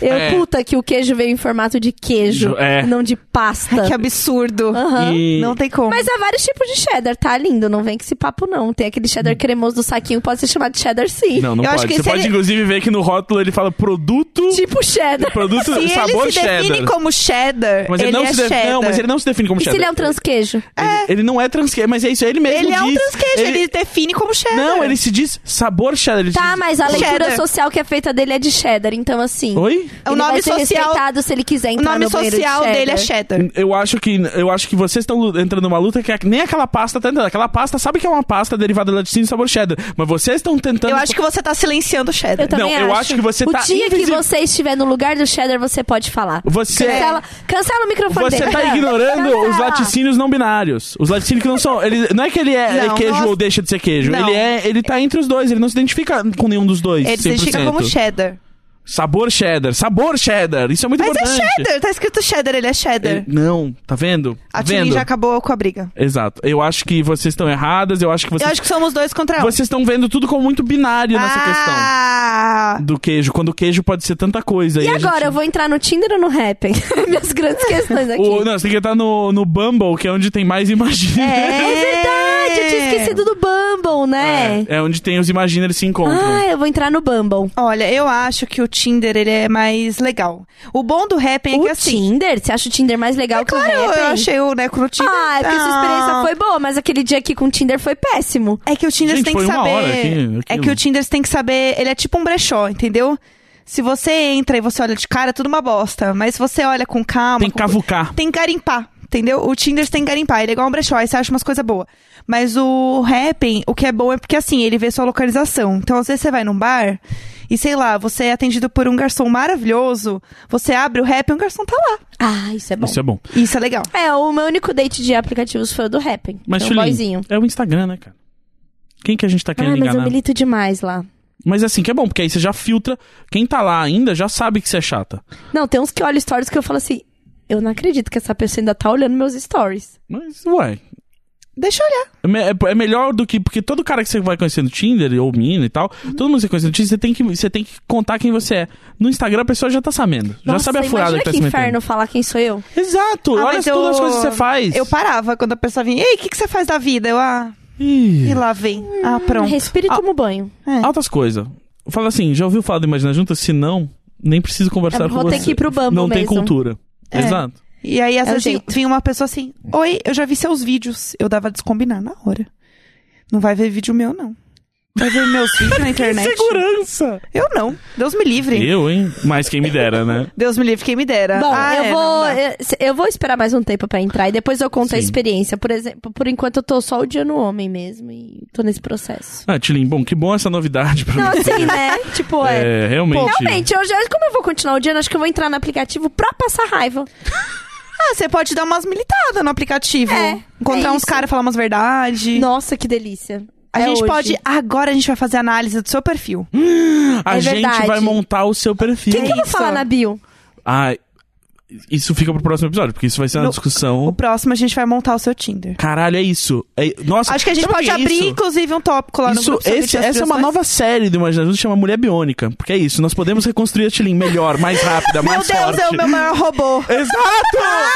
Speaker 2: Eu,
Speaker 1: É.
Speaker 2: puta, que o queijo veio em formato de queijo,
Speaker 1: É.
Speaker 2: não de pasta.
Speaker 3: Ai, que absurdo.
Speaker 2: Aham.
Speaker 1: E-
Speaker 3: Não tem como.
Speaker 2: Mas há vários tipos de cheddar, tá lindo? Não vem com esse papo, não. Tem aquele cheddar cremoso do saquinho, pode ser chamado de cheddar sim.
Speaker 1: Hum. Não, não
Speaker 3: Eu acho
Speaker 1: pode.
Speaker 3: que
Speaker 1: Você
Speaker 3: se
Speaker 1: pode,
Speaker 3: ele-
Speaker 1: inclusive, ver que no rótulo ele fala produto.
Speaker 2: Tipo cheddar.
Speaker 1: Produto
Speaker 3: se ele
Speaker 1: sabor é
Speaker 3: se
Speaker 1: cheddar.
Speaker 3: define como cheddar,
Speaker 1: mas ele,
Speaker 3: ele
Speaker 1: não
Speaker 3: é
Speaker 1: se def-
Speaker 3: cheddar.
Speaker 1: Não, mas ele não se define como
Speaker 2: E se
Speaker 1: cheddar.
Speaker 2: ele é um transqueijo?
Speaker 1: Ele- ele não é transqueijo, mas é isso, ele mesmo
Speaker 3: Ele é um
Speaker 1: diz.
Speaker 3: transqueijo, ele... define como cheddar.
Speaker 1: Não, ele se diz sabor cheddar. ele
Speaker 2: Tá,
Speaker 1: diz-
Speaker 2: mas a leitura
Speaker 3: Cheddar.
Speaker 2: social que é feita dele é de cheddar, então assim.
Speaker 1: Oi?
Speaker 3: O
Speaker 2: ele
Speaker 3: nome
Speaker 2: vai ser
Speaker 3: social-
Speaker 2: respeitado se ele quiser
Speaker 3: O
Speaker 2: entrar
Speaker 3: nome
Speaker 2: no banheiro de
Speaker 3: social dele é cheddar.
Speaker 1: Eu acho que eu acho que vocês estão lu- entrando numa luta que é- nem aquela pasta tá entrando. Aquela pasta sabe que é uma pasta derivada da laticínio e sabor cheddar, mas vocês estão tentando
Speaker 3: Eu acho que você tá silenciando o cheddar.
Speaker 2: Eu também
Speaker 1: Não, eu acho que você
Speaker 2: o
Speaker 1: tá
Speaker 2: dia que
Speaker 1: invisi-
Speaker 2: você estiver no lugar do cheddar, você pode falar.
Speaker 1: Você é-
Speaker 2: Cancela, cancela o microfone
Speaker 1: Você
Speaker 2: dele.
Speaker 1: tá ignorando
Speaker 2: Cancela.
Speaker 1: os laticínios não binários. Os laticínios que não são. Ele, não é que ele é
Speaker 3: Não,
Speaker 1: queijo
Speaker 3: nós-
Speaker 1: ou deixa de ser queijo.
Speaker 3: Não.
Speaker 1: Ele é. Ele tá entre os dois, ele não se identifica com nenhum dos dois.
Speaker 3: Ele se identifica
Speaker 1: 100%.
Speaker 3: como cheddar.
Speaker 1: Sabor cheddar, sabor cheddar. Isso é muito
Speaker 3: Mas
Speaker 1: importante.
Speaker 3: é cheddar, tá escrito cheddar, ele é cheddar.
Speaker 1: Ele- não, tá vendo? Tá
Speaker 3: A Tilly
Speaker 1: vendo?
Speaker 3: já acabou com a briga.
Speaker 1: Exato. Eu acho que vocês estão erradas, eu acho que
Speaker 3: Eu
Speaker 1: vocês.
Speaker 3: acho que somos dois contra um.
Speaker 1: Vocês estão vendo tudo como muito binário nessa questão.
Speaker 3: ah,
Speaker 1: Do queijo, quando o queijo pode ser tanta coisa.
Speaker 2: E
Speaker 1: a
Speaker 2: agora, eu
Speaker 1: gente-
Speaker 2: vou entrar no Tinder ou no Happn? Minhas grandes questões aqui.
Speaker 1: O- não, você tem que entrar no, no Bumble, que é onde tem mais imagina.
Speaker 2: É verdade, eu tinha esquecido do Bumble, né?
Speaker 1: É, onde tem os imagina, eles se encontram.
Speaker 2: Ah, eu vou entrar no Bumble.
Speaker 3: Olha, eu acho que o Tinder ele é mais legal. O bom do Happn é
Speaker 2: o
Speaker 3: que assim. É
Speaker 2: Tinder? Você acha o Tinder mais legal que
Speaker 3: Claro,
Speaker 2: o Happn?
Speaker 3: eu achei o Neco no Tinder.
Speaker 2: Ah, é porque sua experiência
Speaker 3: Ah.
Speaker 2: foi boa, mas aquele dia aqui com o Tinder foi péssimo.
Speaker 3: É que o Tinder
Speaker 1: Gente,
Speaker 3: você tem
Speaker 1: foi
Speaker 3: que
Speaker 1: uma
Speaker 3: saber.
Speaker 1: hora aqui,
Speaker 3: é
Speaker 1: aquilo.
Speaker 3: que o Tinder você tem que saber. Ele é tipo um brechó, entendeu? Se você entra e você olha de cara, é tudo uma bosta. Mas se você olha com calma.
Speaker 1: Tem que
Speaker 3: com-
Speaker 1: cavucar.
Speaker 3: Tem que garimpar, entendeu? O Tinder você tem que garimpar. Ele é igual um brechó, aí você acha umas coisas boas. Mas o Happn, o que é bom é porque assim, ele vê sua localização. Então, às vezes você vai num bar e sei lá, você é atendido por um garçom maravilhoso, você abre o Happn e o garçom tá lá.
Speaker 2: Ah, isso é bom.
Speaker 1: Isso é bom.
Speaker 3: Isso é legal.
Speaker 2: É, o meu único date de aplicativos foi o do Happn.
Speaker 1: Mas,
Speaker 2: que é um
Speaker 1: Tulin,
Speaker 2: boyzinho.
Speaker 1: é o Instagram, né, cara? Quem que a gente tá
Speaker 2: Ah,
Speaker 1: querendo
Speaker 2: mas eu
Speaker 1: enganar?
Speaker 2: milito demais lá.
Speaker 1: Mas assim, que é bom, porque aí você já filtra. Quem tá lá ainda já sabe que você é chata.
Speaker 2: Não, tem uns que olham stories que eu falo assim, eu não acredito que essa pessoa ainda tá olhando meus stories.
Speaker 1: Mas, ué.
Speaker 3: Deixa eu olhar.
Speaker 1: É, me- é- é melhor do que. Porque todo cara que você vai conhecer no Tinder, ou mina e tal,
Speaker 2: Uhum.
Speaker 1: todo mundo que você conhece no Tinder, você tem, que, você tem que contar quem você é. No Instagram a pessoa já tá sabendo. já
Speaker 2: Nossa,
Speaker 1: sabe a furada
Speaker 2: imagina
Speaker 1: que tá
Speaker 2: que
Speaker 1: se
Speaker 2: inferno
Speaker 1: metendo.
Speaker 2: falar quem sou eu.
Speaker 1: Exato!
Speaker 3: Ah,
Speaker 1: Olha
Speaker 3: mas
Speaker 1: todas
Speaker 3: eu-
Speaker 1: as coisas que você faz.
Speaker 3: Eu parava quando a pessoa vinha, ei, o que, que você faz da vida? Eu, ah,
Speaker 1: Ih,
Speaker 3: e lá vem. Ah, pronto.
Speaker 2: Respira e
Speaker 3: Ah,
Speaker 2: toma um banho.
Speaker 1: Altas coisas. Fala assim, já ouviu falar do Imaginar Junta? Se não, nem preciso conversar
Speaker 2: Eu
Speaker 1: com
Speaker 2: vou
Speaker 1: você.
Speaker 2: ter que ir pro Bumble
Speaker 1: Não tem
Speaker 2: mesmo.
Speaker 1: cultura.
Speaker 3: É.
Speaker 1: Exato.
Speaker 3: E aí, às
Speaker 2: É o
Speaker 3: vezes,
Speaker 2: jeito.
Speaker 3: vinha uma pessoa assim, oi, eu já vi seus vídeos. Eu dava descombinar na hora. Não vai ver vídeo meu, não. Vai ver meus vídeos na
Speaker 2: É tipo-
Speaker 3: internet.
Speaker 1: Segurança!
Speaker 3: Eu não. Deus me livre.
Speaker 1: Eu, hein? Mas quem me dera, né?
Speaker 3: Deus me livre, quem me dera.
Speaker 2: Bom,
Speaker 3: Ah,
Speaker 2: eu,
Speaker 3: é,
Speaker 2: vou,
Speaker 3: não dá.
Speaker 2: eu, se- eu vou esperar mais um tempo pra entrar e depois eu conto a
Speaker 1: Sim.
Speaker 2: experiência. Por exemplo, por enquanto eu tô só odiando o homem mesmo e tô nesse processo.
Speaker 1: Ah, Tilin, bom, que bom essa novidade pra
Speaker 2: Não,
Speaker 1: mim.
Speaker 2: assim, né? Tipo, é.
Speaker 1: É, realmente.
Speaker 2: Realmente, eu já, como eu vou continuar odiando, acho que eu vou entrar no aplicativo pra passar raiva.
Speaker 3: Ah, você pode dar umas militadas no aplicativo.
Speaker 2: É,
Speaker 3: Encontrar
Speaker 2: é
Speaker 3: uns
Speaker 2: isso.
Speaker 3: caras, falar umas verdades.
Speaker 2: Nossa, que delícia.
Speaker 3: A
Speaker 2: É
Speaker 3: gente
Speaker 2: hoje.
Speaker 3: pode. Agora a gente vai fazer análise do seu perfil.
Speaker 1: A
Speaker 2: É
Speaker 1: gente
Speaker 2: verdade.
Speaker 1: vai montar o seu perfil.
Speaker 2: O que, que eu vou
Speaker 3: Isso.
Speaker 2: falar na bio?
Speaker 1: Ah, isso fica pro próximo episódio, porque isso vai ser uma
Speaker 3: No- O
Speaker 1: discussão.
Speaker 3: próximo a gente vai montar o seu Tinder.
Speaker 1: Caralho, é isso. É- Nossa,
Speaker 3: Acho que a gente
Speaker 1: sabe o
Speaker 3: pode
Speaker 1: é
Speaker 3: abrir,
Speaker 1: isso?
Speaker 3: inclusive, um tópico lá no
Speaker 1: Isso,
Speaker 3: grupo sobre
Speaker 1: esse-
Speaker 3: essas
Speaker 1: essa é uma
Speaker 3: sugestões.
Speaker 1: nova série do Imaginador que chama Mulher Biônica. Porque é isso, nós podemos reconstruir a Tilin melhor, mais rápida,
Speaker 3: Meu
Speaker 1: mais
Speaker 3: Deus,
Speaker 1: forte.
Speaker 3: é o meu Ah! maior robô.
Speaker 1: Exato!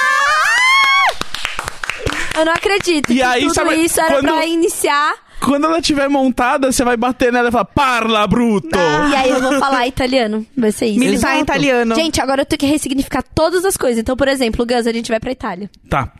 Speaker 2: Eu não acredito
Speaker 1: E
Speaker 2: que
Speaker 1: aí,
Speaker 2: tudo
Speaker 1: sabe,
Speaker 2: isso era
Speaker 1: quando-
Speaker 2: pra iniciar.
Speaker 1: Quando ela tiver montada, você vai bater nela e falar, parla, bruto!
Speaker 3: Ah!
Speaker 2: E aí eu vou falar italiano. Vai ser isso.
Speaker 3: Militar
Speaker 1: Exato.
Speaker 3: italiano.
Speaker 2: Gente, agora eu tenho que ressignificar todas as coisas. Então, por exemplo, Gus, a gente vai pra Itália.
Speaker 1: Tá,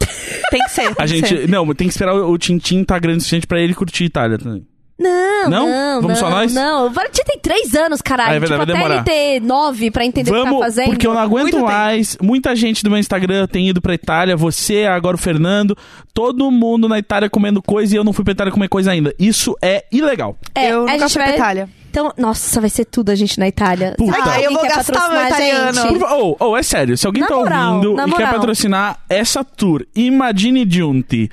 Speaker 3: Tem que ser.
Speaker 1: a
Speaker 3: tem que
Speaker 1: gente...
Speaker 3: ser.
Speaker 1: Não, tem que esperar o Tintin tá grande o suficiente pra ele curtir Itália também.
Speaker 2: Não,
Speaker 1: Não?
Speaker 2: Não, não, não.
Speaker 1: Vamos só nós?
Speaker 2: Não, o Valentim tem três anos,
Speaker 1: Ah,
Speaker 2: caralho.
Speaker 1: é verdade,
Speaker 2: tipo,
Speaker 1: vai
Speaker 2: até ele ter nove pra entender o que tá
Speaker 1: Vamos,
Speaker 2: fazendo.
Speaker 1: porque eu não aguento
Speaker 3: Muito tempo.
Speaker 1: mais. Muita gente do meu Instagram tem ido pra Itália, você, agora o Fernando, todo mundo na Itália comendo coisa e eu não fui pra Itália comer coisa ainda. Isso é ilegal.
Speaker 2: É,
Speaker 3: eu
Speaker 2: a
Speaker 3: nunca
Speaker 2: gente
Speaker 3: fui pra
Speaker 2: vai...
Speaker 3: Itália.
Speaker 2: Então, nossa, vai ser tudo a gente na Itália.
Speaker 1: Puta.
Speaker 2: Será que
Speaker 1: Ah,
Speaker 2: alguém
Speaker 3: eu vou
Speaker 2: quer
Speaker 3: gastar
Speaker 2: patrocinar
Speaker 3: meu
Speaker 2: a
Speaker 3: italiano.
Speaker 2: gente?
Speaker 3: Por
Speaker 1: Ou, oh, é sério, se alguém
Speaker 2: Na
Speaker 1: tá
Speaker 2: moral,
Speaker 1: ouvindo
Speaker 2: na
Speaker 1: e quer
Speaker 2: moral.
Speaker 1: patrocinar essa tour, imagine junti.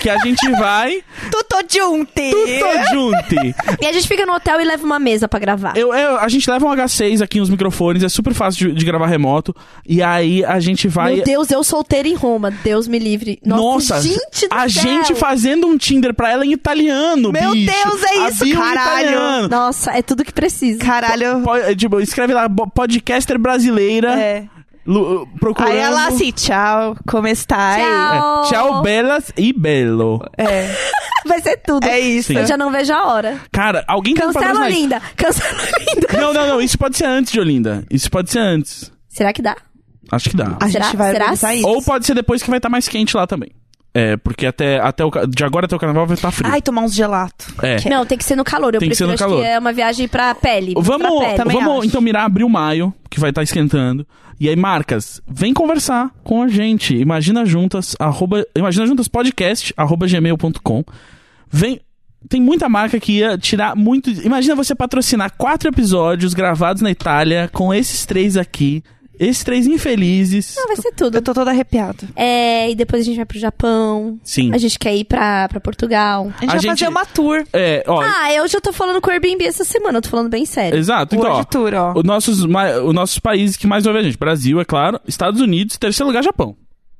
Speaker 1: Que a gente vai
Speaker 3: Tutto giunti.
Speaker 1: tudo junti.
Speaker 2: E a gente fica no hotel e leva uma mesa pra gravar.
Speaker 1: Eu, eu- a gente leva um H6 aqui, uns microfones, é super fácil de, de gravar remoto. E aí a gente vai.
Speaker 2: Meu Deus, eu solteira em Roma. Deus me livre. Nossa,
Speaker 1: Nossa,
Speaker 2: gente do
Speaker 1: a
Speaker 2: céu.
Speaker 1: gente fazendo um Tinder pra ela em italiano,
Speaker 3: Meu
Speaker 1: bicho.
Speaker 3: Deus, é
Speaker 1: A
Speaker 3: isso,
Speaker 1: bio em
Speaker 3: caralho.
Speaker 1: italiano.
Speaker 2: Nossa, é tudo que precisa.
Speaker 3: Caralho.
Speaker 1: Po- é, tipo, escreve lá, bo- podcaster brasileira,
Speaker 3: É.
Speaker 1: lu- uh, procurando...
Speaker 3: Aí ela assim, tchau, como está?
Speaker 1: É,
Speaker 2: Tchau.
Speaker 1: Tchau, belas e belo.
Speaker 3: É,
Speaker 2: Vai ser tudo.
Speaker 3: é isso.
Speaker 1: Sim.
Speaker 2: Eu já não vejo a hora.
Speaker 1: Cara, alguém tem um que
Speaker 2: Cancela
Speaker 1: patrocinar isso.
Speaker 2: Olinda. Cancela Olinda.
Speaker 1: Não, não, não, isso pode ser antes de Olinda. Isso pode ser antes.
Speaker 2: Será que dá?
Speaker 1: Acho que dá.
Speaker 3: A
Speaker 2: Será?
Speaker 3: gente vai
Speaker 2: Será?
Speaker 3: organizar isso.
Speaker 1: Ou pode ser depois que vai estar mais quente lá também. É, porque até, até o, ca- de agora até o carnaval vai estar frio.
Speaker 3: Ai, tomar uns gelato.
Speaker 1: é.
Speaker 2: Não, tem que ser no calor. Eu
Speaker 1: Tem que ser
Speaker 2: prefiro,
Speaker 1: no
Speaker 2: acho
Speaker 1: calor.
Speaker 2: que é uma viagem pra pele. pra
Speaker 1: Vamos,
Speaker 2: pele.
Speaker 3: também
Speaker 1: vamos
Speaker 3: acho.
Speaker 1: então mirar abril, maio, que vai estar esquentando. E aí, marcas, vem conversar com a gente. Imagina juntas, arroba, imagina juntas podcast, arroba gmail.com. Vem. Tem muita marca que ia tirar muito. Imagina você patrocinar quatro episódios gravados na Itália com esses três aqui. Esses três infelizes.
Speaker 2: Não, Ah, vai ser tudo.
Speaker 3: Eu tô toda arrepiada.
Speaker 2: É, e depois a gente vai pro Japão.
Speaker 1: Sim.
Speaker 2: A gente quer ir pra, pra Portugal.
Speaker 3: A gente
Speaker 1: A
Speaker 3: vai
Speaker 1: gente-
Speaker 3: fazer uma tour.
Speaker 1: É, ó.
Speaker 2: Ah, eu já tô falando com o Airbnb essa semana. Eu tô falando bem sério.
Speaker 1: Exato. Então, ó,
Speaker 3: World tour, ó.
Speaker 1: os nossos, ma- os nossos países que mais ouvem a gente. Brasil, é claro. Estados Unidos, terceiro lugar, Japão.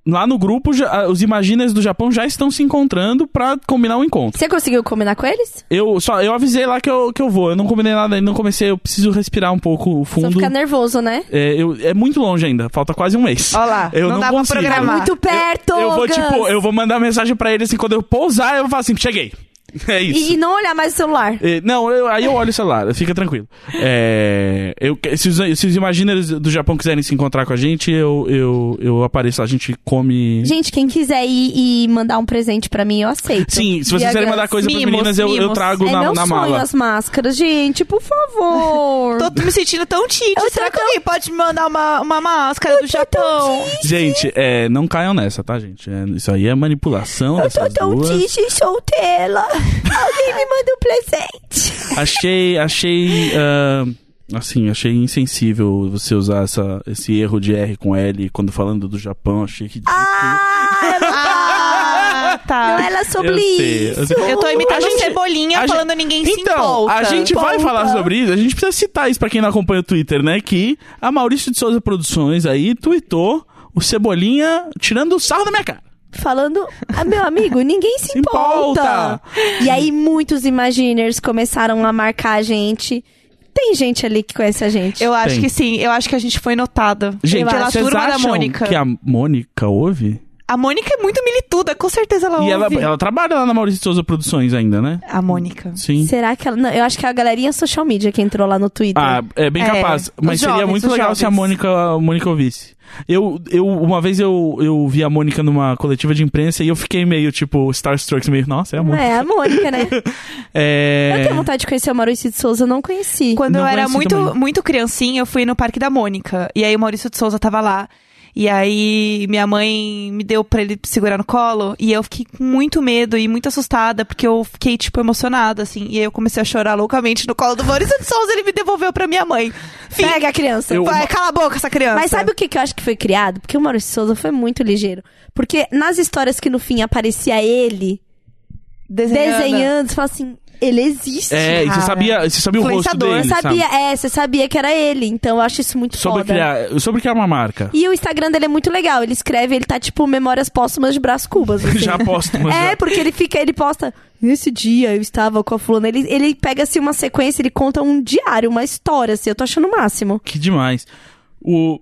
Speaker 1: Lá no grupo, já- ah, os imaginas do Japão já estão se encontrando pra combinar um encontro.
Speaker 2: Você conseguiu combinar com eles?
Speaker 1: Eu só eu avisei lá que eu, que eu vou. Eu não combinei nada ainda, não comecei. Eu preciso respirar um pouco o
Speaker 2: Só
Speaker 1: fundo.
Speaker 2: ficar nervoso, né?
Speaker 1: É, eu- é muito longe ainda. Falta quase um mês.
Speaker 3: Ó lá,
Speaker 1: Eu
Speaker 3: não
Speaker 1: não
Speaker 3: dá pra
Speaker 1: consigo.
Speaker 2: É
Speaker 3: programar. Ah.
Speaker 2: muito perto!
Speaker 1: eu vou,
Speaker 2: Gus.
Speaker 1: tipo, eu vou mandar mensagem pra ele assim, quando eu pousar, eu vou falar assim, cheguei. É isso.
Speaker 2: E, e não olhar mais o celular.
Speaker 1: Eh, Não, eu- aí eu olho o celular, fica tranquilo. É, eu, se, os, se os imaginers do Japão quiserem se encontrar com a gente, eu, eu, eu apareço, a gente come.
Speaker 2: Gente, quem quiser ir e mandar um presente pra mim, eu aceito.
Speaker 1: Sim, se vocês
Speaker 2: Viagra.
Speaker 1: quiserem mandar coisa pras
Speaker 3: Mimos,
Speaker 1: meninas, eu, eu
Speaker 3: mimos.
Speaker 1: trago
Speaker 2: É
Speaker 1: na,
Speaker 2: meu
Speaker 1: na
Speaker 2: sonho
Speaker 1: mala.
Speaker 2: as máscaras, gente, por favor.
Speaker 3: Tô me sentindo tão tite.
Speaker 2: Eu
Speaker 3: Será
Speaker 2: tô
Speaker 3: que alguém pode me mandar uma, uma máscara do Japão?
Speaker 1: Gente, é, não caiam nessa, tá, gente? É, isso aí é manipulação.
Speaker 2: Eu tô
Speaker 1: dessas
Speaker 2: tão
Speaker 1: duas.
Speaker 2: triste e solteira. Alguém me manda um presente.
Speaker 1: Achei, achei. ah, assim, achei insensível você usar essa, esse erro de R com L quando falando do Japão. Achei que.
Speaker 2: Ah,
Speaker 3: Ah,
Speaker 2: não
Speaker 3: tá.
Speaker 2: era sobre
Speaker 1: Eu sei, eu
Speaker 2: isso.
Speaker 1: sei.
Speaker 3: Eu tô imitando
Speaker 1: A gente-
Speaker 3: cebolinha
Speaker 1: a gente-
Speaker 3: falando ninguém se
Speaker 1: então,
Speaker 3: importa.
Speaker 1: a gente vai
Speaker 2: Volta.
Speaker 1: falar sobre isso. A gente precisa citar isso pra quem não acompanha o Twitter, né? Que a Maurício de Souza Produções aí tweetou o Cebolinha tirando o sarro da minha cara.
Speaker 2: Falando, ah, meu amigo, ninguém se,
Speaker 1: Se importa.
Speaker 2: importa. E aí muitos Imaginers começaram a marcar a gente. Tem gente ali que conhece a gente.
Speaker 3: Eu acho
Speaker 1: Tem.
Speaker 3: que sim. Eu acho que a gente foi notada.
Speaker 1: Gente,
Speaker 3: pela
Speaker 1: vocês
Speaker 3: turma da
Speaker 1: acham
Speaker 3: Mônica.
Speaker 1: que a Mônica ouve?
Speaker 3: A Mônica é muito milituda, com certeza ela
Speaker 1: e ela, é-
Speaker 3: ouve.
Speaker 1: ela trabalha lá na Maurício de Souza Produções ainda, né?
Speaker 3: A Mônica.
Speaker 1: Sim.
Speaker 2: Será que ela... Não, eu acho que é a galerinha social media que entrou lá no Twitter.
Speaker 1: Ah, é bem
Speaker 3: É,
Speaker 1: capaz. Mas
Speaker 3: os
Speaker 1: seria
Speaker 3: jovens,
Speaker 1: muito
Speaker 3: os
Speaker 1: legal se a
Speaker 3: jovens.
Speaker 1: Mônica, a Mônica ouvisse. Eu, eu, uma vez eu, eu vi a Mônica numa coletiva de imprensa e eu fiquei meio, tipo, Starstruck, meio, nossa, é a
Speaker 2: Não
Speaker 1: Mônica.
Speaker 2: é, a Mônica, né?
Speaker 1: É.
Speaker 2: Eu tenho vontade de conhecer o Maurício de Souza, eu não conheci.
Speaker 3: Quando
Speaker 1: Não
Speaker 3: eu era
Speaker 1: conheci
Speaker 3: muito,
Speaker 1: também.
Speaker 3: muito criancinha, eu fui no Parque da Mônica. E aí o Maurício de Souza tava lá. E aí minha mãe me deu pra ele segurar no colo. E eu fiquei com muito medo e muito assustada, porque eu fiquei, tipo, emocionada, assim. E aí eu comecei a chorar loucamente no colo do Maurício de Souza. Ele me devolveu pra minha mãe. Fim.
Speaker 2: Pega a criança.
Speaker 1: Eu-
Speaker 3: Vai,
Speaker 1: uma-
Speaker 3: cala a boca essa criança.
Speaker 2: Mas sabe o que, que eu acho que foi criado? Porque o Maurício de Souza foi muito ligeiro. Porque nas histórias que no fim aparecia ele desenhando, você fala assim, ele existe.
Speaker 1: É, e você
Speaker 3: Cara.
Speaker 1: sabia, você sabia o rosto
Speaker 3: Influenciador,
Speaker 1: dele,
Speaker 2: Você
Speaker 1: sabe?
Speaker 2: sabia, é, você sabia que era ele, então eu acho isso muito
Speaker 1: Sobre
Speaker 2: foda.
Speaker 1: criar, sobre criar uma marca.
Speaker 2: E o Instagram dele é muito legal. Ele escreve, ele tá tipo memórias póstumas de Brás Cubas. assim.
Speaker 1: Já né? aposto, mas
Speaker 2: É,
Speaker 1: já.
Speaker 2: porque ele fica, ele posta. Nesse dia eu estava com a fulana. Ele, ele pega assim uma sequência, ele conta um diário, uma história, assim. Eu tô achando o máximo.
Speaker 1: que demais. O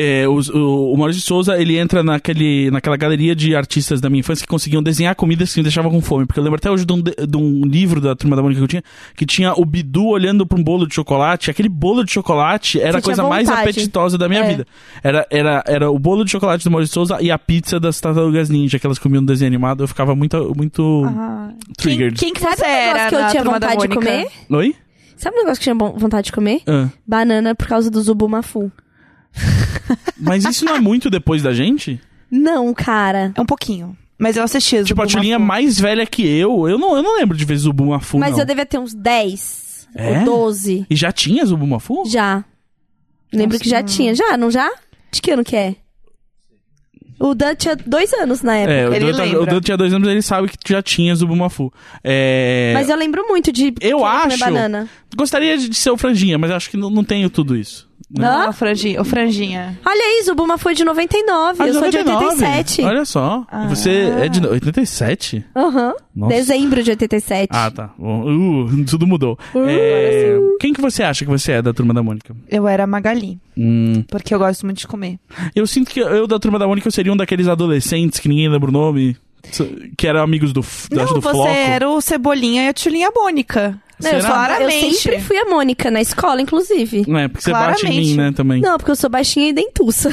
Speaker 1: é, os- o, o Maurício de Souza, ele entra naquele, naquela galeria de artistas da minha infância que conseguiam desenhar comidas que me deixavam com fome. Porque eu lembro até hoje de um, de- de um livro da Turma da Mônica que eu tinha, que tinha o Bidu olhando pra um bolo de chocolate. Aquele bolo de chocolate era
Speaker 2: Você
Speaker 1: a coisa
Speaker 2: tinha
Speaker 1: mais
Speaker 2: vontade.
Speaker 1: apetitosa da minha
Speaker 2: É.
Speaker 1: vida. Era, era, era o bolo de chocolate do Maurício de Souza e a pizza das Tartarugas Ninja, que elas comiam no desenho animado. Eu ficava muito, muito
Speaker 3: Ah.
Speaker 1: triggered.
Speaker 3: Quem que
Speaker 2: Sabe
Speaker 3: você
Speaker 2: um negócio
Speaker 3: era
Speaker 2: que eu
Speaker 3: na
Speaker 2: tinha
Speaker 3: Turma da
Speaker 2: vontade de
Speaker 3: Mônica?
Speaker 2: comer?
Speaker 1: Oi?
Speaker 2: Sabe um negócio que eu tinha bom- vontade de comer?
Speaker 1: Ah,
Speaker 2: Banana por causa do Zubumafu.
Speaker 1: mas isso não é muito depois da gente?
Speaker 2: Não, cara.
Speaker 3: É um pouquinho. Mas eu assistia.
Speaker 1: Tipo, a
Speaker 3: Zubumafu.
Speaker 1: Tulinha mais velha que eu, eu não, eu não lembro de ver Zubumafu,
Speaker 2: Mas
Speaker 1: não.
Speaker 2: eu devia ter uns 10
Speaker 1: É?
Speaker 2: ou 12.
Speaker 1: E já tinha Zubumafu?
Speaker 2: Já. Lembro
Speaker 3: Nossa,
Speaker 2: que já
Speaker 3: não.
Speaker 2: tinha. Já, não já? De que ano que é? O Dan tinha dois anos na época.
Speaker 1: É, o
Speaker 3: Ele
Speaker 1: Dudu, tá-
Speaker 3: lembra.
Speaker 1: o Dudu tinha dois anos, ele sabe que já tinha Zubumafu. É...
Speaker 2: Mas eu lembro muito de querer comer
Speaker 1: acho-
Speaker 2: banana.
Speaker 1: Gostaria de de ser o Franjinha, mas acho que não, não tenho tudo isso.
Speaker 3: Não,
Speaker 2: Hã?
Speaker 3: o Franjinha. O Franjinha.
Speaker 2: Olha aí, Zubuma foi de 99.
Speaker 1: Ah,
Speaker 2: eu sou de
Speaker 1: 99?
Speaker 2: 87.
Speaker 1: Olha só.
Speaker 2: Ah.
Speaker 1: Você é de no- 87?
Speaker 2: Aham.
Speaker 1: Nossa.
Speaker 2: Dezembro de 87.
Speaker 1: Ah, tá. Bom, Uh, tudo mudou.
Speaker 2: Uh,
Speaker 1: É, Quem que você acha que você é da Turma da Mônica?
Speaker 3: Eu era Magali,
Speaker 1: Hum,
Speaker 3: porque eu gosto muito de comer.
Speaker 1: Eu sinto que eu da Turma da Mônica eu seria um daqueles adolescentes que ninguém lembra o nome, que eram amigos do, f- acho
Speaker 3: não,
Speaker 1: do
Speaker 3: você
Speaker 1: Floco.
Speaker 3: era o Cebolinha e a Tulinha Mônica.
Speaker 2: Não, eu, sou,
Speaker 1: Será?
Speaker 2: eu
Speaker 3: Claramente.
Speaker 2: sempre fui a Mônica, na escola, inclusive.
Speaker 1: Não, é porque você bate em
Speaker 3: Claramente.
Speaker 1: mim, né, também.
Speaker 2: Não, porque eu sou baixinha e dentuça.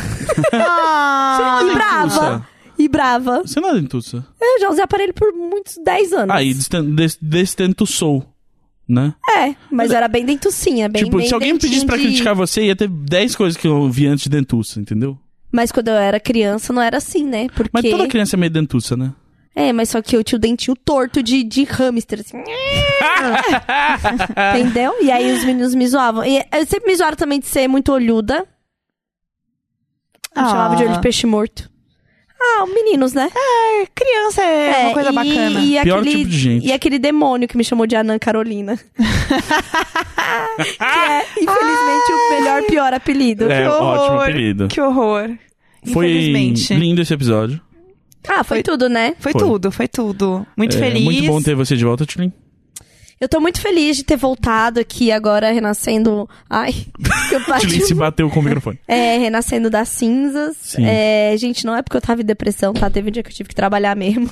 Speaker 3: Ah,
Speaker 2: e
Speaker 1: dentuça.
Speaker 2: brava. E brava.
Speaker 1: Você não é dentuça.
Speaker 2: Eu já usei aparelho por muitos 10 anos.
Speaker 1: Ah, e desten- des- destentuçou, né?
Speaker 2: É, mas eu era bem dentucinha, bem
Speaker 1: tipo,
Speaker 2: bem
Speaker 1: se alguém me pedisse
Speaker 2: dentinho
Speaker 1: pra
Speaker 2: de-
Speaker 1: criticar você, ia ter 10 coisas que eu vi antes de dentuça, entendeu?
Speaker 2: Mas quando eu era criança não era assim, né? Porque...
Speaker 1: Mas toda criança é meio dentuça, né?
Speaker 2: É, mas só que eu tinha o dentinho torto de, de hamster, assim. Entendeu? E aí os meninos me zoavam. E eu sempre me zoaram também de ser muito olhuda. Me
Speaker 3: Ah.
Speaker 2: chamava de olho de peixe morto. Ah, meninos, né?
Speaker 3: criança é, uma coisa
Speaker 2: e,
Speaker 3: bacana.
Speaker 2: E
Speaker 1: Pior
Speaker 2: aquele,
Speaker 1: tipo de gente.
Speaker 2: E aquele demônio que me chamou de Anã Carolina. que é, infelizmente, o melhor pior apelido.
Speaker 1: É,
Speaker 3: horror.
Speaker 1: ótimo apelido.
Speaker 3: Que horror.
Speaker 1: Foi
Speaker 3: Infelizmente.
Speaker 1: lindo esse episódio.
Speaker 2: Ah, foi,
Speaker 3: Foi-
Speaker 2: tudo, né?
Speaker 3: Foi,
Speaker 1: Foi.
Speaker 3: tudo, foi tudo. Muito
Speaker 1: É,
Speaker 3: feliz.
Speaker 1: Muito bom ter você de volta, Tulin.
Speaker 2: Eu tô muito feliz de ter voltado aqui agora, renascendo. Ai, que eu
Speaker 1: Tulin se
Speaker 2: bati.
Speaker 1: bateu com o microfone.
Speaker 2: É, renascendo das cinzas.
Speaker 1: Sim.
Speaker 2: É, gente, não é porque eu tava em depressão, tá? Teve um dia que eu tive que trabalhar mesmo.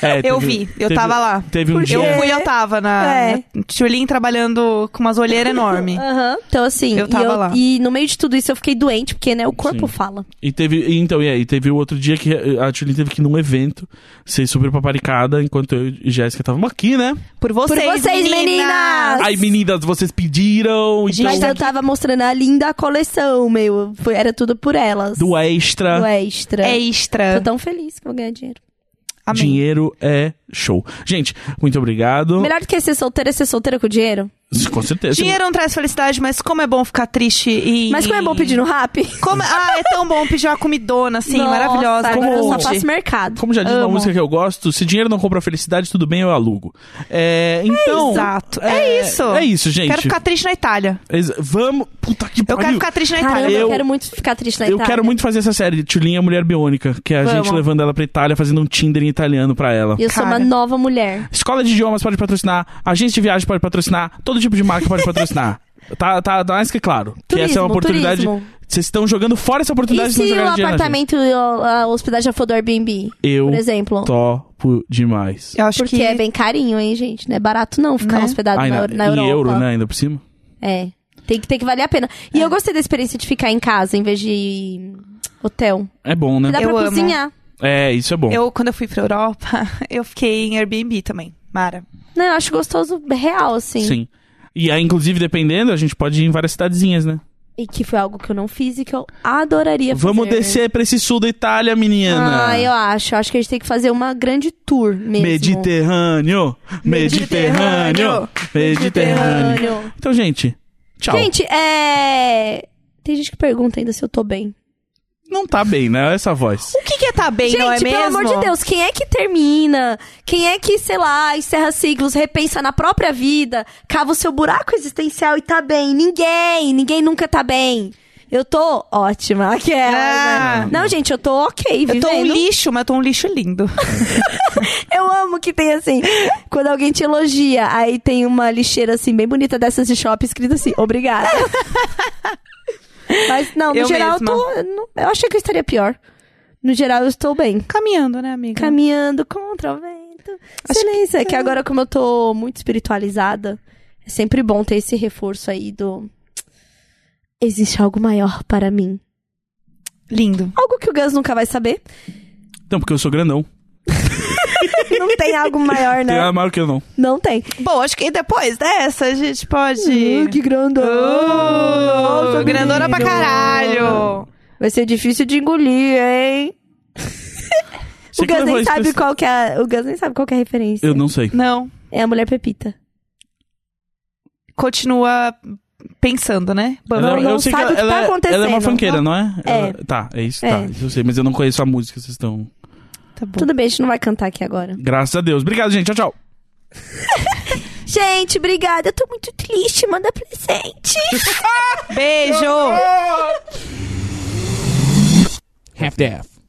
Speaker 1: É,
Speaker 3: Eu
Speaker 1: teve-
Speaker 3: vi, eu
Speaker 1: teve-
Speaker 3: tava lá.
Speaker 1: Teve um
Speaker 2: Porque-
Speaker 1: dia.
Speaker 3: Eu fui, eu tava na.
Speaker 2: É.
Speaker 3: Tulin trabalhando com umas olheiras enormes.
Speaker 2: Aham. Então, assim,
Speaker 3: Eu tava
Speaker 2: e,
Speaker 3: lá.
Speaker 2: e no meio de tudo isso eu fiquei doente, porque, né, o corpo
Speaker 1: Sim.
Speaker 2: fala.
Speaker 1: E teve, então, e aí, teve o outro dia que eh, a Tulin teve que ir num evento, ser super paparicada, enquanto eu e Jéssica estavam aqui, né?
Speaker 3: Por vocês,
Speaker 2: Por vocês, meninas!
Speaker 1: Ai, meninas, vocês pediram, então,
Speaker 2: Mas eu
Speaker 3: tá
Speaker 2: tava mostrando a linda coleção, meu. Foi- era tudo por elas.
Speaker 1: do extra,
Speaker 2: Do extra.
Speaker 3: É extra.
Speaker 2: Tô tão feliz que eu vou ganhar dinheiro.
Speaker 3: Amém.
Speaker 1: dinheiro é show. Gente, muito obrigado.
Speaker 2: Melhor do que ser solteira é ser solteira com dinheiro.
Speaker 1: Com certeza.
Speaker 3: Dinheiro não traz felicidade, mas como é bom ficar triste e.
Speaker 2: Mas como é bom pedir no rap?
Speaker 3: Como- Ah, é tão bom pedir uma comidona, assim,
Speaker 2: Nossa,
Speaker 3: maravilhosa.
Speaker 2: Agora eu
Speaker 1: Como-
Speaker 2: só faço mercado.
Speaker 1: Como já diz uma
Speaker 3: Amo.
Speaker 1: música que eu gosto, se dinheiro não compra felicidade, tudo bem, eu alugo. É, então.
Speaker 3: Exato. É, isso.
Speaker 1: É isso, gente.
Speaker 3: Quero ficar triste na Itália.
Speaker 1: Exa- Vamos. Puta que
Speaker 3: Eu
Speaker 1: pariu.
Speaker 3: quero ficar triste na
Speaker 2: Caramba,
Speaker 3: Itália.
Speaker 2: eu,
Speaker 1: Eu-
Speaker 2: quero muito ficar triste na
Speaker 1: Eu
Speaker 2: Itália.
Speaker 1: quero muito fazer essa série, Tulinha Mulher Biônica, que é a
Speaker 3: Vamos.
Speaker 1: gente levando ela pra Itália, fazendo um Tinder em italiano pra ela.
Speaker 2: E eu sou uma
Speaker 3: Cara.
Speaker 2: nova mulher.
Speaker 1: Escola de idiomas pode patrocinar, agência de viagem pode patrocinar, todo tipo de marca pode patrocinar. Tá, tá, tá mais que claro. que essa é
Speaker 2: Turismo,
Speaker 1: uma oportunidade.
Speaker 2: turismo.
Speaker 1: Vocês estão jogando fora essa
Speaker 2: E
Speaker 1: oportunidade de
Speaker 2: se
Speaker 1: não
Speaker 2: o
Speaker 1: jogar dinheiro. na gente.
Speaker 2: apartamento, a a hospedagem já for do Airbnb?
Speaker 1: Eu
Speaker 2: por exemplo.
Speaker 1: topo demais.
Speaker 3: Eu acho
Speaker 2: Porque
Speaker 3: que.
Speaker 2: é bem carinho, hein, gente? Não é barato não ficar
Speaker 3: Né?
Speaker 2: hospedado
Speaker 1: Ai,
Speaker 2: Tá, na, na Europa.
Speaker 1: em euro, né? É. Ainda por cima.
Speaker 2: É. Tem que, tem que valer a pena. E eu gostei da experiência de ficar em casa em vez de hotel.
Speaker 1: É bom, né?
Speaker 2: Dá
Speaker 3: Eu
Speaker 2: pra
Speaker 3: amo.
Speaker 2: cozinhar.
Speaker 1: É, isso é bom.
Speaker 3: Eu, quando eu fui pra Europa, eu fiquei em Airbnb também. Mara.
Speaker 2: Não, eu acho gostoso real, assim.
Speaker 1: Sim. E aí, inclusive, dependendo, a gente pode ir em várias cidadezinhas, né?
Speaker 2: E que foi algo que eu não fiz e que eu adoraria fazer.
Speaker 1: Vamos descer pra esse sul da Itália, menina.
Speaker 2: Ah, eu acho. Eu Acho que a gente tem que fazer uma grande tour mesmo.
Speaker 1: Mediterrâneo, Mediterrâneo, Mediterrâneo.
Speaker 2: Mediterrâneo.
Speaker 1: Então, gente, tchau.
Speaker 2: Gente, é... Tem gente que pergunta ainda se eu tô bem.
Speaker 1: Não tá bem, né? Essa voz.
Speaker 3: O que que é tá bem,
Speaker 2: Gente,
Speaker 3: não é mesmo?
Speaker 2: pelo amor de Deus, quem é que termina? Quem é que, sei lá, encerra ciclos, repensa na própria vida, cava o seu buraco existencial e tá bem? Ninguém, ninguém nunca tá bem. Eu tô ótima, aquela,
Speaker 3: Ah.
Speaker 2: né? Não, gente, eu tô ok,
Speaker 3: Eu tô um
Speaker 2: vivendo.
Speaker 3: lixo, mas eu tô um lixo lindo.
Speaker 2: Eu amo que tem assim, quando alguém te elogia, aí tem uma lixeira assim, bem bonita dessas de shopping, escrito assim, obrigada. Mas não, no
Speaker 3: Eu
Speaker 2: geral eu tô. Eu, não- eu achei que eu estaria pior. No geral, eu estou bem.
Speaker 3: Caminhando, né, amiga?
Speaker 2: Caminhando contra o vento. Silêncio. É que agora, como eu tô muito espiritualizada, é sempre bom ter esse reforço aí do. Existe algo maior para mim.
Speaker 3: Lindo.
Speaker 2: Algo que o Gus nunca vai saber.
Speaker 1: Não, porque eu sou grandão.
Speaker 2: Não tem algo maior,
Speaker 1: Tem
Speaker 2: né?
Speaker 1: a maior que eu não.
Speaker 2: Não tem.
Speaker 3: Bom, acho que depois dessa a gente pode.
Speaker 2: Uh, que grandão.
Speaker 3: Oh, grandona pra caralho!
Speaker 2: Vai ser difícil de engolir, hein?
Speaker 1: Sei que
Speaker 2: o Gus
Speaker 1: levou
Speaker 2: nem
Speaker 1: isso pra
Speaker 2: sabe
Speaker 1: esse-
Speaker 2: qual que é. O Gus nem sabe qual que é a referência.
Speaker 1: Eu não sei.
Speaker 3: Não,
Speaker 2: É a mulher Pepita.
Speaker 3: continua pensando, né?
Speaker 2: Não,
Speaker 1: Ela- é-
Speaker 2: não
Speaker 1: eu sei
Speaker 2: sabe
Speaker 1: que
Speaker 2: o que
Speaker 1: ela, ela
Speaker 2: tá
Speaker 1: é- ela é uma
Speaker 2: acontecendo.
Speaker 1: funkeira, não é?
Speaker 2: É.
Speaker 1: Ela- tá, é isso,
Speaker 2: É.
Speaker 1: tá. Isso eu sei, mas eu não conheço a música, vocês estão.
Speaker 3: Tá bom.
Speaker 2: Tudo bem, a gente não vai cantar aqui agora.
Speaker 1: Graças a Deus. Obrigado, gente. Tchau, tchau.
Speaker 2: Gente, obrigada. Eu tô muito triste. Manda presente.
Speaker 3: Beijo!
Speaker 4: Half-Death.